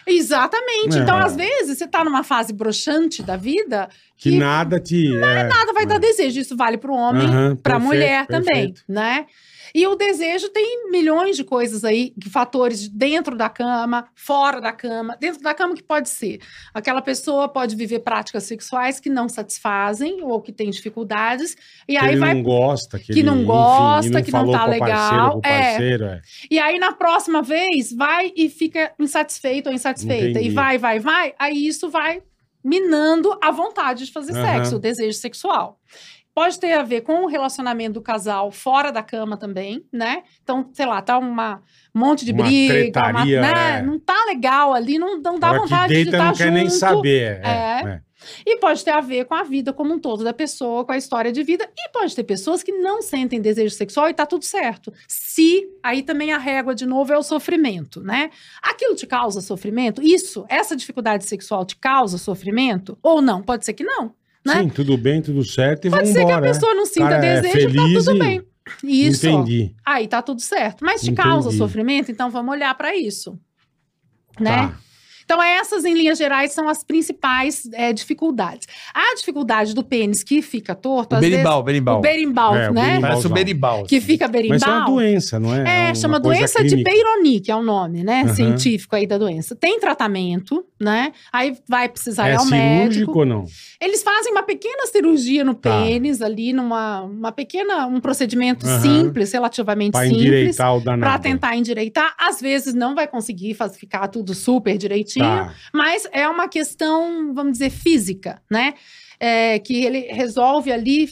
Exatamente. Então,
É.
às vezes, você está numa fase broxante da vida,
Que,
Que-
nada te. é,
nada vai
É.
dar desejo. Isso vale para o homem,
aham,
para
perfeito,
a né? mulher também,
perfeito.
né? E o desejo tem milhões de coisas aí, de fatores dentro da cama, fora da cama. Dentro da cama, o que pode ser? Aquela pessoa pode viver práticas sexuais que não satisfazem ou que tem dificuldades, e
que
aí
ele
vai
não gosta, que,
que
ele,
não
enfim,
gosta, que não
falou
tá
com o
legal,
Parceiro, com o
é.
parceiro, é.
E aí, na próxima vez, vai e fica insatisfeito ou insatisfeita.
Entendi.
E vai, vai, vai. Aí isso vai minando a vontade de fazer
Aham.
sexo, o desejo sexual. Pode ter a ver com o relacionamento do casal fora da cama também, né? Então, sei lá, tá uma um monte de
Uma
briga,
tretaria,
né?
é.
Não tá legal ali, não, não dá
Hora que
vontade de
deita,
estar
não quer nem
junto.
saber. É,
É.
é.
E pode ter a ver com a vida como um todo da pessoa, com a história de vida. E pode ter pessoas que não sentem desejo sexual e tá tudo certo. Se, aí também a régua de novo é o sofrimento, né? Aquilo te causa sofrimento? Isso, essa dificuldade sexual te causa sofrimento? Ou não? Pode ser que não, né?
Sim, tudo bem, tudo certo e
Pode
vamos
ser
embora. né?
que a pessoa não sinta
Cara, é
desejo,
feliz
tá
e-
tudo bem. Isso, ó,
Entendi.
aí tá tudo certo. Mas te causa
Entendi.
sofrimento, então vamos olhar pra isso, né?
Tá.
Então, essas, em linhas gerais, são as principais eh, dificuldades. A dificuldade do pênis que fica torto,
O
às
berimbau,
vezes.
berimbau.
O berimbau,
É, o
né?
berimbau.
Parece o berimbau. assim.
Que fica
Mas isso é uma
berimbau.
doença, não é?
É,
uma
chama
coisa
doença de
clínica.
Peyronie, que é o nome, né?
Aham.
Científico aí da doença. Tem tratamento, né? Aí vai precisar ir
É
ao médico.
cirúrgico ou não?
Eles fazem uma pequena cirurgia no
Tá.
pênis ali, numa uma pequena, um procedimento
Aham.
simples, relativamente
Pra
simples.
endireitar o danado.
Pra tentar endireitar, às vezes não vai conseguir faz- ficar tudo super direitinho,
Tá.
mas é uma questão, vamos dizer, física, né? É, que ele resolve ali,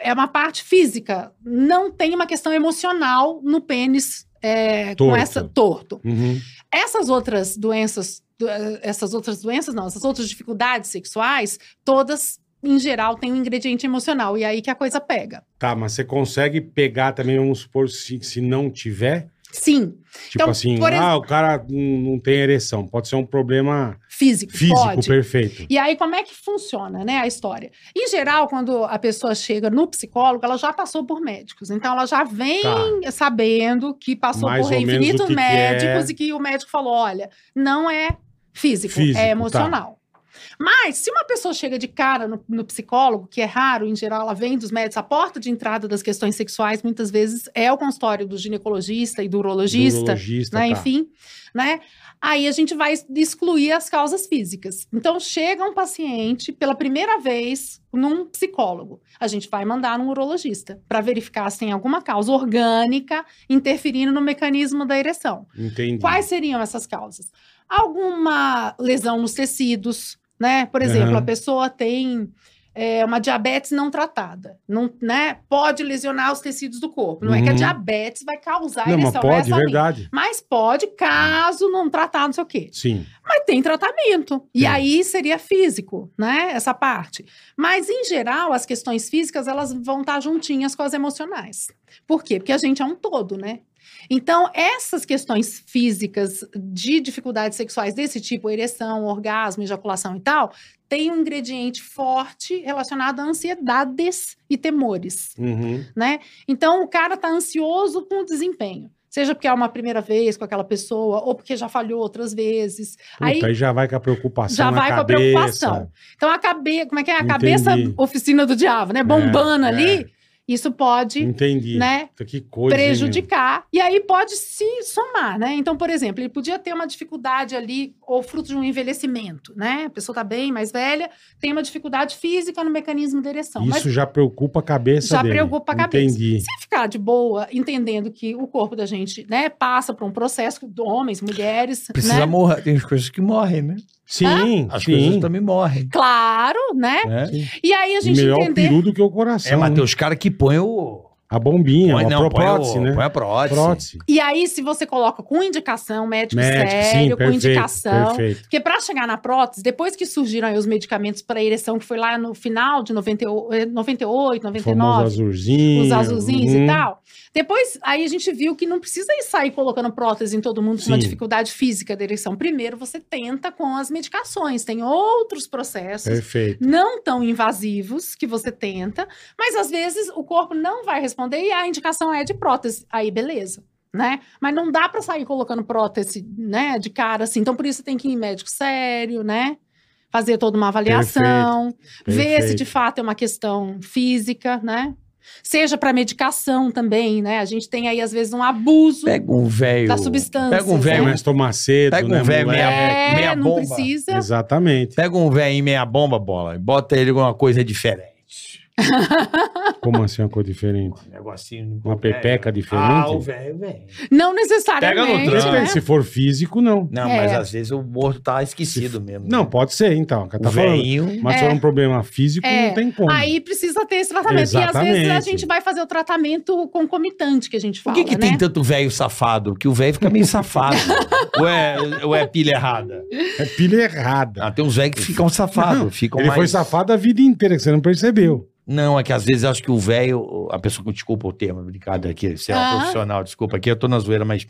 é uma parte física. Não tem uma questão emocional no pênis é, com
Torto.
essa torto.
Uhum.
Essas outras doenças, do- eh, essas outras doenças, não, essas outras dificuldades sexuais, todas, em geral, têm um ingrediente emocional. E é aí que a coisa pega.
Tá, mas você consegue pegar também, vamos supor, se, se não tiver?
Sim,
Tipo
Então,
assim,
por
ah,
ex-
o cara não não tem ereção. Pode ser um problema
físico,
físico
pode.
perfeito.
E aí, como é que funciona, né, a história? Em geral, quando a pessoa chega no psicólogo, ela já passou por médicos. Então, ela já vem
Tá.
sabendo que passou
Mais
por
ou menos o
infinitos
que que
médicos
é.
e que o médico falou: olha, não é físico,
Físico, tá.
é emocional. Mas, se uma pessoa chega de cara no, no psicólogo, que é raro, em geral, ela vem dos médicos, a porta de entrada das questões sexuais, muitas vezes, é o consultório do ginecologista e do urologista
Neurologista,
né,
tá.
Enfim, né? Aí a gente vai excluir as causas físicas. Então, chega um paciente pela primeira vez num psicólogo. A gente vai mandar num urologista para verificar se tem alguma causa orgânica interferindo no mecanismo da ereção.
Entendi.
Quais seriam essas causas? Alguma lesão nos tecidos, né? Por exemplo,
Aham.
a pessoa tem é, uma diabetes não tratada, não, né? Pode lesionar os tecidos do corpo. Não é que a
Uhum.
diabetes vai causar
Não, mas
ereção, não é
pode,
somente.
verdade.
Mas pode, caso não tratar, não sei o quê.
Sim.
Mas tem tratamento. E
Tem.
aí seria físico, né? Essa parte. Mas, em geral, as questões físicas, elas vão estar juntinhas com as emocionais. Por quê? Porque a gente é um todo, né? Então, essas questões físicas de dificuldades sexuais desse tipo, ereção, orgasmo, ejaculação e tal, tem um ingrediente forte relacionado a ansiedades e temores
Uhum.
né? Então o cara tá ansioso com o desempenho. Seja porque é uma primeira vez com aquela pessoa, ou porque já falhou outras vezes.
Puta, aí,
Aí-
já vai com a preocupação
Já
na
vai com a
cabeça.
preocupação. Então a cabeça, como é que é? A
Entendi.
cabeça oficina do diabo, né? Bombando
É,
ali,
é. Um
isso pode,
Entendi.
né?
Puta, Que coisa, hein, meu?
prejudicar e aí pode se somar, né? Então, por exemplo, ele podia ter uma dificuldade ali ou fruto de um envelhecimento, né? A pessoa tá bem, mais velha, tem uma dificuldade física no mecanismo da ereção, mas
Isso já preocupa a cabeça
já
dele.
preocupa a cabeça.
Entendi.
Se ficar de boa, entendendo que o corpo da gente, né, passa por um processo de homens, mulheres,
Precisa
né?
morrer. Tem as coisas que morrem, né?
Sim,
As
sim.
coisas também morrem.
Claro, né?
Né?
E aí a gente
É. Melhor o
entender.
peru do que o coração.
É, mas
né?
tem os caras que põem o.
A bombinha,
põe,
a
não, põe,
é prótese,
o,
né?
põe a prótese.
prótese.
E aí, se você coloca com indicação, médico,
Médico,
sério,
sim,
com
perfeito,
indicação.
perfeito.
Porque para chegar na prótese, depois que surgiram aí os medicamentos para ereção, que foi lá no final de 98, eh, 98
Famoso
99,
azulzinho.
os azulzinhos
uhum.
e tal. Depois, aí a gente viu que não precisa ir sair colocando prótese em todo mundo com uma
Sim.
dificuldade física da ereção. Primeiro, você tenta com as medicações. Tem outros processos
Perfeito.
não tão invasivos que você tenta, mas às vezes o corpo não vai responder e a indicação é de prótese. Aí, beleza. Né? Mas não dá pra sair colocando prótese né, de cara assim. Então, por isso, você tem que ir em médico sério, né? Fazer toda uma avaliação, ver se de
Perfeito.
fato é uma questão física, né? Seja para medicação também, né? A gente tem aí, às vezes, um abuso
Pega um velho.
da substância.
Pega um velho,
né?
Começa a tomar cedo,
Pega um
né,
velho
moleque?
meia-
É,
meia
não
bomba.
precisa.
Exatamente.
Pega um velho em meia bomba, bola, e bota ele com uma coisa diferente.
Como assim uma coisa diferente?
Um negocinho.
Uma
velho.
pepeca diferente?
Ah, o velho, velho.
Não necessariamente.
Pega no trânsito.
Depende,
né?
se for físico, não.
Não,
É.
mas às vezes o morto tá esquecido mesmo.
Não,
né?
pode ser, então. que
o
Tá falando.
velhinho.
Mas se
É.
for um problema físico,
É.
não tem como.
Aí precisa ter esse tratamento. E às vezes a
Exatamente.
gente vai fazer o tratamento concomitante que a gente
Por
fala,
que, que
né?
tem tanto velho safado? Que o velho fica meio safado. ou, é, ou é pilha errada?
É pilha errada.
Ah, tem uns velhos que ficam safados. Ficam
Ele
mais...
foi safado a vida inteira, que você não percebeu.
Não, é que às vezes eu acho que o velho, a pessoa que desculpa o termo, brincado aqui, você é um
Ah.
profissional, desculpa aqui, eu tô na zoeira, mas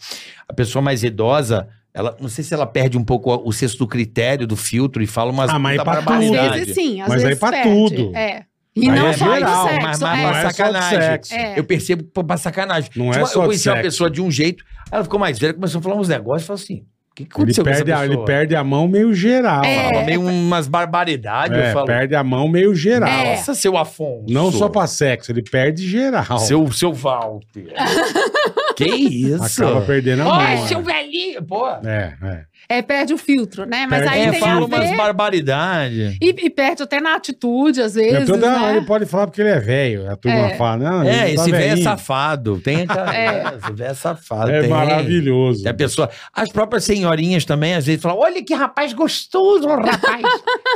a pessoa mais idosa, ela não sei se ela perde um pouco o senso do critério, do filtro e fala umas
Ah, mas
puta
pra tudo.
Às
Verdade.
vezes sim, às
Mas aí
vezes
pra
perde.
tudo.
É. E
Aí
não
é
só
geral,
do sexo.
mas, mas
é.
pra
Não é só de
sacanagem.
sexo.
É.
Eu percebo pra- pra sacanagem.
Não é
Tipo,
só
eu
de
conheci uma
sexo.
pessoa de um jeito, ela ficou mais velha, começou a falar uns negócios, falou assim, o que, que
Ele
aconteceu
perde,
com essa
a,
pessoa?
ele perde a mão meio geral.
É.
Fala meio umas barbaridades,
É,
eu falo,
perde a mão meio geral.
É.
nossa, seu Afonso.
Não só pra sexo, ele perde geral.
Seu, seu Walter. que isso?
Acaba perdendo a mão.
Olha,
né?
seu velhinho, pô.
É, é.
É, perde o filtro, né? Mas
Perde
aí
o
É,
tem
fala
a
umas
ver...
barbaridades.
E, e perde até na atitude, às
Então,
vezes,
toda hora ele
né?
pode falar porque ele é velho. A turma
É.
fala, não, ele
É,
tá
esse velho é
velhinho.
safado. Tem aquela.
É.
Esse velho é safado.
É
tem. É
maravilhoso.
E a pessoa, as próprias senhorinhas também, às vezes, falam: olha que rapaz gostoso, rapaz.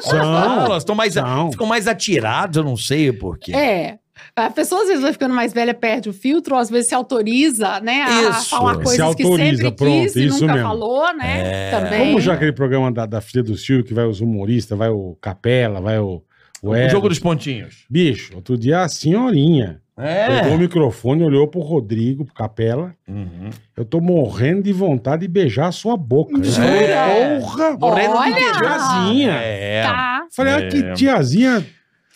São,
Elas falam, elas tão mais,
são.
ficam mais atiradas, eu não sei porquê.
É. A pessoa às vezes vai ficando mais velha, perde o filtro, ou às vezes se autoriza, né? A
Isso.
falar
Se
coisas
autoriza,
que sempre
pronto,
quis e
isso
nunca
mesmo.
falou,
É.
né? Também.
Como já aquele programa da, da filha do Silvio, que vai os humoristas, vai o Capela, vai o. O,
o
Hélio.
jogo dos pontinhos.
Bicho, outro dia a senhorinha
É.
pegou
É.
o microfone, olhou pro Rodrigo, pro Capela.
Uhum.
Eu tô morrendo de vontade de beijar a sua boca. Eu falei,
É.
Porra!
Morrendo de
Olha!
tiazinha.
Tiazinha.
É.
Tá.
Eu Falei, ah, que tiazinha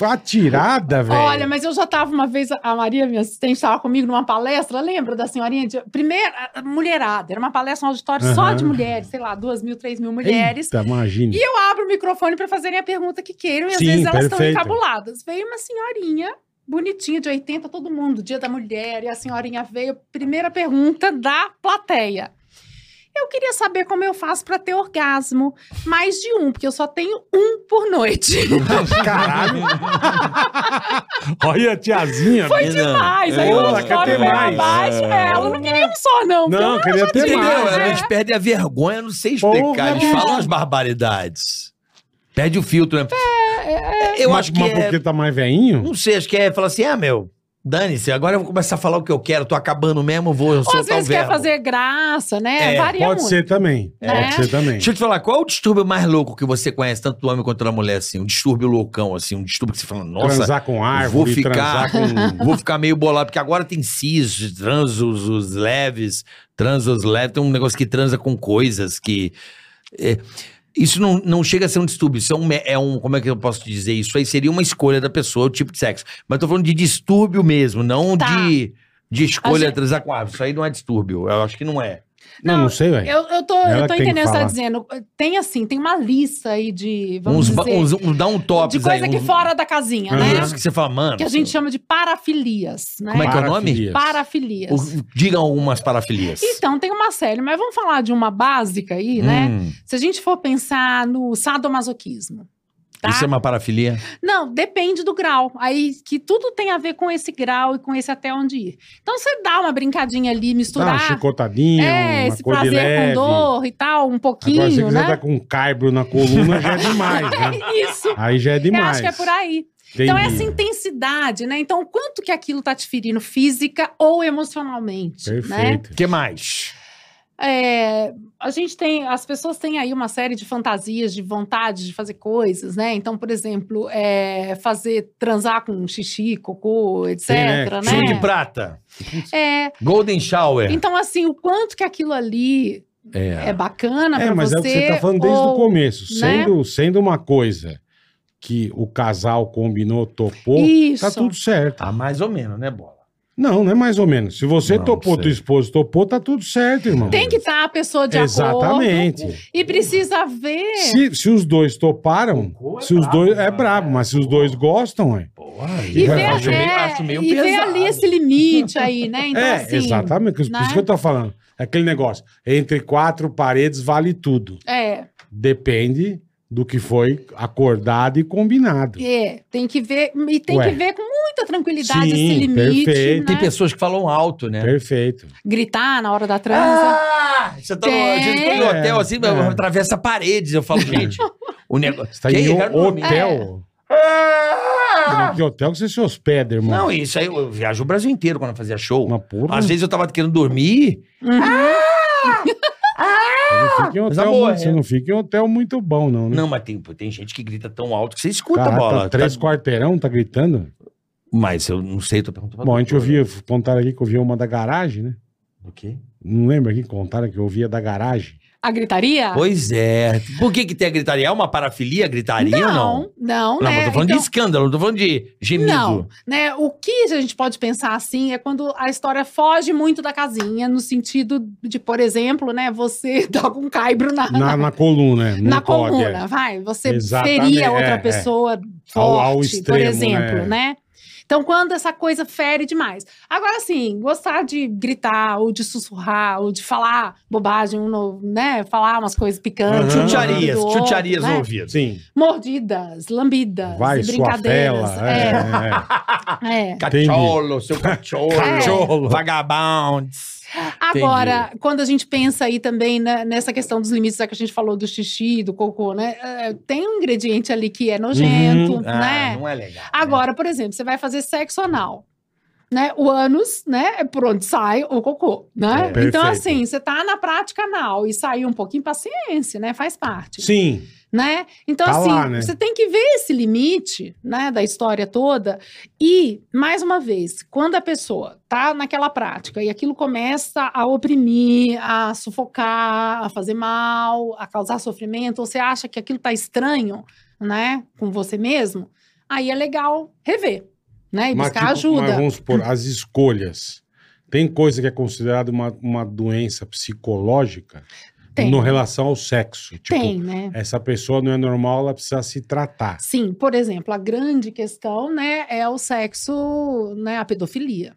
atirada, velho.
Olha, mas eu já estava uma vez, a Maria, minha assistente, estava comigo numa palestra, lembra da senhorinha? De, primeira, a mulherada, era uma palestra, um auditório só
Aham.
de mulheres, sei lá, duas mil, três mil mulheres.
Eita, imagina.
E eu abro o microfone para fazerem a pergunta que queiram, e às
Sim,
vezes elas estão
perfeito.
encabuladas. Veio uma senhorinha, bonitinha, de 80, todo mundo, dia da mulher, e a senhorinha veio, primeira pergunta da plateia. Eu queria saber como eu faço para ter orgasmo. Mais de um, porque eu só tenho um por noite.
Caralho. Olha a tiazinha, né?
Foi
bicho.
Mas aí
Pô,
o
ela quer
auditório
ter
veio
mais.
abaixo, é, ela não queria um só, não.
Não, queria ter
Entendeu?
mais.
Elas
né?
perdem a vergonha, não sei explicar.
Porra,
Eles
bicho.
falam as barbaridades. Perde o filtro, né?
É,
Eu
mas,
acho que
mas
é,
porque tá mais veinho?
Não sei, acho que é falar assim, ah, meu, dane-se, agora eu vou começar a falar o que eu quero, tô acabando mesmo, vou
Ou às
soltar o
vezes quer
verbo.
fazer graça, né?
É,
Varia
Pode
muito.
ser também.
É.
Pode ser também.
Deixa eu te falar, qual é o distúrbio mais louco que você conhece, tanto do homem quanto da mulher, assim? Um distúrbio loucão, assim, um distúrbio que você fala, nossa,
transar com árvore,
vou ficar-
transar com...
um- vou ficar meio bolado, porque agora tem cis, transos, os leves, transos leves, tem um negócio que transa com coisas que... é, isso não, não chega a ser um distúrbio, isso é um, me- é um. Como é que eu posso te dizer? Isso aí seria uma escolha da pessoa, o tipo de sexo. Mas eu tô falando de distúrbio mesmo, não
Tá.
de, de escolha
A gente-
transar com árvore. Isso aí não é distúrbio, eu acho que não é.
Não, não sei, velho.
Eu, eu tô,
Ela
eu tô
que tem que
entendendo o que você
falar.
tá dizendo. Tem assim, tem uma lista aí de. Vamos
Uns, ba-
dizer,
uns, uns- dá um top.
de coisa que fora da casinha, né?
Aham.
Isso que você fala, mano.
Que a gente chama de parafilias, né?
Como é que é o nome?
Parafilias.
Parafilias.
O- diga algumas parafilias.
Então, tem uma série, mas vamos falar de uma básica aí, né?
Hum,
Se a gente for pensar no sadomasoquismo. Tá?
Isso é uma parafilia?
Não, depende do grau. Aí que tudo tem a ver com esse grau e com esse até onde ir. Então você dá uma brincadinha
Dá
ali,
uma
misturar.
chicotadinha,
é,
Ah, uma
esse
coisa de
prazer
leve.
com dor e tal, um
Agora, se você
pouquinho,
quiser
né?
tá com um caibro na coluna, já é demais, né?
Isso.
Aí já é
Eu
demais.
acho que é por aí. Então, essa intensidade, né? Então, o quanto que aquilo tá te ferindo física ou emocionalmente, né?
Perfeito.
O que mais?
É, a gente tem, as pessoas têm aí uma série de fantasias, de vontade de fazer coisas, né? Então, por exemplo, é, fazer transar com xixi, cocô, etc,
Sim, né?
né?
Chuva de prata.
É,
Golden Shower.
então assim, o quanto que aquilo ali é bacana
É,
pra
mas
você.
é o que você tá falando desde o
ou-
começo.
né?
Sendo, sendo uma coisa que o casal combinou, topou,
Isso.
tá tudo certo.
Tá mais ou menos, né, Bola?
Não, não é mais ou menos. Se você
Não,
topou,
sei.
tua esposa topou, tá tudo certo, irmão.
Tem que estar a pessoa de acordo
Exatamente.
e precisa ver
Se, se os dois toparam,
Cocô é
se os
brabo,
dois. É
cara.
brabo, mas se os dois gostam, é.
Pô,
Aí
E
vai
ver,
fazer-
é,
acho meio
e ver
pesado.
ali
né?
esse limite aí, né? Então,
é,
assim.
exatamente. Por
né?
isso que eu tô falando. É Aquele negócio. Entre quatro paredes vale tudo.
É,
Depende do que foi acordado e combinado.
é, tem que ver, e tem
Ué.
que ver com muita tranquilidade
Sim,
esse limite,
perfeito.
Tem
né?
pessoas que falam alto, né?
Perfeito.
Gritar na hora da transa.
Ah, você tá no,
Tem.
a gente tá no hotel assim,
É.
atravessa paredes. Eu falo, gente, o negócio.
Você tá
Que
em
aí,
um
cara, não, né?
hotel. Ah! Em Que hotel que você se hospeda, irmão?
Não, isso aí, eu viajo o Brasil inteiro quando eu fazia show.
Uma porra.
Às vezes eu tava querendo dormir.
Uhum.
Você não fica em hotel
amor,
muito- você
é.
não fica em hotel muito bom, não, né?
Não, mas tem, pô, tem gente que grita tão alto que você escuta a
Caraca,
bola.
três
Tá-
quarteirão, tá gritando?
Mas eu não sei, tô perguntando. pra
Bom, a gente
doutora.
ouvia, contaram aqui que ouvia uma da garagem, né?
O quê?
Não lembra aqui, contaram que eu ouvia da garagem.
A gritaria?
Pois é. Por que que tem a gritaria? É uma parafilia a gritaria ou não?
não, não,
Não, mas
né?
eu tô falando
Então-
de escândalo, não tô falando de gemido.
Não, né? O que a gente pode pensar assim é quando a história foge muito da casinha, no sentido de, por exemplo, né, você dá algum caibro na,
Na, na coluna, né? Não
na
pode,
coluna,
é.
vai. Você
Exatamente,
feria
é,
outra
é.
pessoa
Ao-
forte,
ao extremo,
por exemplo,
né?
né? Então, quando essa coisa fere demais. Agora, assim, gostar de gritar, ou de sussurrar, ou de falar bobagem, um no- né? Falar umas coisas picantes.
Aham.
um
Ah. Chucharias,
do outro,
chucharias
né?
no ouvido.
Sim,
Mordidas, lambidas,
vai, sua
brincadeiras.
fela. É, é, é.
é.
Cacholo, seu cacholo.
Cacholo.
Vagabunds.
Agora, quando a gente pensa aí também né, nessa questão dos limites, é que a gente falou do xixi, do cocô, né? É, Tem um ingrediente ali que é nojento,
Uhum.
Ah,
né?
não é legal.
Agora, por exemplo, você vai fazer sexo anal. Né? O ânus, né? É por onde sai o cocô, né?
É,
então,
perfeito.
assim, você tá na prática anal e saiu um pouquinho, paciência, né? Faz parte,
Sim,
né? Então,
Tá
assim,
lá, né?
você tem que ver esse limite, né? Da história toda. E, mais uma vez, quando a pessoa tá naquela prática e aquilo começa a oprimir, a sufocar, a fazer mal, a causar sofrimento, ou você acha que aquilo tá estranho, né? Com você mesmo, aí é legal rever, né? E buscar
tipo, mas
ajuda.
vamos supor, as escolhas. Tem coisa que é considerada uma, uma doença psicológica
Tem.
no relação ao sexo. Tipo,
Tem, né?
essa pessoa não é normal, ela precisa se tratar.
Sim, por exemplo, a grande questão, né, é o sexo, né, a pedofilia.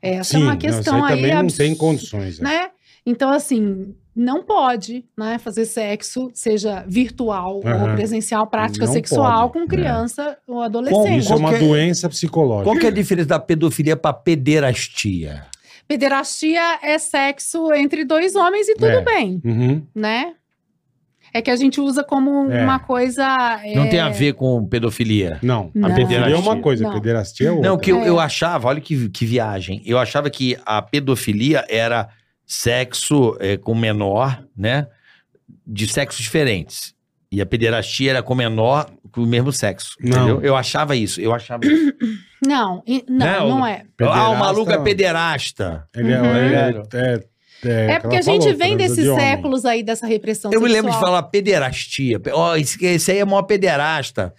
Essa é uma
não, isso
questão aí,
também não
abs-
tem condições. né?
né? Então, assim, não pode né, fazer sexo, seja virtual
Aham.
ou presencial, prática
Não
sexual
pode, né?
com criança ou
Isso
adolescente.
é uma
Qualquer-
doença psicológica.
Qual que é a diferença da pedofilia pra pederastia?
Pederastia é sexo entre dois homens e tudo
É.
bem,
Uhum.
né? É que a gente usa como
É.
uma coisa.
Não
é,
tem a ver com pedofilia.
Não,
Não.
a pederastia é uma coisa, a
Não.
pederastia é outra.
Não, que eu,
É.
eu achava, olha que, que viagem. Eu achava que a pedofilia era sexo é, com menor, né? De sexos diferentes. E a pederastia era com menor, com o mesmo sexo.
Não.
Entendeu? Eu achava isso. Eu achava isso.
Não, e- não,
Não.
não, é.
ah, o maluco é
Pederasta-
pederasta.
Ele é,
Uhum.
ele é- é- é
É
o que
porque
ela
a gente
falou, transa
vem desses
de homem.
séculos aí dessa repressão
Eu me lembro de
sexual.
falar pederastia. Ó, esse, esse aí é mó pederasta.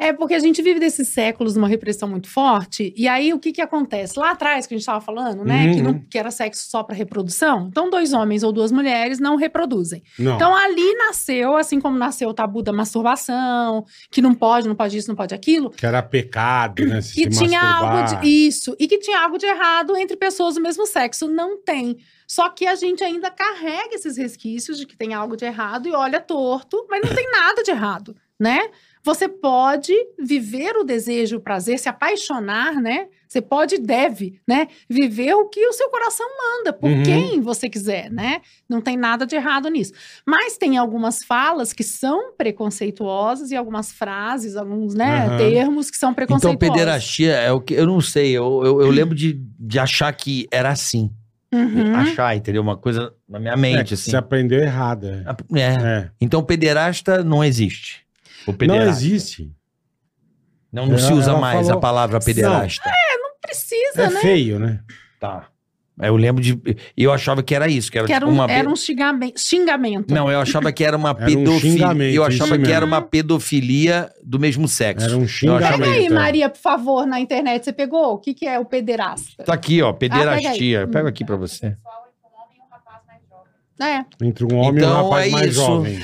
É porque a gente vive desses séculos uma repressão muito forte. E aí o que que acontece? Lá atrás que a gente estava falando, né, que,
Uhum.
não- que era sexo só para reprodução. Então dois homens ou duas mulheres não reproduzem.
Não.
Então ali nasceu, assim como nasceu o tabu da masturbação, que não pode, não pode isso, não pode aquilo.
que era pecado, né? se
Que tinha
masturbar.
algo de isso e que tinha algo de errado entre pessoas do mesmo sexo, não tem. Só que a gente ainda carrega esses resquícios de que tem algo de errado e olha torto, mas não tem nada de errado, né? Você pode viver o desejo, o prazer, se apaixonar, né? Você pode e deve, né? Viver o que o seu coração manda, por
Uhum.
quem você quiser, né? Não tem nada de errado nisso. Mas tem algumas falas que são preconceituosas e algumas frases, alguns, né,
Aham.
termos que são
Então,
preconceituosos.
pederastia é o que. Eu não sei. Eu, eu, eu lembro de, de achar que era assim.
Uhum.
Achar, entendeu? Uma coisa na minha
É,
mente,
que
assim.
Você aprendeu errado. é.
É.
É.
Então, pederasta não existe. O
Não
pederasta.
existe.
Não, não
Ela-
se usa
ela
mais
falou-
a palavra pederasta.
Precisa,
É
né?
feio, né?
Tá. Eu lembro de. Eu achava que era isso, que era,
Que era
tipo
um,
uma. pe-
era um xingamen- xingamento.
Não, eu achava que era uma
Era um
pedofilia.
xingamento,
eu
isso
achava que
mesmo.
era uma pedofilia do mesmo sexo.
Era um xingamento.
Pega aí,
é.
né?
Maria, por favor, na internet. Você pegou? O que, que é o pederasta?
Tá aqui, ó, pederastia.
Ah, pega aí.
eu pego aqui pra você.
Sexual entre um homem e um rapaz mais jovem.
É.
Entre um homem e um
Então,
rapaz
é
mais
isso.
jovem.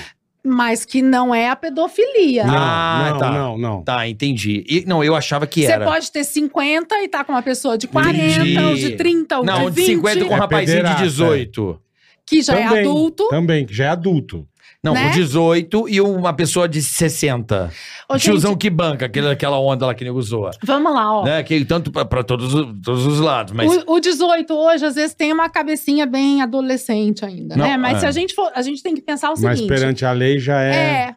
mas que não é a pedofilia.
Não,
Ah,
não,
tá.
não, não.
Tá, entendi. E- não, eu achava que
Você
era.
pode ter 50 e tá com uma pessoa de 40,
Entendi.
ou de 30, ou
Não,
de 20,
de 50 com um
É
rapazinho de
pederasta, é.
18.
que já é
Também.
adulto.
Também, que já é adulto.
Não, com
Né? 18
18 e uma pessoa de 60.
Ô, gente,
Tiozão que banca, aquela, aquela onda lá que nego zoa.
vamos lá, ó.
Né? Que, tanto pra, pra todos, os- todos os lados, mas...
O, o 18 hoje, às vezes, tem uma cabecinha bem adolescente ainda,
Não,
né? Mas
é.
se a gente for. A gente tem que pensar É o
Mas
seguinte.
perante a lei já é.
é,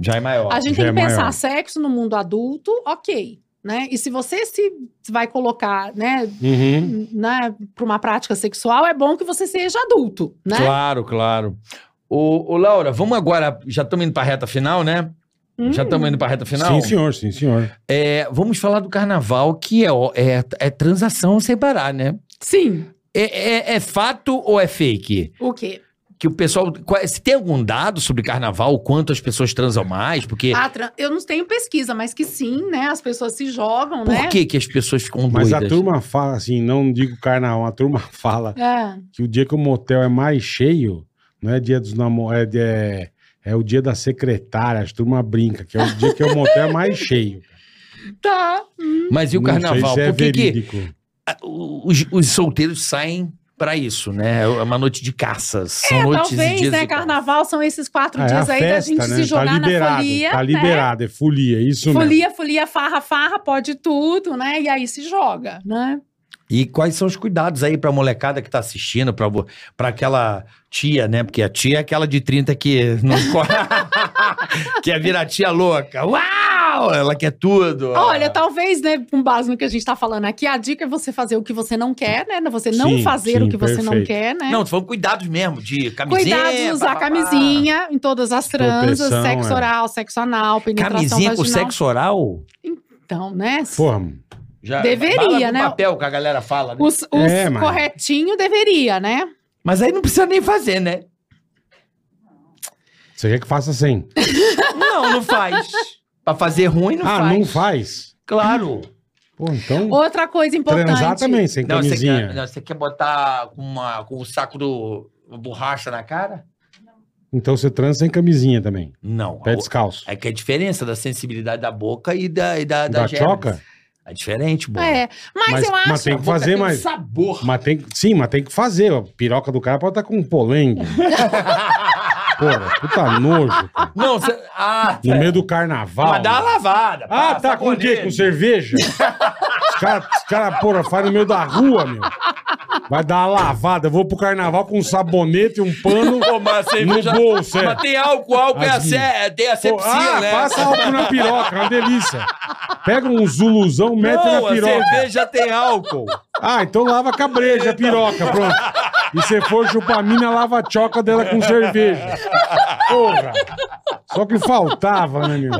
Já é maior.
a gente
já
tem
é
que
maior.
pensar sexo no mundo adulto, ok. Né? E se você se vai colocar né,
Uhum.
né, para uma prática sexual, é bom que você seja adulto, né?
Claro, claro. Ô, ô, Laura, vamos agora. Já estamos indo pra reta final, né?
Hum.
Já estamos indo pra reta final?
Sim, senhor, sim, senhor.
É, vamos falar do carnaval, que é, ó, é, é transação sem parar, né?
Sim.
É, é- é fato ou é fake?
O quê?
Que o pessoal. qua- Se tem algum dado sobre carnaval, quanto as pessoas transam mais? Porque.
Ah, tran- eu não tenho pesquisa, mas que sim, né? As pessoas se jogam,
por
né?
que, que as pessoas ficam
Mas
doidas?
a turma fala, assim, não digo carnaval, a turma fala
É.
que o dia que o motel é mais cheio, não é dia dos namorados, é, é, é o dia da secretária, a turma brinca, que é o dia que o motel é mais cheio.
Tá.
Mas e o
Não sei
carnaval?
se é
por que, que
verídico.
ah, os, os solteiros saem pra isso, né? É uma noite de caças. São
É,
noites e
talvez,
dias
né?
de caças.
Carnaval são esses quatro
Ah,
dias aí da gente se jogar na folia.
Tá
né?
liberado, é folia, é isso mesmo.
Folia, folia, farra, farra, pode tudo, né? E aí se joga, né?
E quais são os cuidados aí pra molecada que tá assistindo, pra, vo- pra aquela tia, né? Porque a tia é aquela de 30 que não corre. que é virar tia louca. Uau! Ela quer tudo.
Olha, talvez, né, com base no que a gente tá falando aqui, a dica é você fazer o que você não quer, né? Você não
Sim,
fazer
sim,
o que você não
perfeito.
quer, né?
Não, tô falando cuidados mesmo, de camisinha.
Cuidado de usar
pá, pá, pá.
camisinha em todas as transas,
Proteção,
sexo
é.
oral, sexo anal, penetração
Camisinha
vaginal.
com sexo oral?
Então, né?
Porra,
Já,
Deveria,
vai lá no
né?
papel que a galera fala. né?
Os, os
É, mas-
corretinho deveria, né?
Mas aí não precisa nem fazer, né?
você quer que faça sem?
Não, não faz. pra fazer ruim, não
ah,
faz.
não faz?
Claro.
Pô, então,
Outra coisa importante.
transar também, sem
Não, você
camisinha.
quer, não, você quer botar com, uma, com o saco do borracha na cara?
Então você transa sem camisinha também,
Não.
pé descalço.
É que é a diferença da sensibilidade da boca e da e da,
Da
gema.
choca?
É diferente, bom.
É, mas,
Mas-
eu
mas
acho.
tem que fazer, mas-
um sabor.
Mas tem, que- sim, mas tem que fazer. A piroca do cara pode estar com um polengue. Porra, puta nojo. cara.
Não, cê- ah,
No
é.
meio do carnaval.
mas dá uma lavada.
Ah, tá com o quê? Com cerveja? Os caras, cara, porra, faz no meio da rua, meu. Vai dar uma lavada. Eu vou pro carnaval com um sabonete, um pano
mas,
no
cerveja...
bolso. É.
mas tem álcool, álcool é
Aqui.
ace... é, tem
Pô,
asepsia,
ah,
né?
passa álcool na piroca, uma delícia. Pega um zuluzão,
Não,
mete na
a
piroca.
cerveja tem álcool.
Ah, então lava a cabreja, a piroca, pronto. E se for chupar a mina, lava a choca dela com cerveja. Porra! Só que faltava, né, meu?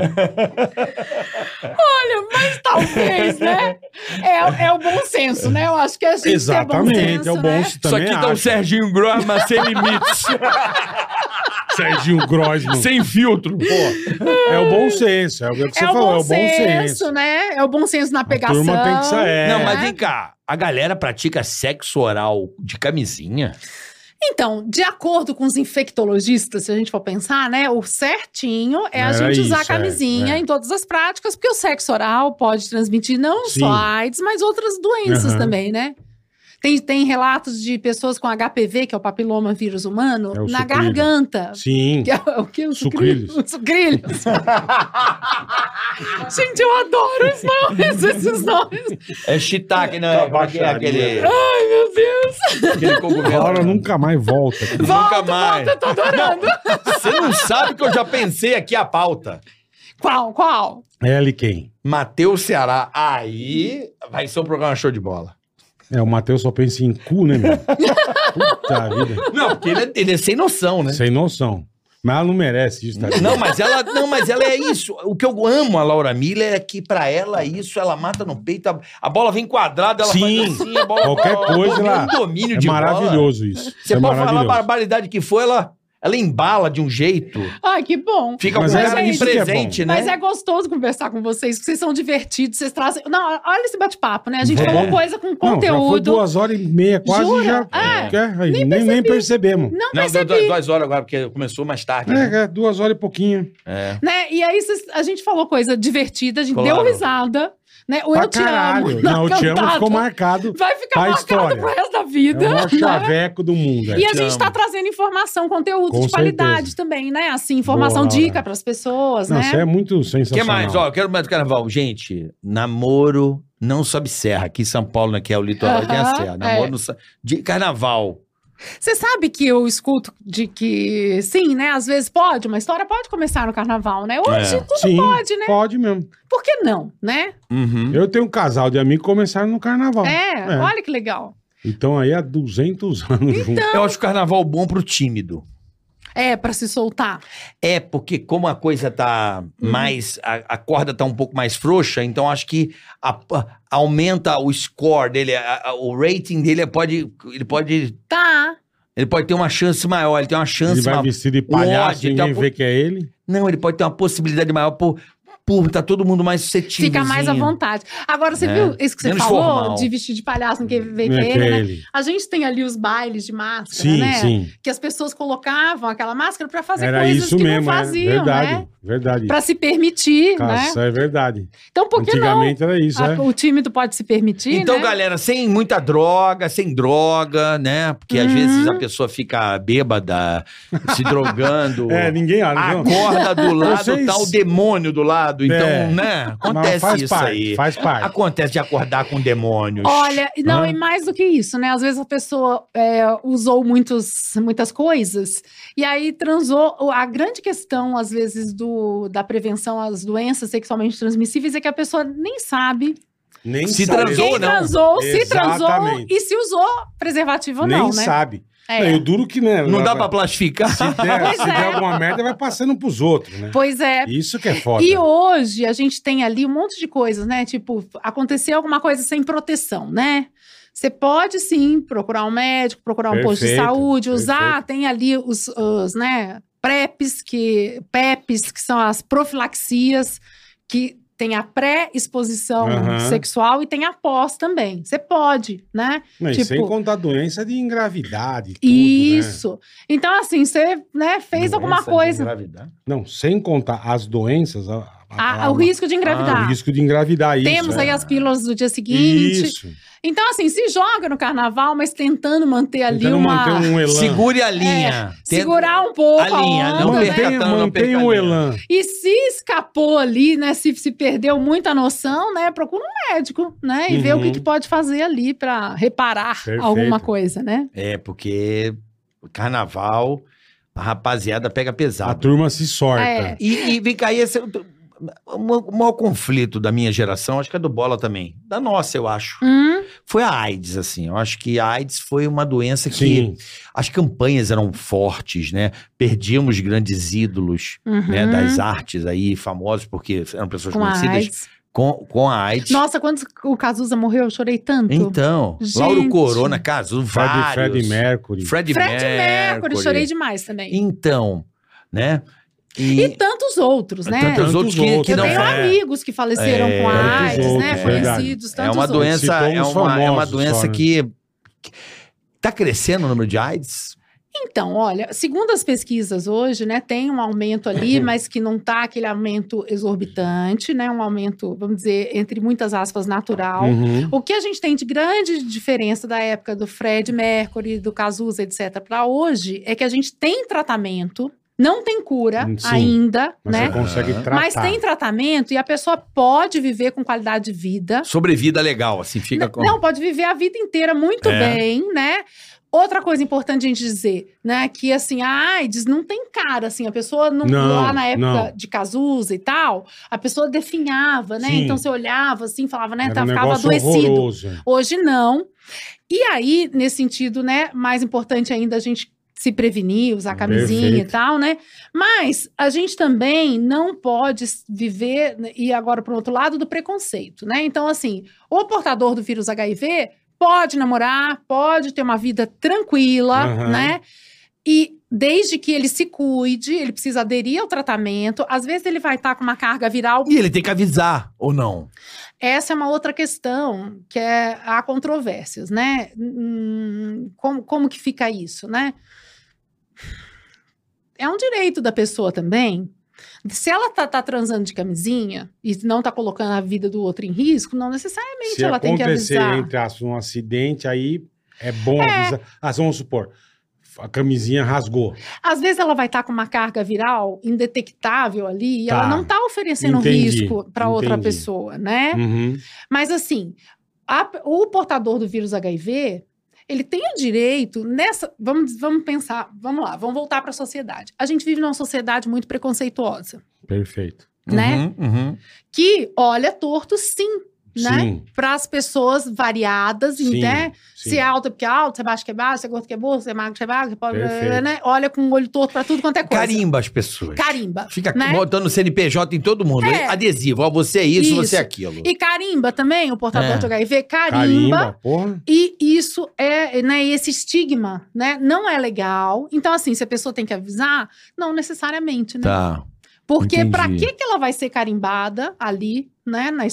Olha, mas talvez, né? É, é o bom senso, né? Eu acho que a gente tem bom
Exatamente,
senso,
é o bom
né?
isso
Isso
também
aqui tá um
acho.
Serginho Gross, mas sem limites.
Serginho Grossman.
sem filtro.
Pô, é o bom senso, é o que você
é o
falou,
bom
é o bom senso.
senso, né? É o bom senso na
A
pegação.
turma tem que sair.
Não, mas
É.
vem cá. A galera pratica sexo oral de camisinha?
Então, de acordo com os infectologistas, se a gente for pensar, né, o certinho é a
Era
gente usar
isso, é,
camisinha
é.
em todas as práticas, porque o sexo oral pode transmitir não
Sim.
só AIDS, mas outras doenças
Aham.
também, né? Tem, tem relatos de pessoas com HPV, que é o papiloma vírus humano,
É o
na
sucrilho.
garganta.
Sim.
Que é o que? O sucrilho?
Sucrilhos.
Sucrilhos. Gente, eu adoro os nomes, esses nomes.
É shiitake, né? Como é que é aquele,
baixaria.
Ai, meu Deus.
aquele
é
cogumelo?
Agora nunca mais volta.
Nunca
Volta,
mais.
volta, eu tô
É.
adorando.
Você não sabe que eu já pensei aqui a pauta.
Qual, qual?
L quem?
Matheus Ceará. Aí vai ser um programa show de bola.
É, o Matheus só pensa em cu, né, meu? Puta vida.
Não, porque ele é, ele é sem noção, né?
Sem noção. Mas ela não merece isso, tá?
Não mas, ela, não, mas ela é isso. O que eu amo a Laura Miller é que pra ela isso, ela mata no peito, a, a bola vem quadrada, ela
Sim.
faz assim, a bola,
Qualquer
ela-
coisa,
tem
ela-
um domínio
É
de bola.
maravilhoso isso.
Você
é
pode falar a
maravilhoso.
barbaridade que for, ela Ela embala de um jeito.
Ai, que bom.
Fica
Mas
um
é-
cara de
isso que é
presente, né?
Mas é gostoso conversar com vocês, porque vocês são divertidos, vocês trazem. Não, olha esse bate-papo, né? A gente
É.
falou coisa com
Não, já foi
conteúdo.
duas horas e meia quase
Jura?
já.
É.
É, aí, nem, nem, percebemos.
Não,
Não, deu
percebi.
duas, duas horas agora, porque começou mais tarde. né?
É, é, duas horas e pouquinho.
É.
Né? E aí vocês- a gente falou coisa divertida, a gente
Claro.
deu risada, né? O
pra
eu te
caralho.
amo.
Não, eu te amo
cantado.
ficou marcado.
Vai ficar
a
marcado
história.
pro resto da
É o
vida.
maior chaveco do mundo. é.
E a
Te
gente
amo.
tá trazendo informação, conteúdo
Com
de qualidade
certeza.
também, né? Assim, informação
Boa, Laura.
dica pras pessoas,
Não,
né?
você é muito
O que
sensacional.
mais? Ó, eu quero mais do carnaval. Gente, namoro não sobe serra. Aqui em São Paulo, né, que é o litoral, tem a
Aham,
serra. Namoro
é.
não sobe... De carnaval.
Você sabe que eu escuto de que, sim, né? Às vezes pode, uma história pode começar no carnaval, né? Hoje
É.
tudo
Sim,
pode, né?
pode mesmo.
Por que não, né?
Uhum.
Eu tenho um casal de amigos que começaram no carnaval.
É,
É.
olha que legal.
Então aí há 200 anos
Então,
juntos.
Eu acho o carnaval bom pro tímido.
É, pra se soltar.
É, porque como a coisa tá mais. A, a corda tá um pouco mais frouxa, então acho que a- a- aumenta o score dele, a- a- o rating dele é- pode. Ele pode.
Tá.
Ele pode ter uma chance maior, ele tem uma
Ele
chance
vai
maior.
vestido de palhaço,
ódio,
ninguém
então,
vê que é ele.
Não, ele pode ter uma possibilidade maior por, por tá todo mundo mais suscetível.
Fica mais à vontade. Agora, você
É.
viu isso que você
Menos
falou
formal.
de vestir de palhaço, não quer ver
Não
que
é que
ele,
é
né?
ele.
A gente tem ali os bailes de máscara,
Sim,
né?
sim.
Que as pessoas colocavam aquela máscara pra fazer
Era
coisas
isso
que
mesmo,
não
é
faziam,
verdade,
né?
verdade.
Pra se permitir, né?
Caça, é verdade.
Então, por que não? Ah,
Antigamente era isso,
A-
é.
O tímido pode se permitir,
Então,
né?
galera, sem muita droga, sem droga, né? Porque às
Uhum.
vezes a pessoa fica bêbada, se drogando.
É, ninguém olha.
A
não.
corda do lado
Vocês-
tá o demônio do lado. Então,
É.
né? Acontece
Mas faz
isso
parte,
aí.
Faz parte.
Acontece de acordar com demônios.
Olha, não,
Hã?
e mais do que isso, né? Às vezes a pessoa é, usou muitos, muitas coisas e aí transou. O- A grande questão, às vezes, do, da prevenção às doenças sexualmente transmissíveis é que a pessoa nem sabe
Nem
Se
sabe.
transou
quem
ou não.
transou, se transou
Exatamente.
e se usou preservativo ou
Nem
não, né?
sabe.
É.
Eu duro que, né?
Não dá pra plastificar.
Se der,
Pois
se der
é.
alguma merda, vai passando pros outros, né?
Pois é.
Isso que é foda.
E hoje a gente tem ali um monte de coisas, né? Tipo, acontecer alguma coisa sem proteção, né? Você pode sim procurar um médico, procurar um posto de
Perfeito,
saúde, usar,
perfeito.
tem ali os, os, né, PrEPs, que, PEPs, que são as profilaxias, que tem a pré-exposição
Aham.
sexual e tem a pós também. Você pode, né?
Não, e
tipo-
Sem contar doença de engravidade. Tudo, Né?
Isso. Então, assim, você né, fez alguma coisa.
Não, sem contar as doenças. a- a-
A-
a-
Ah, o risco de engravidar.
Ah, o risco de engravidar. Isso,
Temos
é.
aí as pílulas do dia seguinte.
Isso.
Então, assim, se joga no carnaval, mas tentando manter ali
Tentando
uma.
manter um elan.
Segure a linha. Tenta-
Segurar um pouco a,
linha,
onda,
não
né?
perca-
Mantenha,
tanto, não
mantenha
perca
o
a linha.
um elan.
E se escapou ali, né? Se, se perdeu muita noção, né? Procura um médico, né? E vê o que,
Uhum.
que pode fazer ali pra reparar
Perfeito.
alguma coisa, né?
É, porque carnaval, a rapaziada pega
A
pesado.
turma se sorta.
É.
E, e vem cá, esse é o o maior- o maior conflito da minha geração, acho que é do Bola também. Da nossa, eu acho.
Hum,
Foi a AIDS, assim. Eu acho que a AIDS foi uma doença que...
Sim.
as campanhas eram fortes, né? Perdíamos grandes ídolos né,
uhum.
das artes aí, famosos, porque eram pessoas
Com a
conhecidas
AIDS.
com, com a AIDS.
Nossa, quando o Cazuza morreu, eu chorei tanto.
Então,
Gente.
Lauro Corona, caso,
Fred,
vários.
Fred Mercury.
Fred,
Fred Mercury,
Mercury.
chorei demais também.
Então, né?
E,
E,
tantos outros, né?
tantos
Tantos
outros que,
outros,
que
Eu
não...
tenho
É.
amigos que faleceram
É,
com
tantos
AIDS, né?
outros, é verdade.
Conhecidos,
É
tantos
uma
outros.
doença,
Citou
é
uns
uma, é uma
famosos
doença
só, né?
que... que- Tá crescendo o número de AIDS?
Então, olha, segundo as pesquisas hoje, né, tem um aumento ali,
Uhum.
mas que não tá aquele aumento exorbitante, né? Um aumento, vamos dizer, entre muitas aspas, natural.
Uhum.
O que a gente tem de grande diferença da época do Fred Mercury, do Cazuza, etc., para hoje, é que a gente tem tratamento, não tem cura
Sim.
ainda,
Mas
né?
você consegue
Mas
tratar.
Mas tem tratamento e a pessoa pode viver com qualidade de vida.
Sobrevida legal, assim, fica
N-
com...
Não, pode viver a vida inteira muito
É.
bem, né? Outra coisa importante a gente dizer, né? Que assim, a AIDS não tem cara, assim, a pessoa não,
Não,
lá na época
não.
de Cazuza e tal, a pessoa definhava, né?
Sim.
Então você olhava assim, falava, né?
Era
tá-
um
ficava
negócio
adoecido.
horroroso.
Hoje não. E aí, nesse sentido, né, mais importante ainda a gente se prevenir, usar camisinha
Perfeito.
e tal, né? Mas a gente também não pode s- viver né, e agora para outro lado do preconceito, né? Então assim, o portador do vírus HIV pode namorar, pode ter uma vida tranquila,
Aham.
né? E desde que ele se cuide, ele precisa aderir ao tratamento. Às vezes ele vai estar com uma carga viral.
E ele tem que avisar, ou não?
Essa é uma outra questão que é, há controvérsias, né? Hum, Como, como que fica isso, né? É um direito da pessoa também. Se ela tá, tá transando de camisinha e não tá colocando a vida do outro em risco, não necessariamente
Se
ela tem que
acontecer,
avisar.
entre aspas, um acidente, aí é bom
É.
avisar. Ah, vamos supor, a camisinha rasgou.
Às vezes ela vai estar com uma carga viral indetectável ali e
Tá.
ela não está oferecendo
Entendi,
risco para outra
entendi.
pessoa, né?
Uhum.
Mas assim, a- o portador do vírus HIV, ele tem o direito nessa. Vamos, vamos pensar, vamos lá, vamos voltar para a sociedade. A gente vive numa sociedade muito preconceituosa,
Perfeito.
né?
Uhum, uhum.
Que olha torto, sim, né?
Sim,
Para as pessoas variadas,
sim,
né?
sim.
Se é alto porque é alto, se é baixo que é baixo, se é gordo que é gordo, se é magro que é magro, blá, blá, blá,
Perfeito.
né? Olha com o olho torto para tudo quanto é coisa.
Carimba as pessoas.
Carimba.
Fica
né?
botando CNPJ em todo mundo.
É.
Adesivo, ó, você é isso,
Isso.
você é aquilo.
E carimba também, o portador
É.
de HIV, carimba.
Carimba, porra.
E isso é, né, esse estigma, né, não é legal. Então, assim, se a pessoa tem que avisar, não necessariamente, né?
Tá.
Porque pra
entendi.
que que ela vai ser carimbada ali, né, na
Se ela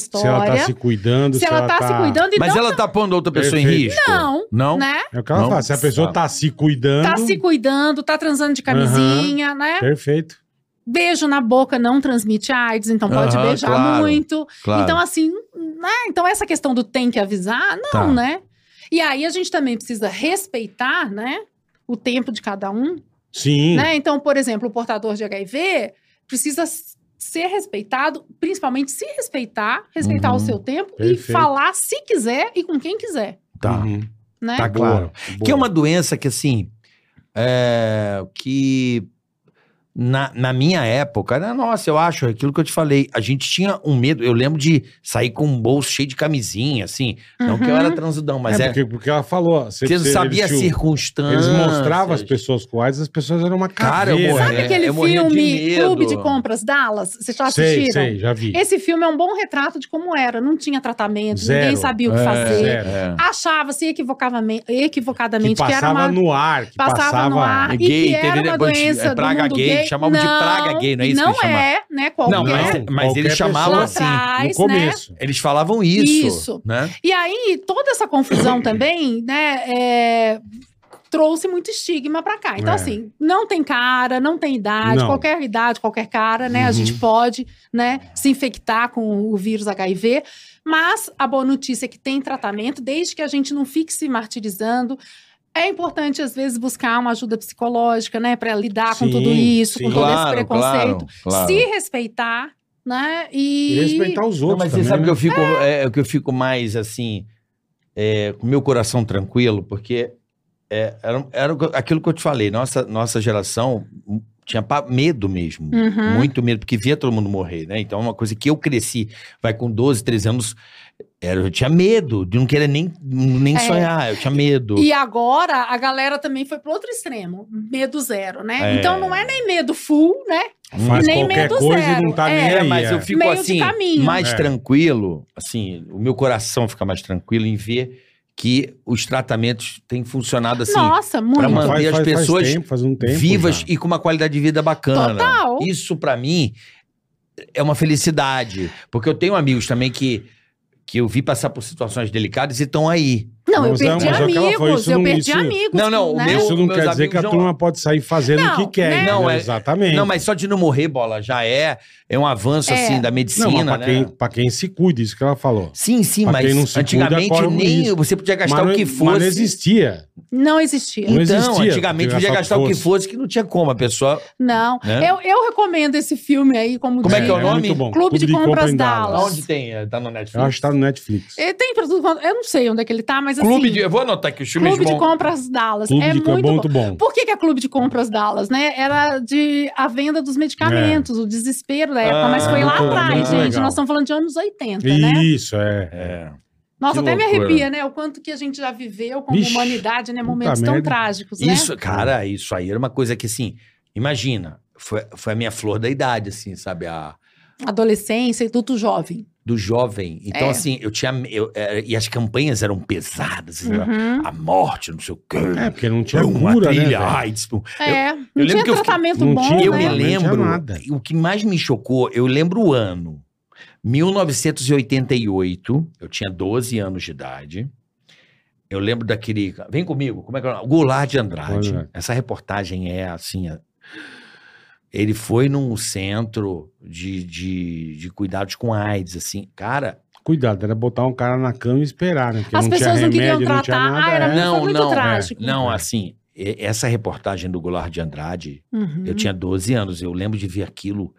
história?
tá se cuidando,
se ela tá se cuidando e
Mas um
não,
ela tá pondo outra pessoa em
Perfeito.
risco?
não,
Não?
né?
É o que ela
Não.
fala. Se a pessoa tá se cuidando.
Tá se cuidando, tá transando de camisinha, né?
Perfeito.
Beijo na boca não transmite AIDS, então pode
Aham,
beijar
claro.
muito.
Claro.
Então, assim, né? Então, essa questão do tem que avisar, não,
Tá.
né? E aí a gente também precisa respeitar, né? O tempo de cada um.
Sim.
Né? Então, por exemplo, o portador de HIV precisa s- ser respeitado, principalmente se respeitar, respeitar
Uhum.
o seu tempo
Perfeito.
e falar se quiser e com quem quiser.
tá.
Uhum.
Né?
Tá
Boa,
claro.
boa.
Que é uma doença que, assim, é, que na, na minha época, na nossa, eu acho, aquilo que eu te falei, a gente tinha um medo, eu lembro de sair com um bolso cheio de camisinha, assim, não que eu
Uhum.
era transudão, mas
é,
é,
Porque, porque ela falou. Você,
você não
você-
sabia
eles,
as
tinham-
circunstâncias.
Eles mostravam as pessoas quais, as pessoas eram uma
Cara, eu
caveira.
morri.
Sabe
É,
aquele
eu morria de
filme
medo.
Clube de Compras Dallas? Vocês já
Sei,
assistiram?
sei, já vi.
Esse filme é um bom retrato de como era. Não tinha tratamento,
Zero.
ninguém sabia o que
É,
fazer.
Zero.
É.
achava-se equivocavamen-
Que
equivocadamente que, era
passava
uma
no ar, que passava,
no ar
É
e
gay,
que era
entendeu?
uma
Depois,
doença
é praga
do mundo
gay,
gay.
chamavam de
Não,
praga gay, não é isso que
Não
eles chamavam?
é, né? Qualquer.
Não, mas- mas
qualquer
eles
pessoa.
chamavam
lá
assim,
No
atrás, né?
começo.
Eles falavam isso,
Isso.
né?
E aí, toda essa confusão também, né? é, trouxe muito estigma pra cá. Então,
É.
assim, não tem cara, não tem idade,
Não.
qualquer idade, qualquer cara, né?
Uhum.
A gente pode, né, se infectar com o vírus HIV. Mas a boa notícia é que tem tratamento, desde que a gente não fique se martirizando. É importante, às vezes, buscar uma ajuda psicológica, né, Pra lidar
Sim,
com tudo isso,
sim.
com todo esse preconceito.
claro.
Se respeitar, né?
E
E.
respeitar os
Não,
outros.
mas você
também,
sabe
né?
que eu fico, é, o que eu fico mais assim, é, com meu coração tranquilo, porque é, era, era o que eu- aquilo que eu te falei, nossa, nossa geração hum, tinha pa- medo mesmo.
Uhum.
Muito medo, porque via todo mundo morrer, né? Então, é uma coisa que eu cresci, vai com 12, 13 anos, era, eu tinha medo de não querer nem, nem
É.
sonhar, eu tinha medo.
E agora a galera também foi pro outro extremo, medo zero,
É.
né? Então não é nem medo full, né?
Faz
Nem
qualquer
medo
coisa e
zero.
não tá
É,
nem
É,
aí.
mas eu
é.
fico
Meio de
assim,
caminho.
mais
É.
tranquilo, assim, o meu coração fica mais tranquilo em ver que os tratamentos têm funcionado assim,
Nossa, muito.
manter as pessoas
tempo, faz um tempo
vivas
já.
e com uma qualidade de vida bacana.
Total.
Isso pra mim é uma felicidade, porque eu tenho amigos também que que eu vi passar por situações delicadas e estão aí.
Não, eu
Mas é-
perdi
mas é o que ela falou,
amigos,
isso
eu
não-
perdi
isso-
amigos.
Não, não, o
né?
meu-
Isso não
meus
quer dizer que a
amigos não-
turma pode sair fazendo o
Não,
que quer.
né?
entendeu?
Não, é-
Exatamente.
Não, mas só de não morrer, bola, já é, é um avanço
É.
assim da
Não,
medicina,
mas pra,
né?
quem, pra quem se cuida, isso que ela falou.
Sim, sim,
pra quem não
mas
se cuida,
antigamente
corre o
nem
risco.
você podia gastar
mas não- é-
o que
Mas não
fosse.
existia.
Não existia.
Não
então,
existia,
antigamente
porque
podia
gastar
gastar
o
o
que
que fosse, que não tinha como. A pessoa.
Não.
Né?
Eu, eu recomendo esse filme aí como
Como é
de-
que é o nome?
muito bom.
Clube de Compras
em
Dallas. É,
Onde tem? eh, Tá no Netflix.
Eu acho que tá no Netflix.
Ele tem pra tudo quanto- Eu não sei onde é que ele tá, mas
Clube
assim.
de. Eu vou anotar aqui os filmes
Clube de
bons.
Compras Dallas.
Clube
é
de
muito
Compras
bom.
muito bom.
Por que, que é clube de compras Dallas, né? Era de a venda dos medicamentos, o desespero da época,
Ah,
mas foi lá
muito-
atrás,
muito
gente.
legal.
Nós estamos falando de anos 80, né?
Isso, é.
É.
Nossa,
que
até me
loucura.
arrepia, né? O quanto que a gente já viveu como
Vixe,
humanidade, né?
puta
Momentos tão
merda.
trágicos, né?
Isso, cara, isso aí era uma coisa que, assim, imagina, foi, foi a minha flor da idade, assim, sabe? A,
adolescência e adulto jovem.
do jovem. Então,
É.
assim, eu tinha. eu- é, e as campanhas eram pesadas. assim,
Uhum.
A morte, não sei o quê.
É, porque não tinha
uma
cura, né?
trilha,
velho?
AIDS. pô.
É,
eu
não
lembro
tinha
que eu fiquei-
tratamento
não
bom,
tinha-
eu
né?
me
Não tinha
lembro.
nada.
O que mais me chocou, eu lembro o ano. 1988, eu tinha 12 anos de idade. Eu lembro daquele. Vem comigo, como é que é? o nome? Goulart de Andrade.
Olha.
Essa reportagem é assim. é- Ele foi num centro de, de, de cuidados com AIDS, assim. Cara,
Cuidado, era botar um cara na cama e esperar, né? Porque
As
não
pessoas
tinha
não
remédio,
queriam
não tinha
tratar.
nada.
ah, era
é.
muito,
Não,
foi muito
não, é.
trágico.
não, assim, e- essa reportagem do Goulart de Andrade,
Uhum.
Eu tinha 12 anos, eu lembro de ver aquilo.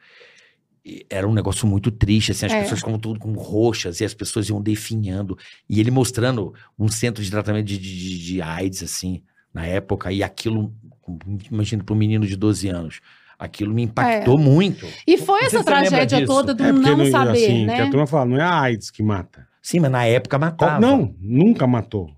e Era um negócio muito triste, assim, as
É.
pessoas ficavam tudo com roxas e as pessoas iam definhando. E ele mostrando um centro de tratamento de, de- de- de AIDS, assim, na época, e aquilo, imagina, para um menino de 12 anos, aquilo me impactou
É.
muito.
E foi
Não sei
essa
se você lembra
tragédia
disso.
toda do
É porque
não, saber,
assim, que
né?
a turma fala, não é a AIDS que mata.
Sim, mas na época matava.
Não, nunca matou.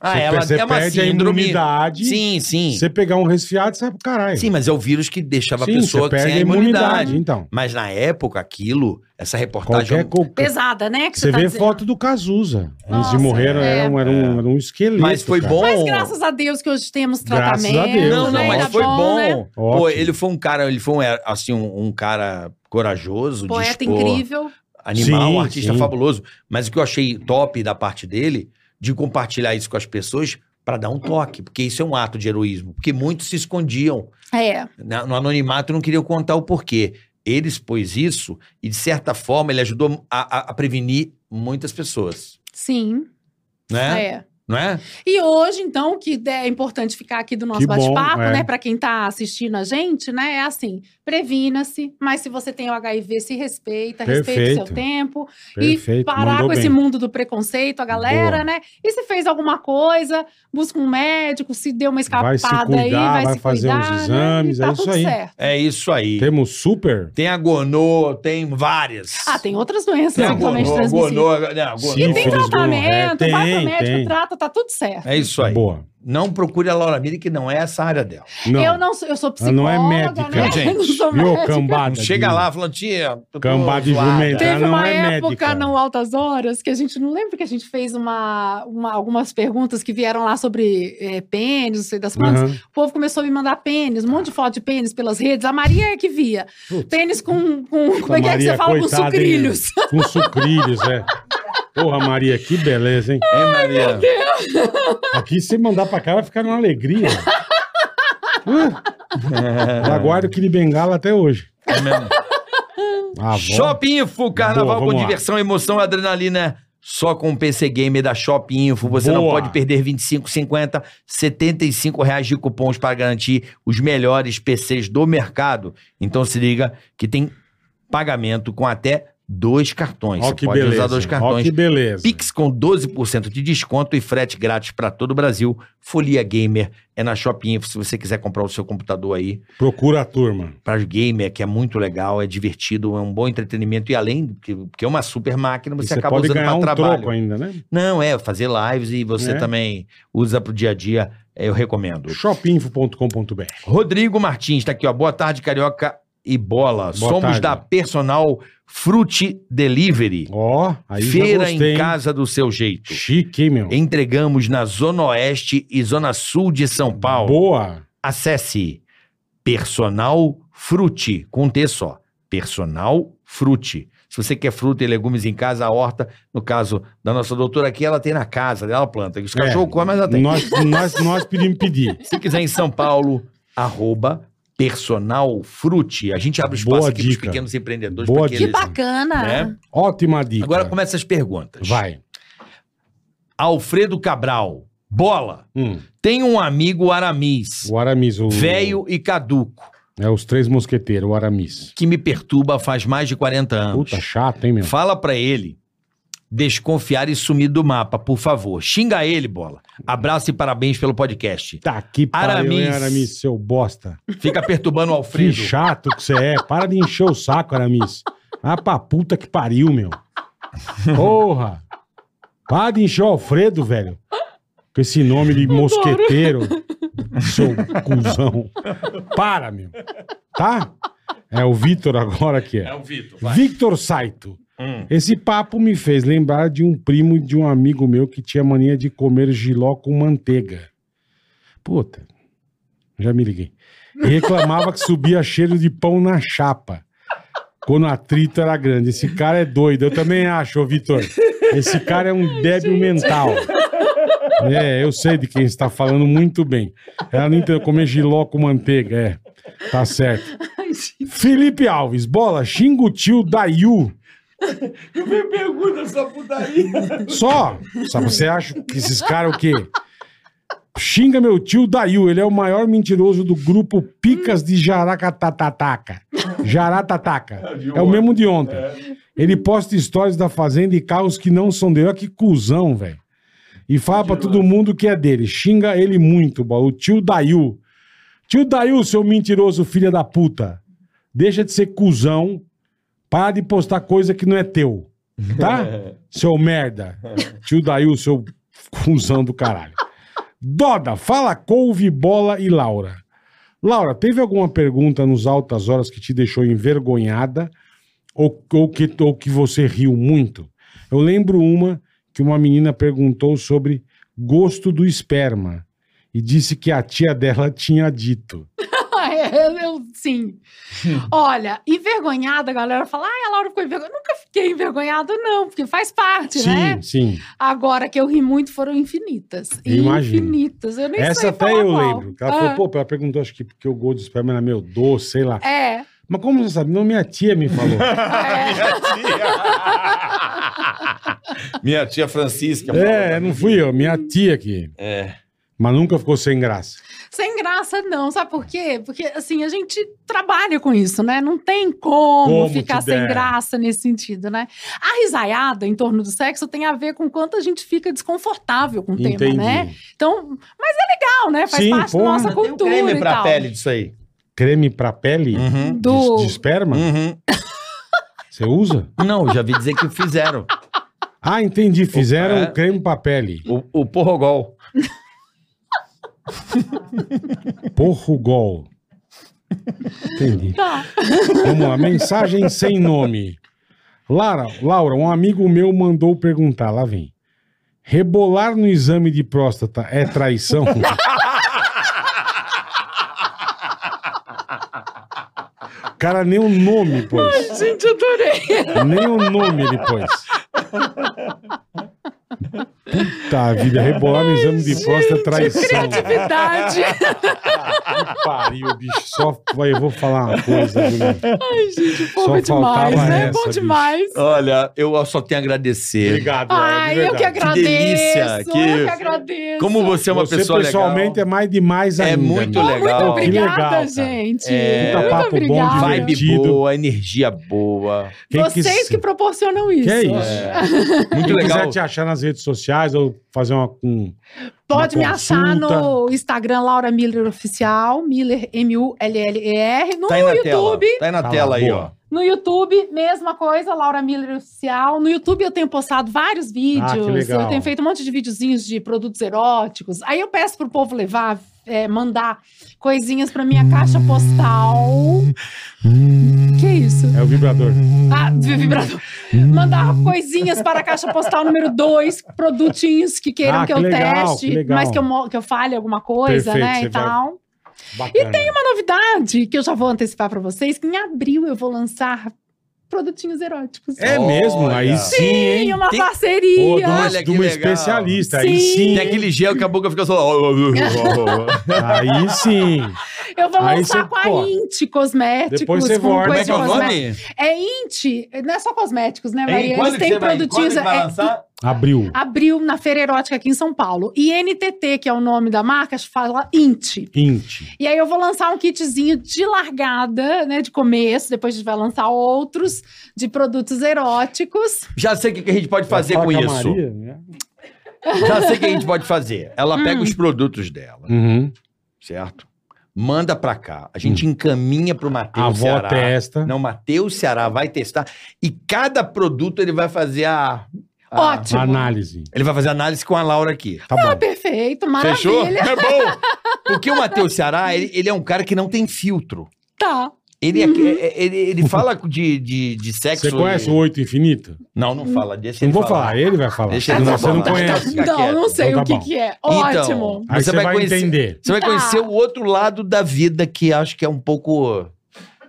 ah,
você
ela
você
é uma
perde a
síndrome.
imunidade.
Sim, sim.
Você pegar um resfriado, você vai pro caralho.
Sim, mas é o vírus que deixava
Sim,
a pessoa
você perde
sem
a imunidade,
imunidade.
então.
Mas na época, aquilo, essa reportagem. é um
Qualquer coisa.
Pesada, né? que
Você
tá
vê
dizendo.
foto do Cazuza. Antes de
Nossa,
morrer, era,
é.
um, era, um, era um esqueleto.
Mas foi
cara.
bom.
Mas graças a Deus que hoje temos
Graças a
tratamento.
Deus,
Não, não,
né?
mas
Tá
foi bom.
né?
Ótimo.
Pô, ele foi um cara, ele foi um, é, assim, um, um cara corajoso, de
Poeta
expor,
incrível.
animal,
Sim,
um artista
sim.
fabuloso. Mas o que eu achei top da parte dele, de compartilhar isso com as pessoas pra dar um toque, porque isso é um ato de heroísmo, porque muitos se escondiam
É.
na- no anonimato e não queriam contar o porquê. Ele expôs isso e de certa forma ele ajudou a, a- a prevenir muitas pessoas,
Sim,
né?
é.
Não é?
E hoje, então, o que é importante ficar aqui do nosso
Que bom,
bate-papo,
é.
né? Pra quem tá assistindo a gente, né? É assim, previna-se, mas se você tem o HIV, se respeita, respeita o
Perfeito.
seu tempo.
Perfeito.
e parar
mandou
com esse
bem.
mundo do preconceito, a galera,
Boa.
né? E se fez alguma coisa, busca um médico, se deu uma escapada
Vai se
aí,
cuidar,
vai,
vai
se
fazer
cuidar,
uns
né? E
exames,
tá
é isso
tudo
aí.
certo.
É isso aí. Tem,
Temos super.
a gonô, tem várias.
Ah, tem outras doenças
Tem a
sexualmente
gonô,
transmissíveis.
gonô, né, a gonô.
E
Tem
Sífilis, gonorreia.
tratamento, vai pro
Tem,
médico,
tem.
trata, tá tudo certo.
É isso aí.
Boa.
Não procure a Laura Miller, que não é essa área dela.
Não.
Eu não sou, eu sou
Ela
psicóloga,
não é médica.
né?
Gente,
não sou
Viu,
médica.
cambada?
Não chega
de-
lá falando, tia. eu tô
Cambada de
zoada."
jumento.
Teve
Ela não
uma
é
época
médica.
no Altas Horas que a gente não lembra que a gente fez uma, uma- algumas perguntas que vieram lá sobre eh, pênis, não sei das quantas.
Aham.
O povo começou a me mandar pênis, um monte de foto de pênis pelas redes. A Maria é que via.
Putz.
Pênis com. com como é que é que
Maria,
você fala? Com
coitada, hein?
sucrilhos.
Com sucrilhos, é. Porra, Maria, que beleza, hein?
É, Maria.
Aqui, se mandar pra cá, vai ficar numa alegria. Uh, eu aguardo o Kid Bengala até hoje.
É mesmo.
A avó-
Shopping Info,
Tá Boa,
carnaval
vamos
com
lá.
diversão, emoção, adrenalina. Só com o PC Gamer da Shopping Info, você não
Boa.
pode perder 25, 50, 75 reais de cupons para garantir os melhores PCs do mercado. Então se liga que tem pagamento com até dois cartões.
Ó
você
que
pode
beleza.
usar dois
Ó
cartões.
que beleza.
Pix com 12% de desconto e frete grátis para todo o Brasil. Folia Gamer é na Shopping Info. Se você quiser comprar o seu computador aí
Procura a turma.
para gamer, que é muito legal, é divertido, é um bom entretenimento e além, porque porque é uma super
E
máquina, você
Você
acaba
pode
usando
ganhar
para
um
trabalho.
troco ainda, né?
Não, é fazer lives e você
É.
também usa pro dia a dia, é, eu recomendo.
shopinfo.com.br
Rodrigo Martins tá aqui, ó. Boa tarde, carioca e bola. Somos
tarde.
da Personal Fruit Delivery.
Ó, aí já
Feira
gostei,
em
hein?
casa do seu jeito.
Chique, hein, meu?
Entregamos na Zona Oeste e Zona Sul de São Paulo.
Boa.
Acesse Personal Frute, com T só. Personal Frute. Se você quer fruta e legumes em casa, a horta, no caso da nossa doutora aqui, ela tem na casa, ela planta. Os cachorros
É,
comem, mas ela tem.
Nós, nós, nós pedimos pedir.
Se quiser em São Paulo, arroba Personal Frute. A gente abre espaço
Boa
aqui para os
dica.
pequenos empreendedores.
Boa
pra que
dica.
Que
eles-
bacana.
né?
Ótima dica.
Agora é começa as perguntas.
Vai.
Alfredo Cabral. Bola.
Hum,
Tem um amigo Aramis.
o Aramis. O...
Velho e caduco,
É os três mosqueteiros, o Aramis.
que me perturba faz mais de 40 anos.
Puta, chato, hein, meu?
Fala pra ele desconfiar e sumir do mapa, por favor. Xinga ele, bola. Abraço e parabéns pelo podcast.
Tá que pariu, hein,
Aramis.
Aramis, seu bosta.
Fica perturbando o
Que
Alfredo.
chato que você é. Para de encher o saco, Aramis. Ah, pra puta que pariu, meu. Porra. Para de encher o Alfredo, velho. Com esse nome de mosqueteiro. Seu cuzão. Para, meu. Tá? É o Vitor agora que é.
o Vitor,
Victor Saito.
Hum.
Esse papo me fez lembrar de um primo e de um amigo meu que tinha mania de comer giló com manteiga. Puta, já me liguei. E reclamava que subia cheiro de pão na chapa. Quando a trita era grande. Esse cara é doido. Eu também acho, ô Vitor. Esse cara é um débil mental. É, eu sei de quem está falando muito bem. Ela não entendeu comer giló com manteiga, é. Tá certo.
Ai, gente.
Felipe Alves, bola, xinga o tio Dayu.
Me pergunta essa putaria.
Só. Sabe, você acha que esses caras o quê? Xinga meu tio Dayu, ele é o maior mentiroso do grupo Picas de Jaracatatataca. Jaratataca.
de
É o
ontem.
mesmo de ontem. É. Ele posta histórias da fazenda e carros que não são dele. Olha que cuzão, velho. E fala pra todo mundo que é dele. Xinga ele muito, bola. O tio Dayu. Tio Dayu, seu mentiroso filho da puta. Deixa de ser cuzão. Para de postar coisa que não é teu. Tá? Seu merda. Tio Dayu, seu cuzão do caralho. Doda, fala couve, bola e Laura. Laura, teve alguma pergunta nos altas horas que te deixou envergonhada ou, ou que, ou que você riu muito? Eu lembro uma que uma menina perguntou sobre gosto do esperma e disse que a tia dela tinha dito.
É, eu, sim. Olha, envergonhada, a galera fala, ai, a Laura ficou envergonhada. Eu Nunca fiquei envergonhada, não, porque faz parte, né?
Sim, sim.
Agora que eu ri muito foram infinitas.
Eu imagino.
Infinitas. Eu nem
Essa
sei
até
falar
eu
qual.
lembro. que Ela falou,
Ah,
pô, ela perguntou, acho que porque o gosto do esperma era meu doce, sei lá.
É,
Mas como você sabe? Não, minha tia me falou.
é.
Minha tia Francisca.
É, não fui eu, minha tia aqui.
É.
Mas nunca ficou sem graça.
Sem graça, não. Sabe por quê? Porque, assim, a gente trabalha com isso, né? Não tem como,
Como
ficar
te
sem
der.
graça nesse sentido, né? A risaiada em torno do sexo tem a ver com o quanto a gente fica desconfortável com o tema,
Entendi.
né? Então, mas é legal, né? Faz
Sim,
parte
porra.
da nossa
Tem um
cultura
creme
e
pra
tal.
pele disso aí.
Creme pra pele
Uhum.
Do...
de, de esperma?
Uhum.
Você usa?
Não, já vi dizer que fizeram.
Ah, entendi. Fizeram
Opa.
o creme pra pele.
O, o porrogol.
Porrugol. Entendi.
Tá.
Vamos lá. Mensagem sem nome. Lara, Laura, um amigo meu mandou perguntar. Lá vem. Rebolar no exame de próstata é traição? Cara, nem o nome, pois.
Gente, adorei.
Nem o nome depois. Puta vida, rebolar no exame de próstata é traição.
Criatividade.
Que pariu, bicho. Só vai- eu vou falar uma coisa, Juliano.
Ai, gente, o povo
Só
é demais,
faltava
né?
essa,
bom
bicho.
demais.
Olha, eu só tenho a agradecer.
Obrigado, é,
Ai, Ah, eu que agradeço.
delícia, que-
Eu que agradeço.
Como você é uma
Você
pessoa
pessoalmente
legal.
é mais demais
É
ainda.
muito
meu.
Pô,
legal.
Muito
Que
obrigada,
legal, cara.
gente.
É,
Puta
Muito
papo bom,
obrigada.
Vibe
divertido.
boa, energia boa.
Quem
Vocês
quis-
que proporcionam isso.
Que é isso?
Muito
Quem
legal.
quiser te achar nas redes sociais ou fazer uma um, com.
Pode
Uma
me achar
consulta.
no Instagram Laura Miller Oficial, Miller M-U-L-L-E-R, no
Tá aí na
YouTube.
tela. Tá aí na
Tá lá,
tela aí,
boa.
ó.
No YouTube, mesma coisa, Laura Miller Oficial. No YouTube eu tenho postado vários vídeos.
Ah, que legal.
Eu tenho feito um monte de videozinhos de produtos eróticos. Aí eu peço pro povo levar, é, mandar coisinhas pra minha caixa postal. Que isso?
É o vibrador.
Ah, de vibrador. Mandar coisinhas para a caixa postal número 2, produtinhos que queiram
Ah,
que,
que
eu
legal, que
teste,
legal.
mas que eu, mo- que eu fale alguma coisa,
Perfeito,
né,
você
e tal.
Bacana.
Uma novidade que eu já vou antecipar para vocês, que em abril eu vou lançar produtinhos eróticos.
É mesmo? Aí
Olha.
sim,
Tem
hein?
uma
Tem-
Pô, de
parceria.
uma,
Olha
de
que
uma
legal.
especialista. Aí
Sim.
sim.
Tem aquele gel que a boca fica só.
Aí sim.
Eu vou
Aí
lançar
você-
com
pô,
a Inti Cosméticos.
depois você
com
volta.
Como
coisa
é que é o
de cosmética.
nome?
É Inti, não é só cosméticos, né, Maria?
Quando
Eles
que
têm
você vai-
produtinhos.
quando que vai
é-
lançar?
Abriu.
abriu na Feira Erótica aqui em São Paulo. E NTT, que é o nome da marca, fala INT.
Int.
E aí eu vou lançar um kitzinho de largada, né, de começo, depois a gente vai lançar outros de produtos eróticos.
Já sei o que que a gente pode fazer
Fala
com
a
isso.
Maria, né?
Já sei o que a gente pode fazer. Ela
Hum.
pega os produtos dela,
Uhum.
certo? Manda pra cá. A gente encaminha pro
Hum. A
Matheus
avó
Ceará.
testa.
Não, Matheus Ceará vai testar. E cada produto ele vai fazer a. a-
Ótimo.
Análise.
Ele vai fazer análise com a Laura aqui.
Tá
Ah,
bom.
perfeito, maravilha.
Fechou? É bom! Porque o Matheus Ceará, ele, ele é um cara que não tem filtro.
Tá.
Ele, é- é- é- ele, ele fala de, de, de sexo.
Você conhece o Oito Infinito?
Não, não fala. Deixa
Não
ele
vou falar, ele vai falar.
Deixa ele
Não,
falar.
você não
Tá, tá,
conhece.
Fica
Não,
quieto.
não sei
Então
o
tá
que,
bom.
que é.
Então,
Ótimo.
Aí você vai
conhecer-
entender.
Você vai
Tá.
conhecer o outro lado da vida que acho que é um pouco.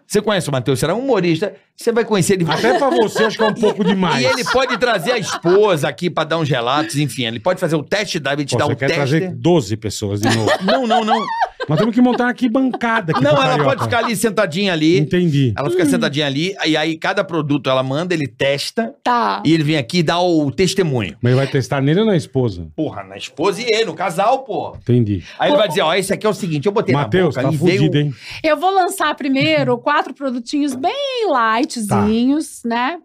Você conhece o Matheus? Será um humorista? Você vai conhecer ele.
Até pra você, acho que é um pouco demais.
E ele pode trazer a esposa aqui pra dar uns relatos, enfim. Ele pode fazer o teste da ele te
Pô,
dar
você
um
quer
teste.
trazer 12 pessoas de novo.
Não, não, não.
Nós temos que montar aqui bancada. Aqui
Não,
pro
ela
Carioca.
pode ficar ali sentadinha ali.
Entendi.
Ela
Hum.
fica sentadinha ali, e aí cada produto ela manda, ele testa,
Tá.
e ele vem aqui e dá o testemunho.
Mas vai testar nele ou na esposa?
Porra, na esposa e ele, no casal, pô.
Entendi.
Aí ele vai dizer, ó, esse aqui é o seguinte, eu botei
Matheus,
na boca
tá
e veio...
fudido, hein?
Eu vou lançar primeiro
Uhum.
quatro produtinhos bem lightzinhos, né?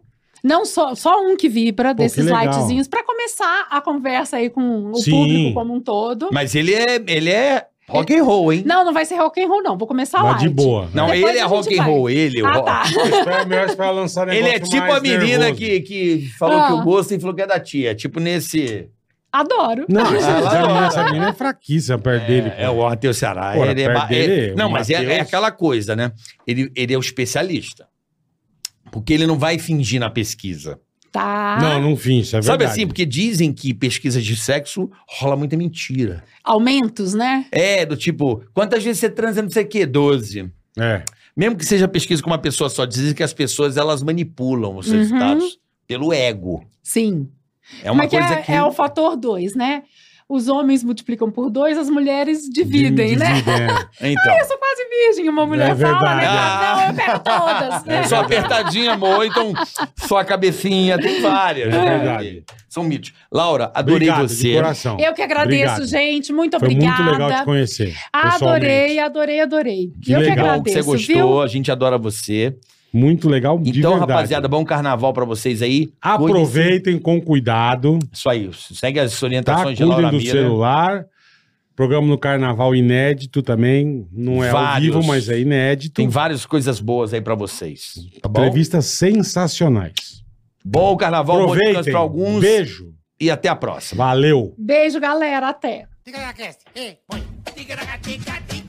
Não só, só um que
Tá.
vibra
Pô, que
desses
legal.
lightzinhos pra começar a conversa aí com o
Sim.
público como um todo.
Mas ele é, ele é rock and roll, hein?
Não, não vai ser rock and roll não, vou começar
Vai
light.
de boa.
Não,
Depois
ele é
a gente
rock and
vai.
roll, ele. é o
Ah,
rock-
tá.
Espera, melhor esperar lançar
Ele é tipo a menina que, que falou
Ah.
que o gosto e falou que é da tia. Tipo nesse...
Adoro.
Não, essa, essa
Ah, lá, lá,
menina,
lá.
essa menina é fraquíssima perto dele. pô.
É o Matheus Ceará.
Pô,
ele é,
perto
ba-
dele,
é-
o
não, mas é,
Matheus-
é aquela coisa, né? Ele, ele é o especialista. Porque ele não vai fingir na pesquisa.
Tá.
Não, não finge, é verdade.
Sabe assim? Porque dizem que pesquisas de sexo rola muita mentira.
Aumentos, né?
É, do tipo, quantas vezes você transa não sei o quê? 12.
É.
Mesmo que seja pesquisa com uma pessoa só, dizem que as pessoas elas manipulam os
Uhum.
resultados pelo ego.
Sim.
É uma
Mas que
coisa
é,
que.
é o fator dois, né? Os homens multiplicam por dois, as mulheres dividem, né?
Dividem, é.
Então.
Eu sou quase virgem, uma mulher fala,
verdade,
né?
é.
Não, eu pego todas, né?
Só apertadinha, amor. Então, só a cabecinha. Tem várias.
É
né?
verdade.
São mitos. Laura, adorei
Obrigado, de
você.
coração.
Eu que agradeço,
Obrigado.
gente. Muito
Foi
obrigada.
muito legal te conhecer.
Adorei,
pessoalmente.
adorei, adorei.
Que
eu que
legal
Bom, que
agradeço,
você gostou,
viu?
a gente adora você.
Muito legal, de
Então,
verdade.
rapaziada, bom carnaval pra vocês aí. Cuidem-se.
Aproveitem com cuidado,
Isso aí, segue as
tá?
orientações de
Cuidem
Laura
do
Miller.
celular. Programa no Carnaval inédito também. Não é ao
Vários.
vivo, mas é inédito.
Tem várias coisas boas aí pra vocês. Tá bom?
Entrevistas sensacionais.
Bom carnaval, bom descanso
Aproveitem.
pra alguns.
Beijo.
E até a próxima.
Valeu.
Beijo, galera. Até.
Ticaraca, tica, tica, tica.